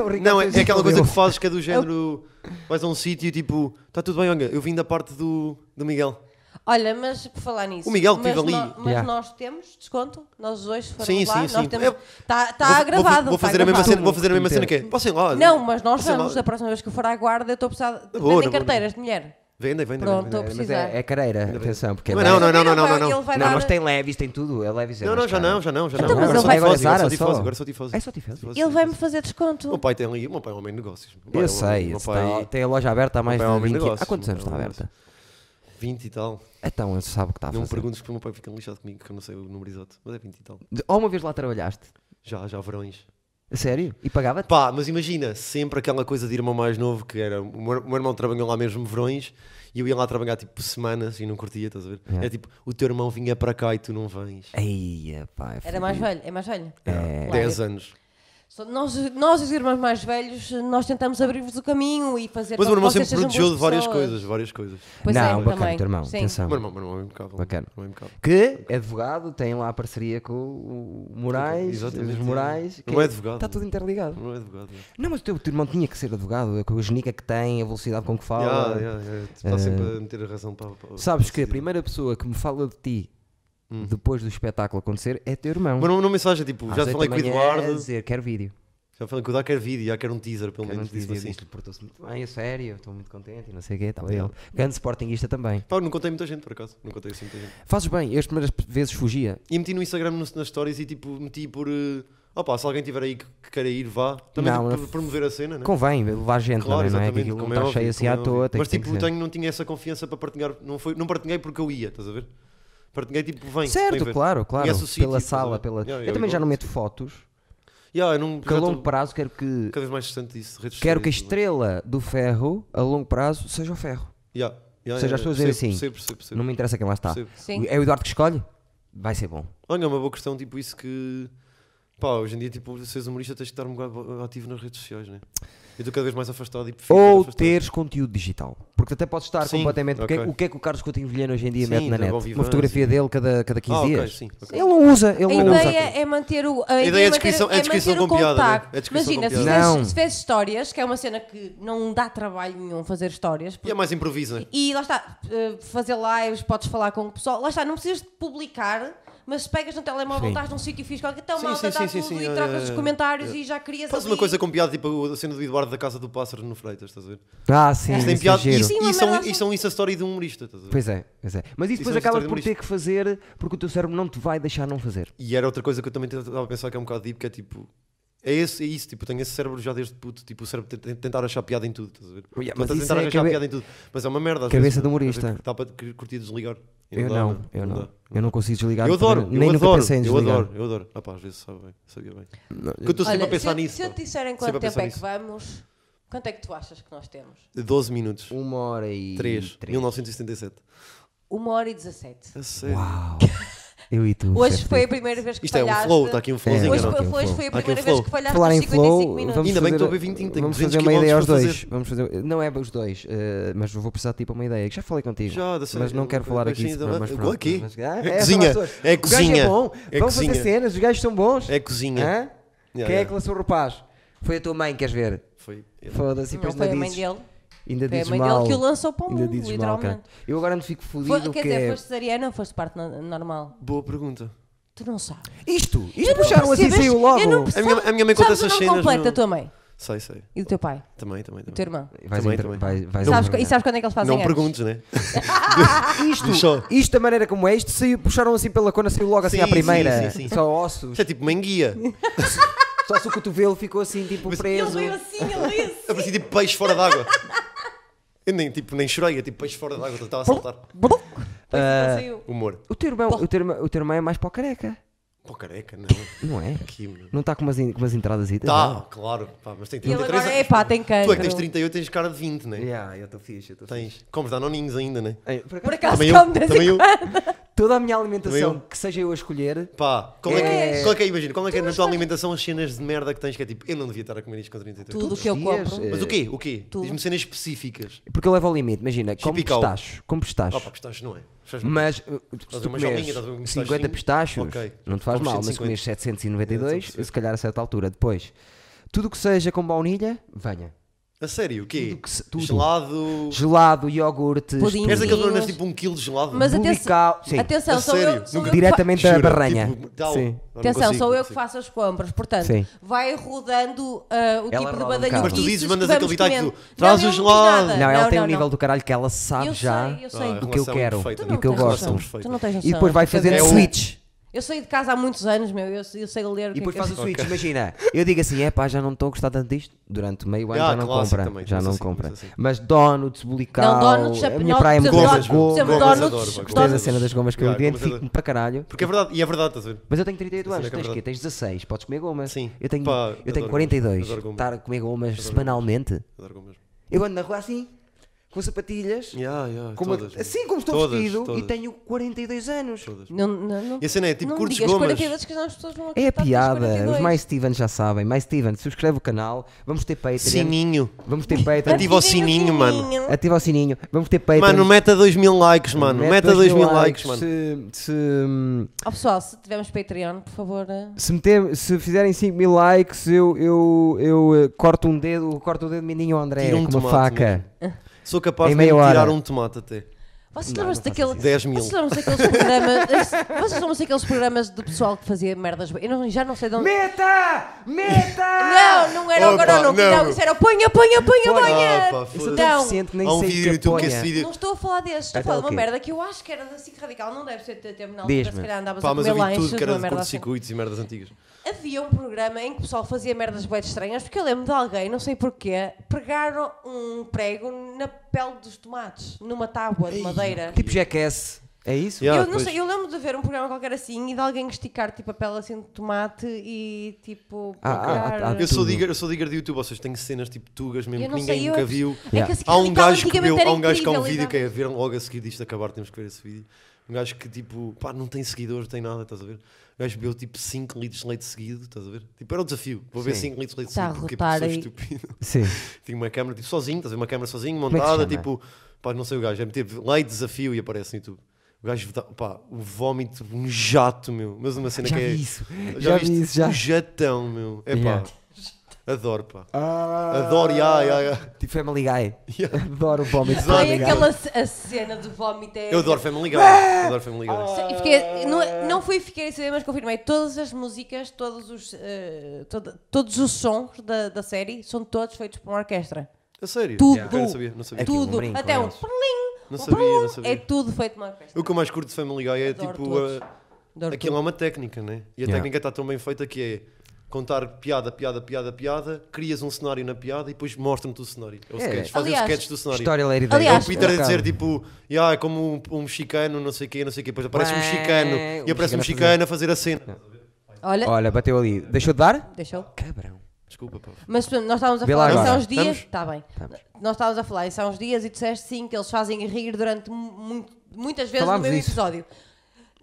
(laughs) O Ricardo não, é, fez é isso aquela com coisa ele. que fazes "Tá que é do género. Vais a um sítio e tipo, está tudo bem, olha, eu vim da parte do, do Miguel. Olha, mas por falar nisso. O Miguel mas que vive no- ali. Mas Yeah. nós temos desconto? Nós os dois foram Sim, lá? sim, nós sim. Temos... Eu- Tá, tá vou, gravado. Vou, vou tá fazer a mesma gravado. cena, vou fazer a mesma Meter. cena que é. Vocês lá. Não, mas nós vocês lá- vamos, da próxima vez que eu for à guarda, eu estou a precisar. de- Boa, Vendem na boa, carteiras de mulher. Vendem, vendem. Pronto, vendem. eu Mas precisar. é, é careira, atenção, porque é Não, mais- não, não, não, não, Ele vai- não, não. Ele vai Não, dar... mas tem levis, tem tudo. É levis. é Não, não, mais já caro. não, já não, já não. Então, mas Agora ele sou vai tifosi, vazar, agora é sou só? tifosi, Agora sou tifoso. É só tifosi? Ele vai-me fazer desconto. Meu pai tem ali, meu pai é um homem de negócios. Meu pai é Eu um homem- sei, meu isso pai tá- tem a loja aberta há mais pai é um de homem de 20 anos. Há negócios, quantos meu anos pai está é um homem de aberta? 20 e tal. Então, ele sabe o que está a Não me fazer. perguntes porque o meu pai fica lixado comigo, que eu não sei o número exato. Mas é 20 e tal. De- Ou uma vez lá trabalhaste? Já, já verões. A Sério? E pagava-te? Pá, mas imagina, sempre aquela coisa de irmão mais novo, que era. O meu, o meu irmão trabalhou lá mesmo verões e eu ia lá trabalhar tipo semanas e não curtia, estás a ver? Yeah. É tipo, o teu irmão vinha para cá e tu não vens. Eia, pá. é Era mais fudido. velho, é mais velho. É. Claro. 10 anos. Só Nós, nós, os irmãos mais velhos, nós tentamos abrir-vos o caminho e fazer Mas o com meu irmão que É vocês sempre sejam protegeu de boas várias pessoas. coisas, várias coisas. Pois não, é, bacana, também. teu irmão. Sim. O Atenção. meu irmão, o meu irmão é impecável. Bacana. O meu irmão é impecável. Que é advogado, tem lá a parceria com o Moraes, Exatamente, os Moraes. é. que Não é advogado. Está tudo O interligado. meu irmão é advogado. é. Não, mas o teu, teu irmão tinha que ser advogado, é com a genica que tem, a velocidade com que fala. Eh, Yeah, yeah, yeah. Está tá sempre a meter a razão para. para Sabes que a para- primeira pessoa que me fala de ti depois do espetáculo acontecer é teu irmão. Mas não, não mensagem, tipo, Às Hum. já oito falei da com o manhã Eduardo, A dizer, quero vídeo. já falei com o Eduardo, quero vídeo, já quero um teaser, pelo Quero um menos, disse vídeo. assim. É. Isto portou-se muito bem, a sério. Estou muito contente e não sei o quê. Estava ele. Grande sportinguista também. Pá, não contei muita gente, por acaso, não contei assim muita gente. Fazes bem. Eu as primeiras vezes fugia. E meti no Instagram no- nas stories e, tipo, meti por... eh, Opá, se alguém tiver aí que, que queira ir, vá. Também Não, tipo, não- por- promover a cena, né? Convém levar gente Claro, também, não é? Que exatamente, aquilo não como é está óbvio, cheio assim como à é toa. óbvio. tem Mas, que- tem tipo, que ser. tenho, não tinha essa confiança para partilhar, não, foi, não partilhei porque eu ia, estás a ver? Partilhei, tipo, vem. vem Certo, ver. claro, claro. Conhece o sítio, Pela estás a sala, ver? pela. Yeah, Eu também igual. já não meto fotos. Yeah, eu não, Porque a já longo tô prazo quero que. Cada vez mais distante disso, redes Quero que a sociais, estrela do ferro, a longo prazo, seja o ferro. é? Yeah, Ou yeah, seja, yeah, as pessoas dizem assim, percebo, percebo, percebo, Não me interessa quem lá está. percebo. Sim. É o Eduardo que escolhe? Vai ser bom. Olha, é uma boa questão, tipo, isso que. Pá, hoje em dia, tipo, seres humorista tens que estar um bocado ativo nas redes sociais, né? Eu estou cada vez mais afastado e prefiro estar Ou afastado. teres conteúdo digital. Porque até podes estar Sim, completamente. o que é- ok. O que é que o Carlos Coutinho Vilhena hoje em dia Sim, mete na da net? Bom Uma Vivant, fotografia dele cada, cada 15 Ah, ok, dias. sim, ok. Ele não usa. um Ele A não usa. ideia é manter o. A, ideia é manter- descrição- é descrição manter o com piada, né? contacto. É descrição com Imagina, se piada. Não. fizes, se fizes histórias, que é uma cena que não dá trabalho nenhum fazer histórias. E é mais improviso, né? E lá está, eh, fazer lives, podes falar com o pessoal. Lá está, não precisas de publicar, mas se pegas no telemóvel, Sim. estás num sítio físico, então Sim, malta, sim, sim, dá sim, tudo sim, e é, trocas é, os é. comentários e já crias Faz ali. uma coisa com piada, tipo a cena do Eduardo da Casa do Pássaro no Freitas, estás a ver? Ah, sim. Isso tem Isso é piada e giro. isso- Sim, uma e são- merda assim. e são isso a história de um humorista, estás a ver? Pois é, pois é. Mas isso Isso é depois acabas uma história por ter humorista. que fazer porque o teu cérebro não te vai deixar não fazer. E era outra coisa que eu também estava a pensar que é um bocado deep, que é tipo. É, esse, é isso, tipo, eu tenho esse cérebro já desde puto, tipo, o cérebro te- tentar achar piada em tudo, estás a ver? Yeah, Tu mas tentas isso tentar é achar cabe- piada em tudo, mas é uma merda. às Cabeça vezes, de não é? humorista. Dá para cur- curtir desligar. E Eu dá, não, né? eu não. dá. Eu não consigo desligar. Eu também, adoro, nem eu nunca adoro, pensei em eu desligar. adoro, eu adoro. Ah pá, às vezes sabe bem, sabia bem. Que eu estou sempre Olha, a pensar se, eu- nisso. Se eu pá. te disserem Sempre quanto a tempo pensar é que nisso. vamos, quanto é que tu achas que nós temos? 12 minutos. Uma hora e. 3, três. 1977. Uma hora e 17. É sério. Uau. Eu e tu. Hoje Fer- foi a primeira vez que Isto é um falhaste. flow, está aqui um flowzinho. Hoje, Sim, não é? aqui um foi- hoje foi a flow. Aqui um primeira vez flow. que falhaste Falar os em 55 flow, minutos. vamos Ainda bem que fazer- estou a beber 20, tenho Vamos 200 fazer uma ideia aos quilómetros para dois. fazer. Vamos fazer, não é os dois, eh, mas vou precisar de ti para uma ideia. que Já falei contigo. Já, da mas série, não eu- quero falar eu- aqui. sim, isso, também. mas Eu pronto, aquô aqui. mas- ah, É é, cozinha, falar sobre- é O gajo cozinha, É bom. é Vamos cozinha. fazer cenas, os gajos são bons. É cozinha. Hã? Quem é yeah. que lançou o rapaz? Foi a tua mãe, queres ver? Foi. Foda-se, e Não depois foi a ainda mãe dizes. dele. Ainda Foi a dizes mãe dele mal. que o lançou para o Ainda mundo, dizes mal, cara. literalmente. Eu agora não fico Foi- fodido. quer que dizer, é- foste cesariana ou foste parte no- normal? Boa pergunta. Tu não sabes. Isto, Eu isto não puxaram assim, percebo, saiu eu logo. não A minha, a minha mãe conta Sabes o essas nome cenas. completo no- da tua mãe Sei, sei. e do teu pai, Também, também. do teu também. irmão? Vais Também, entrar- também. vais- vais Sabes, entrar. e sabes quando é que eles fazem Não anos? perguntes, né? (laughs) Isto, Puxou. isto da maneira como é, isto saiu, puxaram assim pela cona, saiu logo assim Sim, à primeira. sim, sim, sim. Só ossos. Isto é tipo manguia. Só se o cotovelo ficou assim, tipo, Ele preso. veio assim, ele veio assim. Eu parecia tipo peixe fora d'água. Eu nem, tipo, nem chorei, é tipo peixe fora d'água, eu estava a saltar. Depois Ah, então saiu. Humor. O teu, irmão, o, teu irmão, o teu irmão é mais para o careca, Pô, careca, não. não é? Aqui, meu. Não está com umas, in- com umas entradas aí? Tá, claro. Pá, mas tem Ele 33 agora, anos. é pá, tem tu é que tens cancro. 38, tens cara de 20, né? Yeah, eu estou fixe, eu estou fixe. Tens. Comes danoninhos ainda, né? Ei, por acaso, Por acaso, Também come eu. de vez em Também eu. Toda a minha Também alimentação, que seja eu a escolher, Pá, qual é, É. que, qual é que é, imagina, qual é que é na tua alimentação as cenas de merda que tens que é tipo, eu não devia estar a comer isto com 33 Tudo o Todos que eu os dias, compro. eh, Mas o quê? O quê? Tudo. Diz-me cenas específicas. porque eu levo ao limite, imagina, como Chipical. pistacho, como pistacho. Ah, pá, pistache não é. Faz mal. Mas uh, se a tu ver uma jolinha, comes estás a ver um pistachozinho? 50 pistachos, Ok. não te faz Comes mal, mas se 150. comes 792, É, estou a perceber. se calhar a certa altura. Depois, tudo o que seja com baunilha, venha. A sério, o quê? Tudo que se- tudo. Gelado. Gelado, iogurte, Pudim. Queres aquele Vinhos. donas tipo um quilo de gelado? Mas Bulical. atenção, Sim. A atenção sou sério? eu, sou eu que fa- diretamente da Jura, Então é barranha. tipo, tal. Sim. Não Atenção, consigo, sou não eu que consigo. faço as compras, portanto, Sim. vai rodando ah, o Ela tipo de roda um badalhoquices bocado. Mas tu dizes, que mandas vamos aquele ditado comendo. do, "Traz Não, os eu não diz gelados." nada. Não, ela tem um não. nível do caralho que ela sabe Eu já sei, eu sei. Ah, Tu o que eu relação quero perfeita. Tu e não o que eu tens gosto. Relação noção. Tu não tens E noção. depois vai Quer fazendo É dizer, o- switch. Eu saí de casa há muitos anos, meu, eu, eu sei ler o E que é depois que eu faz o switch, imagina. Eu digo assim, é pá, já não estou a gostar tanto disto. Durante meio ano Ah, já não clássico compra. também, já começa não assim, compra. começa assim. Mas donuts, bulical, Não, donuts, a minha não, praia é muito por Gomas, exemplo, boa. donuts, por exemplo, gomas, donuts, adoro, pá, Gostei da gomas. cena das gomas que eu Yeah, gomas identifico-me adoro. para caralho. Porque é verdade, e é verdade, estás a ver? Mas eu tenho 38 Essa anos, é que é tens quê? verdade. Tens 16, podes comer gomas. Sim. Eu tenho, Pá, eu adoro tenho gomas, 42, adoro gomas. estar a comer gomas semanalmente. Adoro gomas. Eu ando na rua assim, com sapatilhas, Yeah, yeah, com uma- todas, assim como estou todas, vestido, todas. e tenho 42 anos. Não, não, não. E a cena é, tipo, não curtes digas gomas. 42 que senão as pessoas vão É a acreditar que tens piada. 42. Os mais Stevens já sabem. Mais Steven, subscreve o canal. Vamos ter Patreon. Sininho. Vamos ter Patreon. Ativa o sininho, mano. Ativa o sininho. Vamos ter Patreon. Mano, meta 2 mil likes, mano. Meta 2 mil likes, mano. mano. Se, se, Ó pessoal, se tivermos Patreon, por favor. eh, se, meter, se fizerem 5 mil likes, eu, eu, eu eh, corto um dedo, corto o dedo mindinho ao André Tira um com uma tomate faca. Sou capaz Em de meia mesmo tirar hora. um tomate até. Vocês lembram-se daquele. 10 mil. Vocês lembram-se daqueles (laughs) programas. vocês lembram-se daqueles programas do pessoal que fazia merdas. Eu não- já não sei de onde. Meta! Meta! Não, não era o Opa, agora não. não. Não, isso era o ponha, ponha, ponha, Ponha. ponha. Opa, foda-se. Isso é tão não, deficiente que nem Há um sei vídeo no que YouTube que apanha. esse vídeo. não estou a falar desses. Estou a Então, falar de uma o quê? merda que eu acho que era da SIC Radical. Não deve ser da terminal. Diz-me. Se calhar andavas Pá, a mas comer eu vi lanches, tudo que era uma de merda assim. curtos-circuitos e merdas antigas. Havia um programa em que o pessoal fazia merdas bem estranhas, porque eu lembro de alguém, não sei porquê, pegaram um prego na pele dos tomates, numa tábua de madeira. Tipo Jackass. É isso? Yeah. eu não pois. sei, eu lembro de ver um programa qualquer assim e de alguém esticar tipo a pele assim de tomate e tipo. Ah, ah, ah, pegar- ah, Eu sou Tudo. digger, eu sou digger de YouTube, ou seja, tenho cenas tipo tugas mesmo Eu que não ninguém sei, eu- nunca viu. É Yeah. que a SIC Há um Radical gajo que antigamente viu, era há um gajo que há um incrível, vídeo então. que é viram logo a seguir disto acabar, temos que ver esse vídeo. Um gajo que tipo, pá, não tem seguidores, tem nada, estás a ver? O gajo bebeu tipo 5 litros de leite seguido, estás a ver? Tipo, era um desafio, vou ver Sim. 5 litros de leite Está Tá a seguido, porque é rotar pessoa aí. estúpida. Sim. Tinha uma câmera tipo sozinho, estás a ver? Uma câmera sozinho, é que se montada, chama? tipo, pá, não sei o gajo, é meter leite desafio e aparece no YouTube. O gajo, dá- pá, o vómito, um jato, meu. Mas uma cena Já que é. vi isso. Já vi viste? isso, já. Um jatão, meu. É pá. Yeah. Adoro, pá. Ah, Adoro, ya, ya, ya. Tipo Family Guy. Yeah. (laughs) Adoro o vómito. de Ai, Family Guy. aquela ce- a cena de vómito é. Eu adoro Family Guy. Adoro Family Guy. Sei, e fiquei- não, não fui fiquei a saber, mas confirmei. Todas as músicas, todos os, eh, toda- todos os sons da, da série são todos feitos por uma orquestra. A sério? Tudo. É Eu não sabia, não sabia. Aquilo, tudo. um brinco, Até um eles. plim, Não um sabia, plum, não sabia. É tudo feito por uma orquestra. O que eu mais curto de Family Guy é Adoro tipo. todos. a- Adoro aquilo tudo. é uma técnica, né? E a Yeah. técnica está tão bem feita que é contar piada, piada, piada, piada, crias um cenário na piada e depois mostram-te o cenário. É o É. sketch, fazem os Aliás, sketches do cenário. História Larry David. É o Aliás, Peter a Por dizer acaso. tipo, "Ya, é como um, um mexicano, não sei o quê, não sei o quê, depois aparece um Ué, mexicano um e aparece mexicano um mexicano a fazer a cena. Olha, Olha, bateu ali. Deixou de dar? deixou. Cabrão. Desculpa, pá. Mas portanto, nós estávamos a Vê lá falar isso há agora. uns dias. Estamos? Está bem. Estamos. Nós estávamos a falar isso há uns dias e disseste sim que eles fazem rir durante mu- muito- muitas vezes Falámos no mesmo disso. episódio.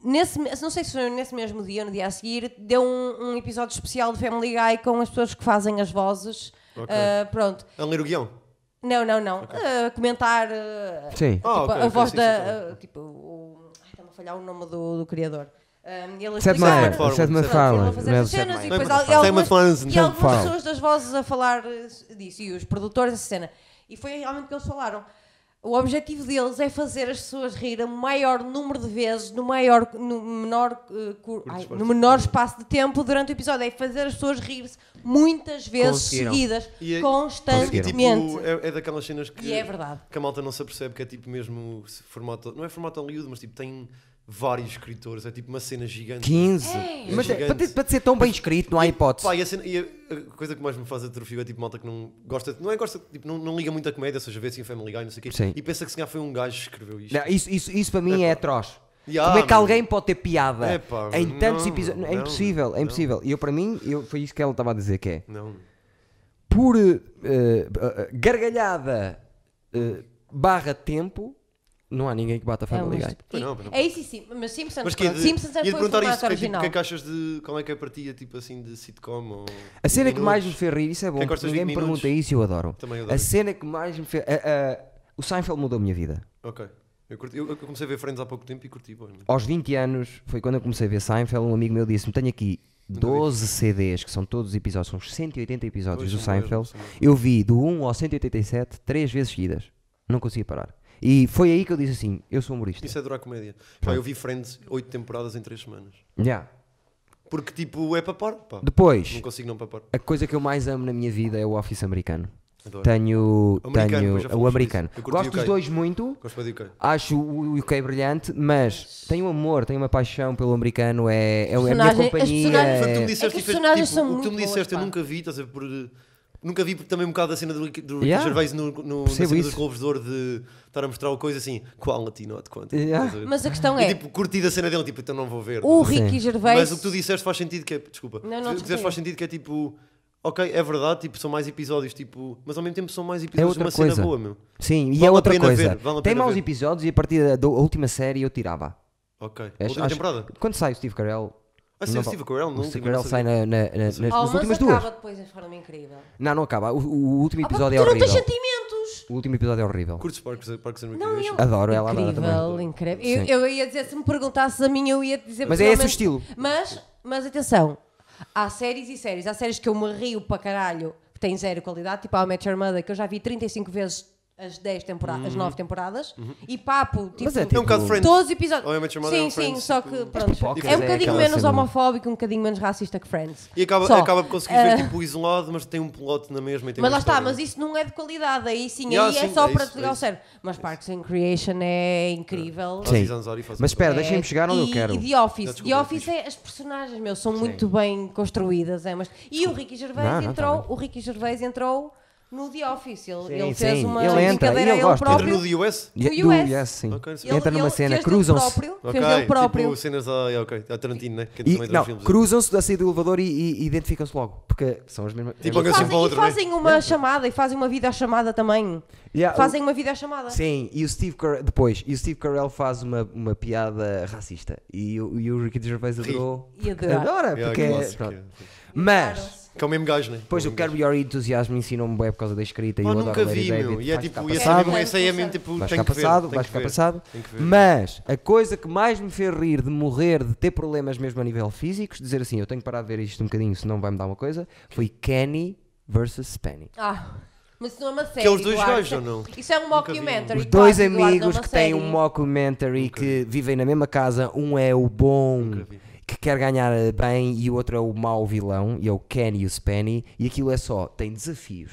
Nesse, me- não sei se foi nesse mesmo dia ou no dia a seguir, deu um, um episódio especial de Family Guy com as pessoas que fazem as vozes. Ok. Ah, pronto. A ler o guião. Não, não, não. Ah, comentar ah, Sim. Ah, tipo, ok, a ok, voz sim, da. sim, ah, tipo, o. ai, Está-me a falhar o nome do, do criador. Ah, ele Seth explica- Macfarlane. Meyers. Seth Pronto, Pronto, Macfarlane. foram fazer Não é do as Seth cenas e Macfarlane. depois Não é do há- e Seth algumas, Macfarlane. e algumas Fala. pessoas das vozes a falar eh, disso e os produtores dessa cena. E foi realmente o que eles falaram. O objetivo deles é fazer as pessoas rirem o maior número de vezes no, maior, no, menor, eh, cur- ai, espaço no de menor tempo. espaço de tempo durante o episódio. É fazer as pessoas rir-se muitas vezes Conseguiram. seguidas, E- é e, E, constantemente. tipo, é, é daquelas cenas que, E é verdade. que a malta não se apercebe que é tipo mesmo se- formato. Não é formato Hollywood, mas tipo tem vários escritores, é tipo uma cena gigante. 15. É. Mas Gigante. É, é- para, ter- para ser tão bem escrito, não há hipótese. Pá, e a, cena- e a- a coisa que mais me faz atrofio é tipo malta que não gosta, não é gosta, tipo, não, não liga muito a comédia, ou seja, vê assim Family Guy, não sei o quê, Sim. e pensa que se calhar foi um gajo que escreveu isto. Não, isso, isso, isso para mim é atroz. Ya, Como é que meu. alguém pode ter piada Epá, em tantos É, não, episódios? É não, impossível, é não. impossível. E eu, para mim, eu, foi isso que ela estava a dizer: que é Não. por eh, eh, eh, gargalhada eh, barra tempo, não há ninguém que bata a É, um Family Guy. tipo- Pois não, pois não. é isso e sim. Mas Simpsons, Mas que pronto, Simpsons ia foi te o perguntar formato isso, que, é, tipo, original. o que é que achas de. Qual é que é a partilha tipo assim de sitcom? Ou A cena que minutos? mais me fez rir, isso é bom, Quem porque gosta de ninguém me 20 pergunta minutos? isso e eu adoro. Também adoro. A cena que mais me fez. a- a- o Seinfeld mudou a minha vida. Ok. Eu, curti- eu- eu comecei a ver Friends há pouco tempo e curti, bom. Aos 20 anos foi quando eu comecei a ver Seinfeld. Um amigo meu disse-me: Tenho aqui 12 CDs, que são todos os episódios, são os 180 episódios Pois, do são mesmo, Seinfeld. são mesmo. Eu vi do 1 ao 187 três vezes seguidas. Não conseguia parar. E foi aí que eu disse assim: eu sou humorista. Isso é durar comédia. Pá, eu vi Friends 8 temporadas em 3 semanas. Yeah. Porque tipo, é para pôr, pá. Depois, Não consigo não para pôr. a coisa que eu mais amo na minha vida é o Office americano. Adoro. Tenho. Americano, pois já tenho o falamos americano. disso. Eu curti Gosto o dos UK. dois muito. Gosto para de UK. Acho o UK brilhante, mas tenho um amor, tenho uma paixão pelo americano, é, é a minha Personagem- as companhia. personagens- Foi o que tu me É disseste, que os e fez- personagens tipo, são o que tu me muito disseste, eu boas, pá. nunca vi, estás a ver, por... eh, Nunca vi porque também um bocado a cena do, Ricky- do Ricky Yeah. Gervais no, no, na Percebo cena dos isso. Globos de Ouro de estar a mostrar o coisa assim, quality, not quantity. Yeah. estás a ver? Mas a questão E é, tipo, curti da cena dele, tipo, então não vou ver. o Sim. Ricky Gervais... Mas o que tu disseste faz sentido que é, desculpa, Não, não, o que disseste desculpa. faz sentido que é tipo, ok, é verdade, tipo, são mais episódios, tipo, mas ao mesmo tempo são mais É episódios de outra uma coisa. cena boa, meu. Sim, e Vale é a outra pena coisa. ver, vale a Tem pena maus ver. episódios e a partir da, da última série eu tirava. Ok. Acho- É Última acho- temporada. Quando sai o Steve Carell. Ah, sim, não o vale- Steve Carell, não o Steve Carell sai na, na- na- nas, Oh, nas mas últimas acaba duas. depois de forma incrível. Não, não acaba. O, o último Ah, pá, episódio tu é não tens horrível. sentimentos! O último episódio é horrível. Curtes Parks, Parks and Não, Recreation? eu... Adoro, ela adora incrível, também. Incrível, Sim. Eu, eu ia dizer, se me perguntasses a mim, eu ia dizer... Mas é esse o possivelmente- estilo. Mas, mas atenção, há séries e séries. Há séries que eu me rio para caralho, que têm zero qualidade, tipo a Match Your Mother, que eu já vi 35 vezes as 10 temporadas, Uhum. as 9 temporadas, e papo, tipo... Mas é É um bocado Tipo, Friends. Todos os episódios. Ou é Match Your Mother, sim, é sim, Friends, só tipo- que pronto, pipocas é um é bocadinho aquela menos cena. homofóbico, um bocadinho menos racista que Friends. E acaba, Só. Ah, eh, acaba por conseguir ver tipo isolado, mas tem um plot na mesma. E tem Mas uma lá está, história. mas isso não é de qualidade, aí sim, Yeah, aí é sim, só é para isso, pegar é o isso. cérebro. Mas Parks and Creation é incrível. É Faz Sim. exames ali, faz Mas exames. espera, deixem-me chegar onde e, eu quero. E The Office, Já, The desculpa, Office é as personagens, meu, são muito bem construídas, é, mas e o Ricky Gervais Não, não, tá entrou, bem. o Ricky Gervais entrou no The Office, ele, Sim, ele fez sim, uma ele entra, brincadeira ele a gosta. Entra próprio. no The US? Yeah, Do é do US. US, sim. Ok, não sei. Ele- Entra numa ele cena, fez dele cruzam-se. próprio, Ok, Fez ele próprio. Tipo, cenas a. yeah, Ok, a Tarantino, né? Que E, também não, dá filmes. cruzam-se da saída do elevador e, e- e identificam-se logo. Porque são as mesmas. é- Tipo, alguém- E Assim, para fazem, e outra vez. fazem uma chamada e fazem uma vida à chamada também. assim. Yeah, fazem uma vida à chamada. Ah, Sim, e o Steve Carell, depois, e o Steve Carell faz uma, uma piada racista e, o- e o Ricky Gervais adorou. E porque- adora. Adora, Yeah, é porque é, clássico, pronto. yeah. Mas, Que é o mesmo gajo, né? depois o Carry Your Enthusiasm ensinou-me bem por causa da escrita e Pá, eu nunca adoro Larry vi, David. meu. E é Vais ficar tipo, e esse é passado, mesmo, esse aí é mesmo tipo. Vais tem ficar que ver, passado, tem vais que ficar ver, passado. tem que ver. Mas a coisa que mais me fez rir de morrer, de ter problemas mesmo a nível físico, dizer assim, eu tenho que parar de ver isto um bocadinho, senão vai-me dar uma coisa, foi Kenny versus Penny. Ah, mas isso não é uma série. Que é os dois Eduardo. gajos, ou não? Isso é um Nunca vi. mockumentary. Os quase, dois Eduardo, não é amigos uma que têm um série. mockumentary que vivem na mesma casa, um é o bom vi. que quer ganhar eh, bem e o outro é o mau vilão, e é o Ken e o Spenny, e aquilo é só, tem desafios.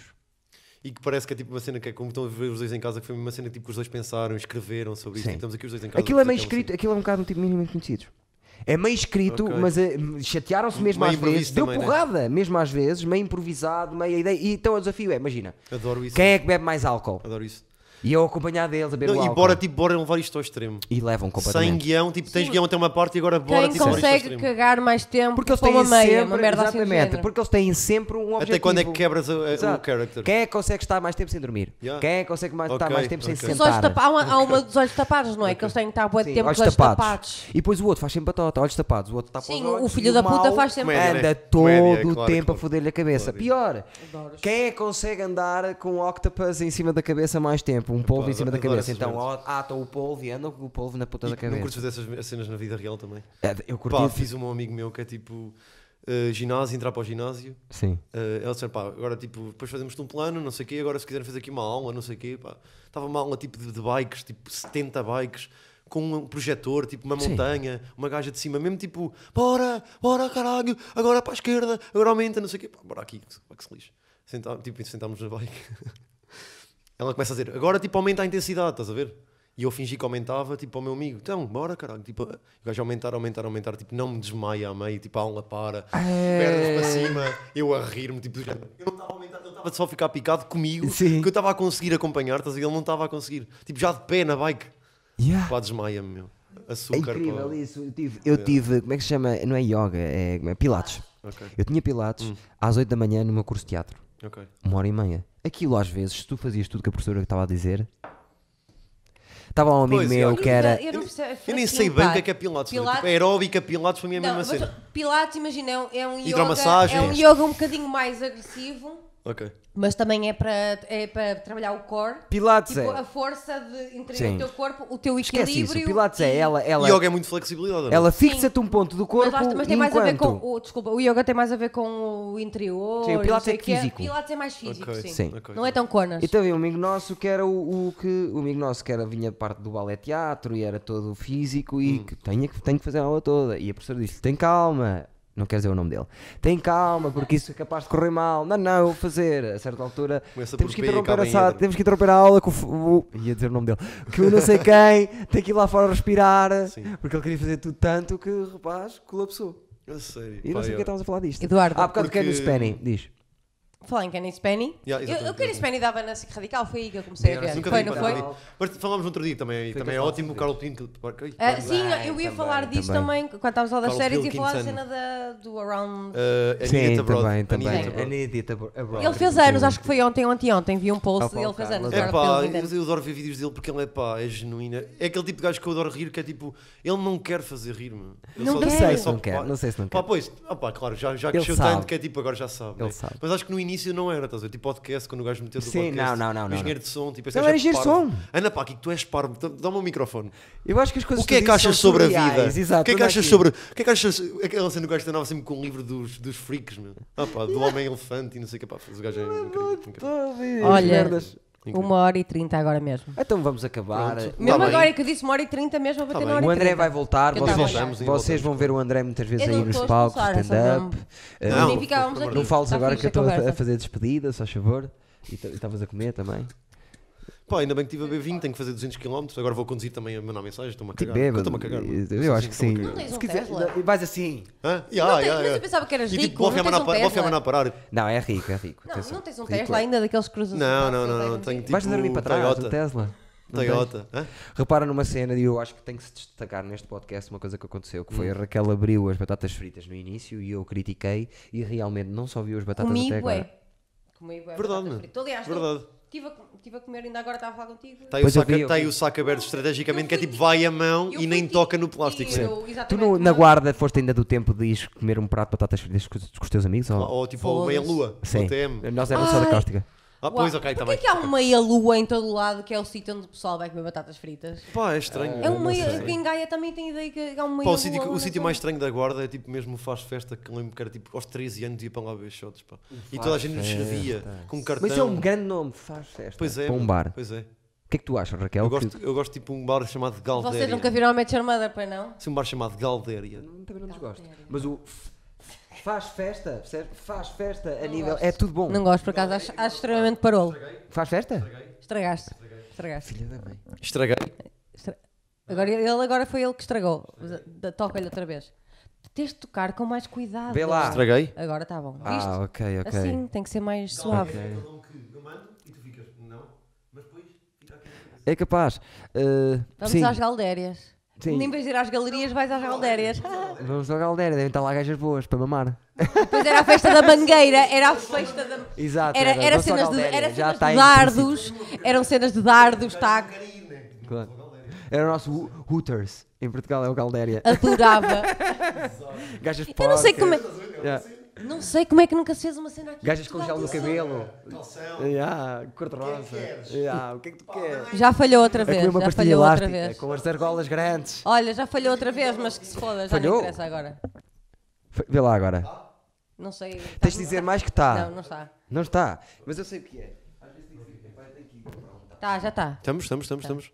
E que parece que é tipo uma cena que é como estão a ver os dois em casa, que foi uma cena tipo, que os dois pensaram, escreveram sobre isso. Sim. e Estamos aqui os dois em casa. Aquilo é portanto, meio uma cena. escrito, aquilo é um bocado um tipo minimamente conhecido. É meio escrito, Ok. mas eh, chatearam-se mesmo Meio às vezes, improviso deu também, né? porrada mesmo às vezes, meio improvisado, meio ideia. E então o desafio é, imagina, Adoro isso. quem é que bebe mais álcool? Adoro isso. E eu acompanhado deles a beber Não, o e álcool. bora, tipo, bora levar isto ao extremo. E levam Sem completamente. guião, tipo, tens guião até uma parte e agora bora, Quem tipo, levar isto ao consegue extremo. cagar mais tempo Porque eles com têm uma meia, sempre, uma merda assim do exatamente, género. porque eles têm sempre um objetivo. Até quando é que quebras a- a- Exato. o character? Quem é que consegue estar mais tempo sem dormir? Yeah. Quem é que consegue mais, estar Ok, mais tempo sem ok. sentar? Os olhos tapa- há, uma, há uma dos olhos tapados, não é? Que eles têm que estar bué de Sim, tempo com os olhos olhos tapados. tapados. E depois o outro faz sempre batota, olhos tapados, o outro tapa Sim, os olhos. o filho e da puta mau faz sempre Comédia, Anda né? todo Comédia, é o claro, tempo claro. a foder-lhe a cabeça. Claro. Pior, Adoro. quem é que consegue andar com um octopus em cima da cabeça mais tempo? Um polvo em cima da adoro cabeça. esses Então momentos. ó, atam o polvo e andam com o polvo na puta da E Não cabeça. curtes dessas cenas na vida real também? É, Eu curti. Pá, fiz um amigo meu que é tipo eh, ginásio, entrar para o ginásio. Sim. Eh, ele disse, pá, agora tipo, depois fazemos-te um plano, não sei o quê, agora se quiserem fazer aqui uma aula, não sei o quê, pá. Estava uma aula tipo de, de bikes, tipo 70 bikes, com um projetor, tipo uma Sim. montanha, uma gaja de cima, mesmo tipo, bora, bora caralho, agora para a esquerda, agora aumenta, não sei o quê, pá, bora aqui, pá, que se lixe. Sentá, tipo, sentámos na bike. (laughs) Ela começa a dizer, agora tipo aumenta a intensidade, estás a ver? E eu fingi que aumentava, tipo, ao meu amigo, então, bora, caralho. Tipo, o gajo aumentar, aumentar, aumentar, tipo, não me desmaia a meio, tipo, a aula para, É. pernas para cima, eu a rir-me, tipo, do género. eu não estava a aumentar, ele estava só a ficar picado comigo, Sim. que eu estava a conseguir acompanhar, estás a ver? Ele não estava a conseguir. Tipo, já de pé na bike, Yeah. pá, desmaia-me, meu. É Açúcar, incrível pá. isso. Eu tive, eu tive- como é que se chama? Não é yoga, é como é? Pilates. Ah, Ok. Hum. Eu tinha Pilates às 8 da manhã no meu curso de teatro. Ok. Uma hora e meia. Aquilo às vezes, se tu fazias tudo que a professora estava a dizer. Estava lá um amigo Pois, meu eu- que era. Eu, não percebo- Eu nem fraquinho, sei bem o pá. que é que é pilates. Pilates- Tipo, aeróbica, pilates, para mim é a Não, mesma mas cena. Pilates, imagina, é um, é um yoga. Hidromassagem. É um yoga um bocadinho mais agressivo. Ok. Mas também é para é para trabalhar o core. Pilates Tipo, é. a força de interior Sim. do teu corpo, o teu Esquece equilíbrio. isso. Pilates é e- ela. ela Yoga é muito flexibilidade. ou não? Ela fixa-te um ponto do Mas, corpo lá está, mas tem mais a ver enquanto... com. O, desculpa, o yoga tem mais a ver com o interior. Sim, o Pilates não sei é o quê. físico. Pilates é mais físico, Ok, sim. Sim. ok. Não é tão cornas. Então havia um amigo nosso que era o, o que. O amigo nosso que era, vinha de parte do balé teatro e era todo físico Hum. e que tinha que, tem que fazer a aula toda. E a professora disse: tem calma. Não quer dizer o nome dele. Tem calma, porque isso é capaz de correr mal. Não, não, eu vou fazer. A certa altura Começa temos que, por P e interromper acaba a em sala, Edra. temos que interromper a aula com o, f- o- Ia dizer o nome dele. Que o não sei quem tem que ir lá fora respirar. Sim. Porque ele queria fazer tudo tanto que o rapaz colapsou. A sério. E não sei o pá, que yoga. estávamos a falar disto. Eduardo. Ah, por causa Porque- do Kenny Spenny, diz. Falar em Kenny Spenny. Yeah, eu, eu exatamente. Kenny Spenny dava na SIC Radical, foi aí que eu comecei a Era ver. assim. Nunca foi, vi, não pá, foi? nunca vi. Mas falámos no outro dia também, e também é eu falo ótimo o Carl Pilkington. Ah, sim, eu também, ia falar disso também. também, quando estávamos a falar das Carl séries, ia falar da Pilkington. cena da, do Around. É, Sim, Anitta Brod. também, também. Anitta Brod. Anitta Bro- Abroad. ele fez anos, acho que foi ontem, ontem, ontem, vi um Ah, post pá, dele fez cara, anos. mas- É Eduardo pá, Pilkington. eu, eu adoro ver vídeos dele porque ele é pá, é genuína. É aquele tipo de gajo que eu adoro rir, que é tipo, ele não quer fazer rir, mano. Ele Não só- quer. ele Não sei se só- não quer, pá- não sei se não Pá, quer. pois, ah, pá, claro, já, já Ele cresceu sabe. tanto que é tipo, agora já sabe. Ele né? sabe. Mas acho que no início não era, estás a ver? Tipo podcast, quando o gajo meteu o Sim, podcast. não, não, não, o não, Engenheiro de som, tipo, este Não gajo é era engenheiro de parvo. som. Ana pá, que tu és parvo, dá- dá-me um microfone. Eu acho que as coisas O que é que dizes achas são sobre a vida? surreais, Exato, o que é que tudo achas aqui. sobre. O que é que achas. Aquela cena que o gajo andava sempre com o livro dos, dos freaks, meu. Ah, pá, do homem-elefante e não sei o que, pá, o gajo é. incrível, incrível. Estou a ouvir Olha. as merdas. é Incrível. Uma hora e trinta agora mesmo. Então vamos acabar. Pronto. Mesmo bem. agora é que eu disse uma hora e trinta mesmo, Tá vou bater bem. na hora O e André trinta. vai voltar, Eu vocês, tava a olhar. Então vocês vão ver o André muitas vezes Eu aí não nos estou a palcos, expulsar, stand-up. Não, Ah, por Nem ficávamos favor, aqui. Não fales Está agora fixe que eu estou a- conversa. a fazer despedidas, se faz favor. E t- e estavas a comer também. Pá, ainda bem que estive a beber vinho, tenho que fazer 200 km. Agora vou conduzir também a mandar mensagem, estou-me a Tipo cagar. bêbado. Estou-me a cagar. mano. Eu, Estou acho que sim. assim, estou-me a Não tens Se um quiser, Tesla? e vais assim. cagar. Hã? Ya, Não tens- ya, mas ya. eu pensava que eras E rico, tipo, vou não tens afiar-me na um pa- vou Tesla. afiar-me na parar. Não, é rico, é rico. Não, atenção. não tens um Ridículo. Tesla ainda daqueles assim, cruzeiros. é. Não, não, não, não. Tenho tipo. Vais dormir para trás, Toyota. o Tesla. Não tens? Toyota. Hã? Repara numa cena e eu acho que tem que se destacar neste podcast uma coisa que aconteceu, que Hum. foi a Raquel abriu as batatas fritas no início e eu critiquei e realmente não só viu as batatas Tá até Comigo agora. é. Comigo é. Verdade, batata mano. frita. Aliás, Verdade. Estive a, com- tive a comer, ainda agora estava a falar contigo. Está aí, o Pois eu saco, vi, eu tá aí vi. o saco aberto estrategicamente, que é fui tipo, vai a mão Eu e fui nem ti- toca no plástico. e sim. eu, Tu exatamente, no- na mas- guarda foste ainda do tempo de ires comer um prato de batatas fritas com, os- com os teus amigos? Ou? Ou tipo, ou meia-lua. Sim. OTM. Nós éramos só da Ai. cáustica. Ah, Uau, pois, ok, está Porquê bem. que há um meia-lua em todo o lado que é o sítio onde o pessoal vai comer batatas fritas? Pá, é estranho. É um meia... sei. Em Gaia também tem ideia que há um Pá, meia-lua. o sítio, lá o na sítio zona. mais estranho da guarda é tipo mesmo faz festa que eu lembro que era tipo aos 13 anos ia para lá ver shots pá. e toda a gente nos servia com cartão. Mas isso é um grande nome, faz festa. Pois é, Para um mano, bar. Pois é. O que é que tu achas, Raquel? Eu Que- gosto, eu gosto tipo um bar chamado Galdéria. Vocês nunca viram a Match Armada, pois não? Sim, um bar chamado Galdéria. Hum, Também não Tá desgosto. Mas o f- faz festa, percebes? Faz festa a nível. É tudo bom. Não gosto, por acaso, acho, acho extremamente parolo. Faz festa? Estragaste. Estragaste. Filha da mãe. Estraguei. Estra- Agora, ele agora foi ele que estragou. Mas, da- Toca-lhe outra vez. Tens de tocar com mais cuidado. Vê lá. Estraguei? Agora está bom. Viste? Ah, ok, ok. Assim, tem que ser mais suave. Eu mando e tu ficas, não, mas depois fica aqui. É capaz. Uh, Vamos sim. às galdérias. Sim. Nem vais ir às galerias, vais às (laughs) galdérias. Vamos ao Galdera, devem estar lá gajas boas para mamar. Depois era a festa da mangueira, era a festa da. Exato. Era, era vamos ao cenas de, Galdéria, era já cenas está de implícito. dardos, eram cenas de dardos, tá? taco. Claro. Era o nosso Ho- Hooters. Em Portugal é o Galdéria. Adorava. Gajas Eu não sei é porcas. como é. Yeah. Não sei como é que nunca se fez uma cena aqui. em Gajas com Portugal. gel no cabelo. Yeah, é Cor-de-rosa. Yeah, O que é que tu queres? Já falhou outra A vez. É comer uma Já pastilha falhou outra elástica é vez. com as argolas grandes. Olha, já falhou outra vez, mas que se foda, já Falhou? não interessa agora. F- Vê lá agora. Não sei. Tá- Tens de dizer mais que Não, está. não está. Não está. Mas eu sei o que é. Às vezes digo, "Pai, tem que ir comprar um." Tá, já está. Estamos, estamos, estamos, Tá. estamos.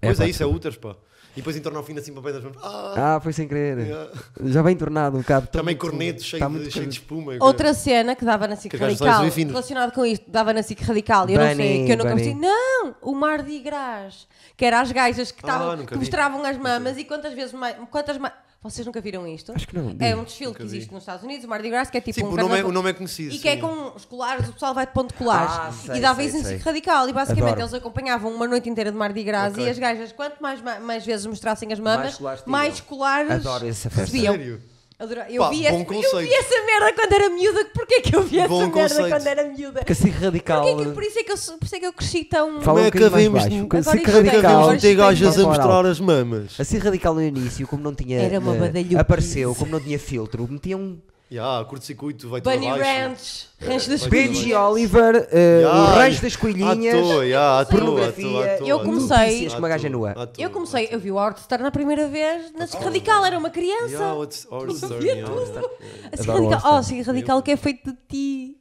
É, pois é, pá, isso, é úteres, pá. E depois entorna ao fim assim para bem das mãos. Ah, Ah, foi sem querer. yeah. Já bem tornado um bocado. Também corneto, Tá cheio, Está de, muito cheio corneto. de espuma. e o Outra cena que dava na SIC Que os gajos Radical, são finos. relacionado com isto, dava na SIC Radical, e eu não sei, Bunny, que eu nunca Bunny. percebi. Não! O Mardi Gras, que era as gajas que, estavam- Ah, nunca que vi. mostravam as mamas e quantas vezes mais. Quantas ma- Vocês nunca viram isto? Acho que não, diz. É um desfile Nunca que existe vi. nos Estados Unidos, o Mardi Gras, que é tipo Sim, um o nome é, carnaval- o nome é conhecido. E que é sim. com os colares, o pessoal vai de ponto de colares. Ah, sei, e dava isso sei, em sei. SIC radical. E basicamente Adoro. eles acompanhavam uma noite inteira de Mardi Gras Ok. e as gajas, quanto mais, ma- mais vezes mostrassem as mamas, Mais mais colares colares, tinham. Adoro essa festa. recebiam. É Sério? Adora- Eu, Pá, vi bom essa, eu conceito. vi essa merda quando era miúda. Porquê é que eu vi essa Bom merda conceito. quando era miúda? Que assim radical. Porquê é que, por, isso é que eu, sou- por isso é que eu cresci tão. Fala um Como é que bocadinho mais havemos de- baixo. Que Agora assim isto tem- radical. Agora Vamos isto tem ter gajas a Corporal. mostrar as mamas. Assim radical no início, como não tinha. Era uma eh, badalhoquice. Apareceu, como não tinha filtro, metiam um Yeah, curto-circuito, vai tudo Bunny abaixo. Ranch, Rancho das vai tudo abaixo. Coelhinhas. Benji Oliver, eh, Yeah, o Rancho das Coelhinhas, À toa, yeah, à toa, à toa, à pornografia. toa, à toa. Eu comecei- À notícias com uma gaja toa, nua. à toa. Eu comecei, eu vi o Outstar na primeira vez na Circo Radical, era uma Tá Yeah, criança. what's ours, Eu sir, via yeah, é tudo. yeah. A Circo Adoro Radical, oh, All-Star. Circo Radical que é feito de ti.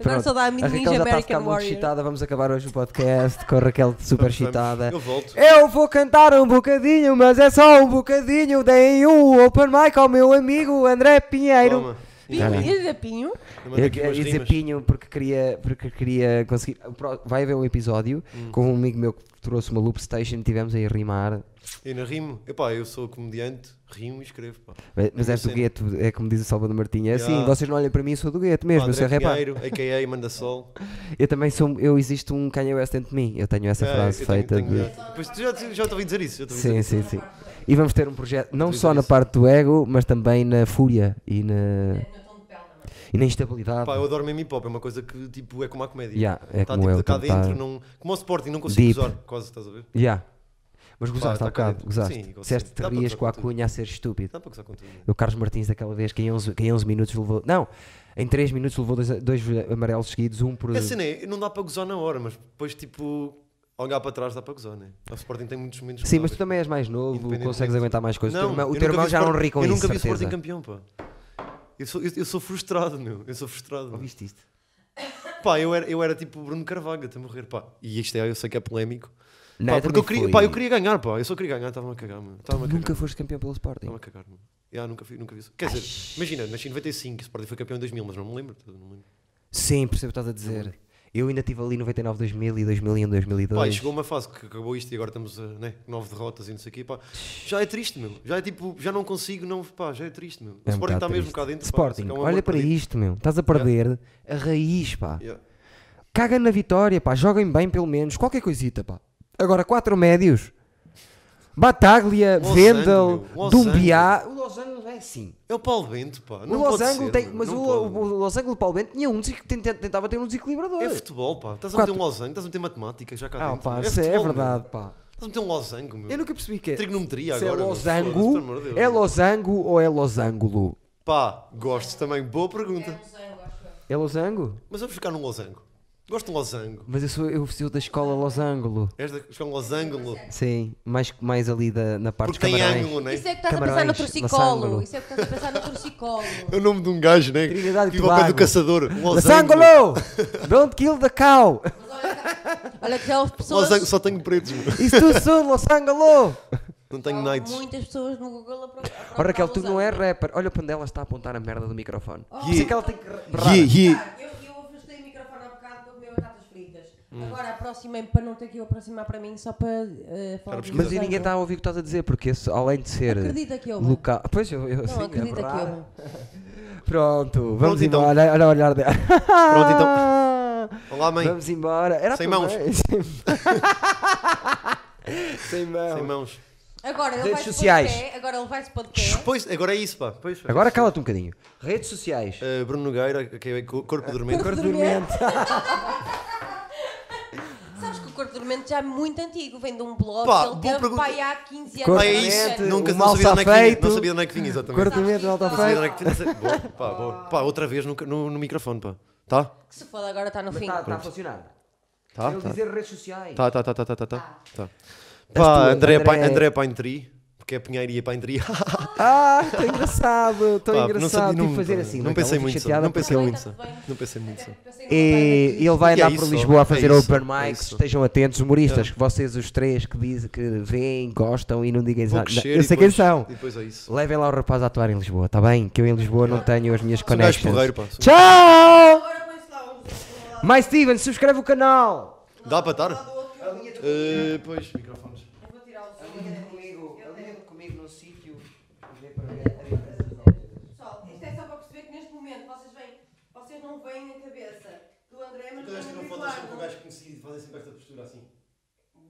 Agora Pronto, só dá a mim a Raquel Ninja já está a ficar American muito Warrior. excitada, vamos acabar hoje o podcast com a Raquel super excitada. Eu volto. Eu vou cantar um bocadinho, mas é só um bocadinho. Deem um open mic ao meu amigo André Pinheiro. Toma. Pinho, e da Pinho? Eu mando Eu aqui queria umas dizer rimas. Pinho porque queria, porque queria conseguir. o pro- Vai haver um episódio Hum. com um amigo meu que trouxe uma loop station. Tivemos aí a rimar. Eu não rimo. Epá, eu sou comediante, rimo e escrevo. Pá. Mas- Mas és do Sim. gueto, é como diz o Salvador Martinho. É assim, Yeah. vocês não olham para mim, sou do gueto mesmo. Pá, Eu, sou André rapaz. Pinheiro, a.k.a. Manda Sol. eu também sou. Eu existo um Kanye West dentro de mim. Eu tenho essa É, frase eu tenho- feita tenho- de. Pois tu já, já te ouvi dizer isso. Já te ouvi dizer Sim, isso. sim, sim. E vamos ter um projeto não Utiliza só na isso. parte do ego, mas também na fúria e na, e na instabilidade. Pá, eu adoro mesmo hip hop, é uma coisa que tipo, é como a comédia. Yeah, é Tá, como tipo, eu, cá tipo, tá- dentro, não, como o Sporting, não consigo Deep. usar, quase, estás a ver? Yeah. Mas gozaste tá há bocado, acredito. gozaste. Sim, gosto Disseste sempre. que te Dá para rias gozar com a com tudo. cunha a ser estúpido. Dá para gozar com tudo. né? O Carlos Martins, daquela vez, que em 11, que em 11 minutos levou. Não, em 3 minutos levou dois, dois amarelos seguidos, um por. A cena é, não dá para gozar na hora, mas depois, tipo, olhar para trás dá para gozar, né? O Sporting tem muitos momentos Sim, mas tu gozáveis. também és mais novo, Independentemente. consegues aguentar mais coisas. o teu irmão, eu o teu nunca irmão vi já não Sport- ri com Eu isso, nunca vi o certeza. Sporting campeão, pá. Eu sou, eu, eu sou frustrado, meu. Eu sou frustrado. meu. Ouviste isto? Pá, eu era, eu era tipo Bruno Carvalho até morrer, pá. E isto é, eu sei que é polémico. Não, pá, eu porque também eu queria, fui. pá, eu queria ganhar, pá. Eu só queria ganhar, estava-me a cagar, meu. Estava-me a cagar. Nunca foste campeão pelo Sporting. Estava a cagar, meu. Já, nunca, fui, nunca vi isso. Quer dizer, imagina, nasci em 95, o Sporting foi campeão em 2000, mas não me lembro. Não me lembro. Sim, percebo o que estás a dizer. Eu ainda estive ali 99, 2000 e 2001, 2002. Pá, e chegou uma fase que acabou isto e agora estamos a né, nove derrotas e não sei o quê, pá. Já é triste, meu. Já é tipo, já não consigo, não, pá, já é triste, meu. O É um Sporting está bocado mesmo triste. cá dentro. pá. Sporting, É um amor olha para perdido. isto, meu. Estás a perder a raiz, pá. Yeah. Caga na vitória, pá. Joguem bem, pelo menos. Qualquer coisita, pá. Agora, quatro médios. Bataglia, Losango, Vendel, meu. Losango. Dumbiá. O Los Angeles é assim. É o Paulo Bento, pá. Não o Los pode Angeles ser, tem. meu. Mas o, Não pode, o, meu. Los Angeles Paulo Bento tinha um des- que tenta- tentava ter um desequilibrador. É futebol, pá. Estás a meter Quatro- um losango, estás a meter matemática já cá ah, dentro. pá, meu. isso é, futebol, meu. verdade, pá. Estás a meter um losango, meu. Eu nunca percebi que é. Trigonometria se agora, é meu. Foda-se, pelo amor de losango, Deus. é losango ou é losangulo? Pá, gosto também. Boa pergunta. É losango? Mas vamos ficar num losango. Gosto de um losango. Mas eu sou, eu sou da escola losangulo. És da- és um losango. Sim, mais, mais ali da, na parte Porque dos tem camarões. ângulo, não é? Isso é que estás a Camarões, pensar no Lassangolo. torcicolo. Isso é que estás a pensar no torcicolo. É o nome de um gajo, né? Trinidade e Viva ao pé do Tobago. caçador. Um losango. Losangulo! Don't kill the cow! Olha que já é houve pessoas. Losango, Um só tenho pretos, meu. Isso tu sou Losangulo! Não tenho há nights. muitas pessoas no Google a pro- a Oh, procurar Raquel, tu Losango. não és rapper. Olha para onde ela está a apontar a merda do microfone. Oh, Por isso é que ela tem que berrar. Yeah, yeah. Ah, Eu, eu afastei o microfone há bocado para comer batatas fritas. Hum. Agora aproximei-me para não ter que o aproximar para mim só para eh, falar. Para do Mas e Losango. ninguém tá está a ouvir o que estás a dizer, porque esse, além de ser Acredita que houve. local. Pois eu, eu Não, sim, acredita é que berrar. houve. Pronto, vamos então. embora. Olha, olha o olhar dela. Pronto, (laughs) Olá, mãe. Vamos embora. Era Sem para mãos. (laughs) bem. Sem mãos. Sem mãos. Agora ele Redes vai-se sociais. para de pé. Agora ele vai-se para de pé. Pois, agora é isso, pá. Pois, é Agora isso. cala-te um bocadinho. Redes sociais. Eh, Bruno Nogueira, que é (laughs) co- Corpo Dormente. Cor dormente. dormente. Sabes que o corpo dormente já é muito antigo. Vem de um blog Pá, que ele boa teve pergunta. pai há 15 anos. Corpo Ah, é Dormente, isso. Nunca o não mal sabia onde é que vinha. safeito. Não sabia onde é que vinha, exatamente. Cor dormente, alta Não sabia feita. onde é que tinha- Boa, pá, boa. Pá, outra vez no, no- no microfone, pá. Tá? Que se foda, agora está no fim. Está a funcionar. Tá? Eu Tá. dizer redes sociais. Tá, tá, tá, tá, tá, tá, tá. tá. tua, Pá, André- André, André... André Pine Tree, porque é Pinheiro e é Pine (laughs) Tree. Ah, estou engraçado, estou Pá, não engraçado. sabia, Tive que fazer assim. Não Raquel, pensei fico muito, só. chateada não pensei porque- muito, só. Tá bem, tá bem. não pensei muito. só. Pensei numa E ele vai E é andar por isso, Lisboa a é fazer isso, open é mics. isso. É. Estejam atentos, humoristas, que vocês os três que, dizem, que veem, gostam e não digam Vou nada. crescer Eu e sei quem depois- são. E depois é isso. Levem lá o rapaz a atuar em Lisboa, tá bem? Que eu em Lisboa não tenho as minhas um gajo conexões. porreiro, pá. Sou um Tchau! um Mais Steven, subscreve o canal! Dá para estar? Eh, pois, microfones. Uhum. comigo, comigo num sítio. Pessoal, isto é só para perceber que neste momento vocês, vêm, vocês não veem a cabeça do André, mas Então também do Eduardo. gajo conhecido fazem sempre esta postura assim.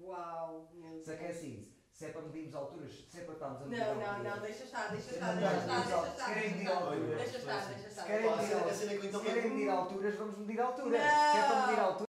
Uau, meu Deus. Se é para medirmos alturas, se é para estarmos a Não, não, não, deixa estar, deixa estar, deixa estar, deixa estar. Deixa estar, deixa estar. Deixa estar. medir- a cena que eu então- alturas, vamos medir alturas. Se é para medir alturas.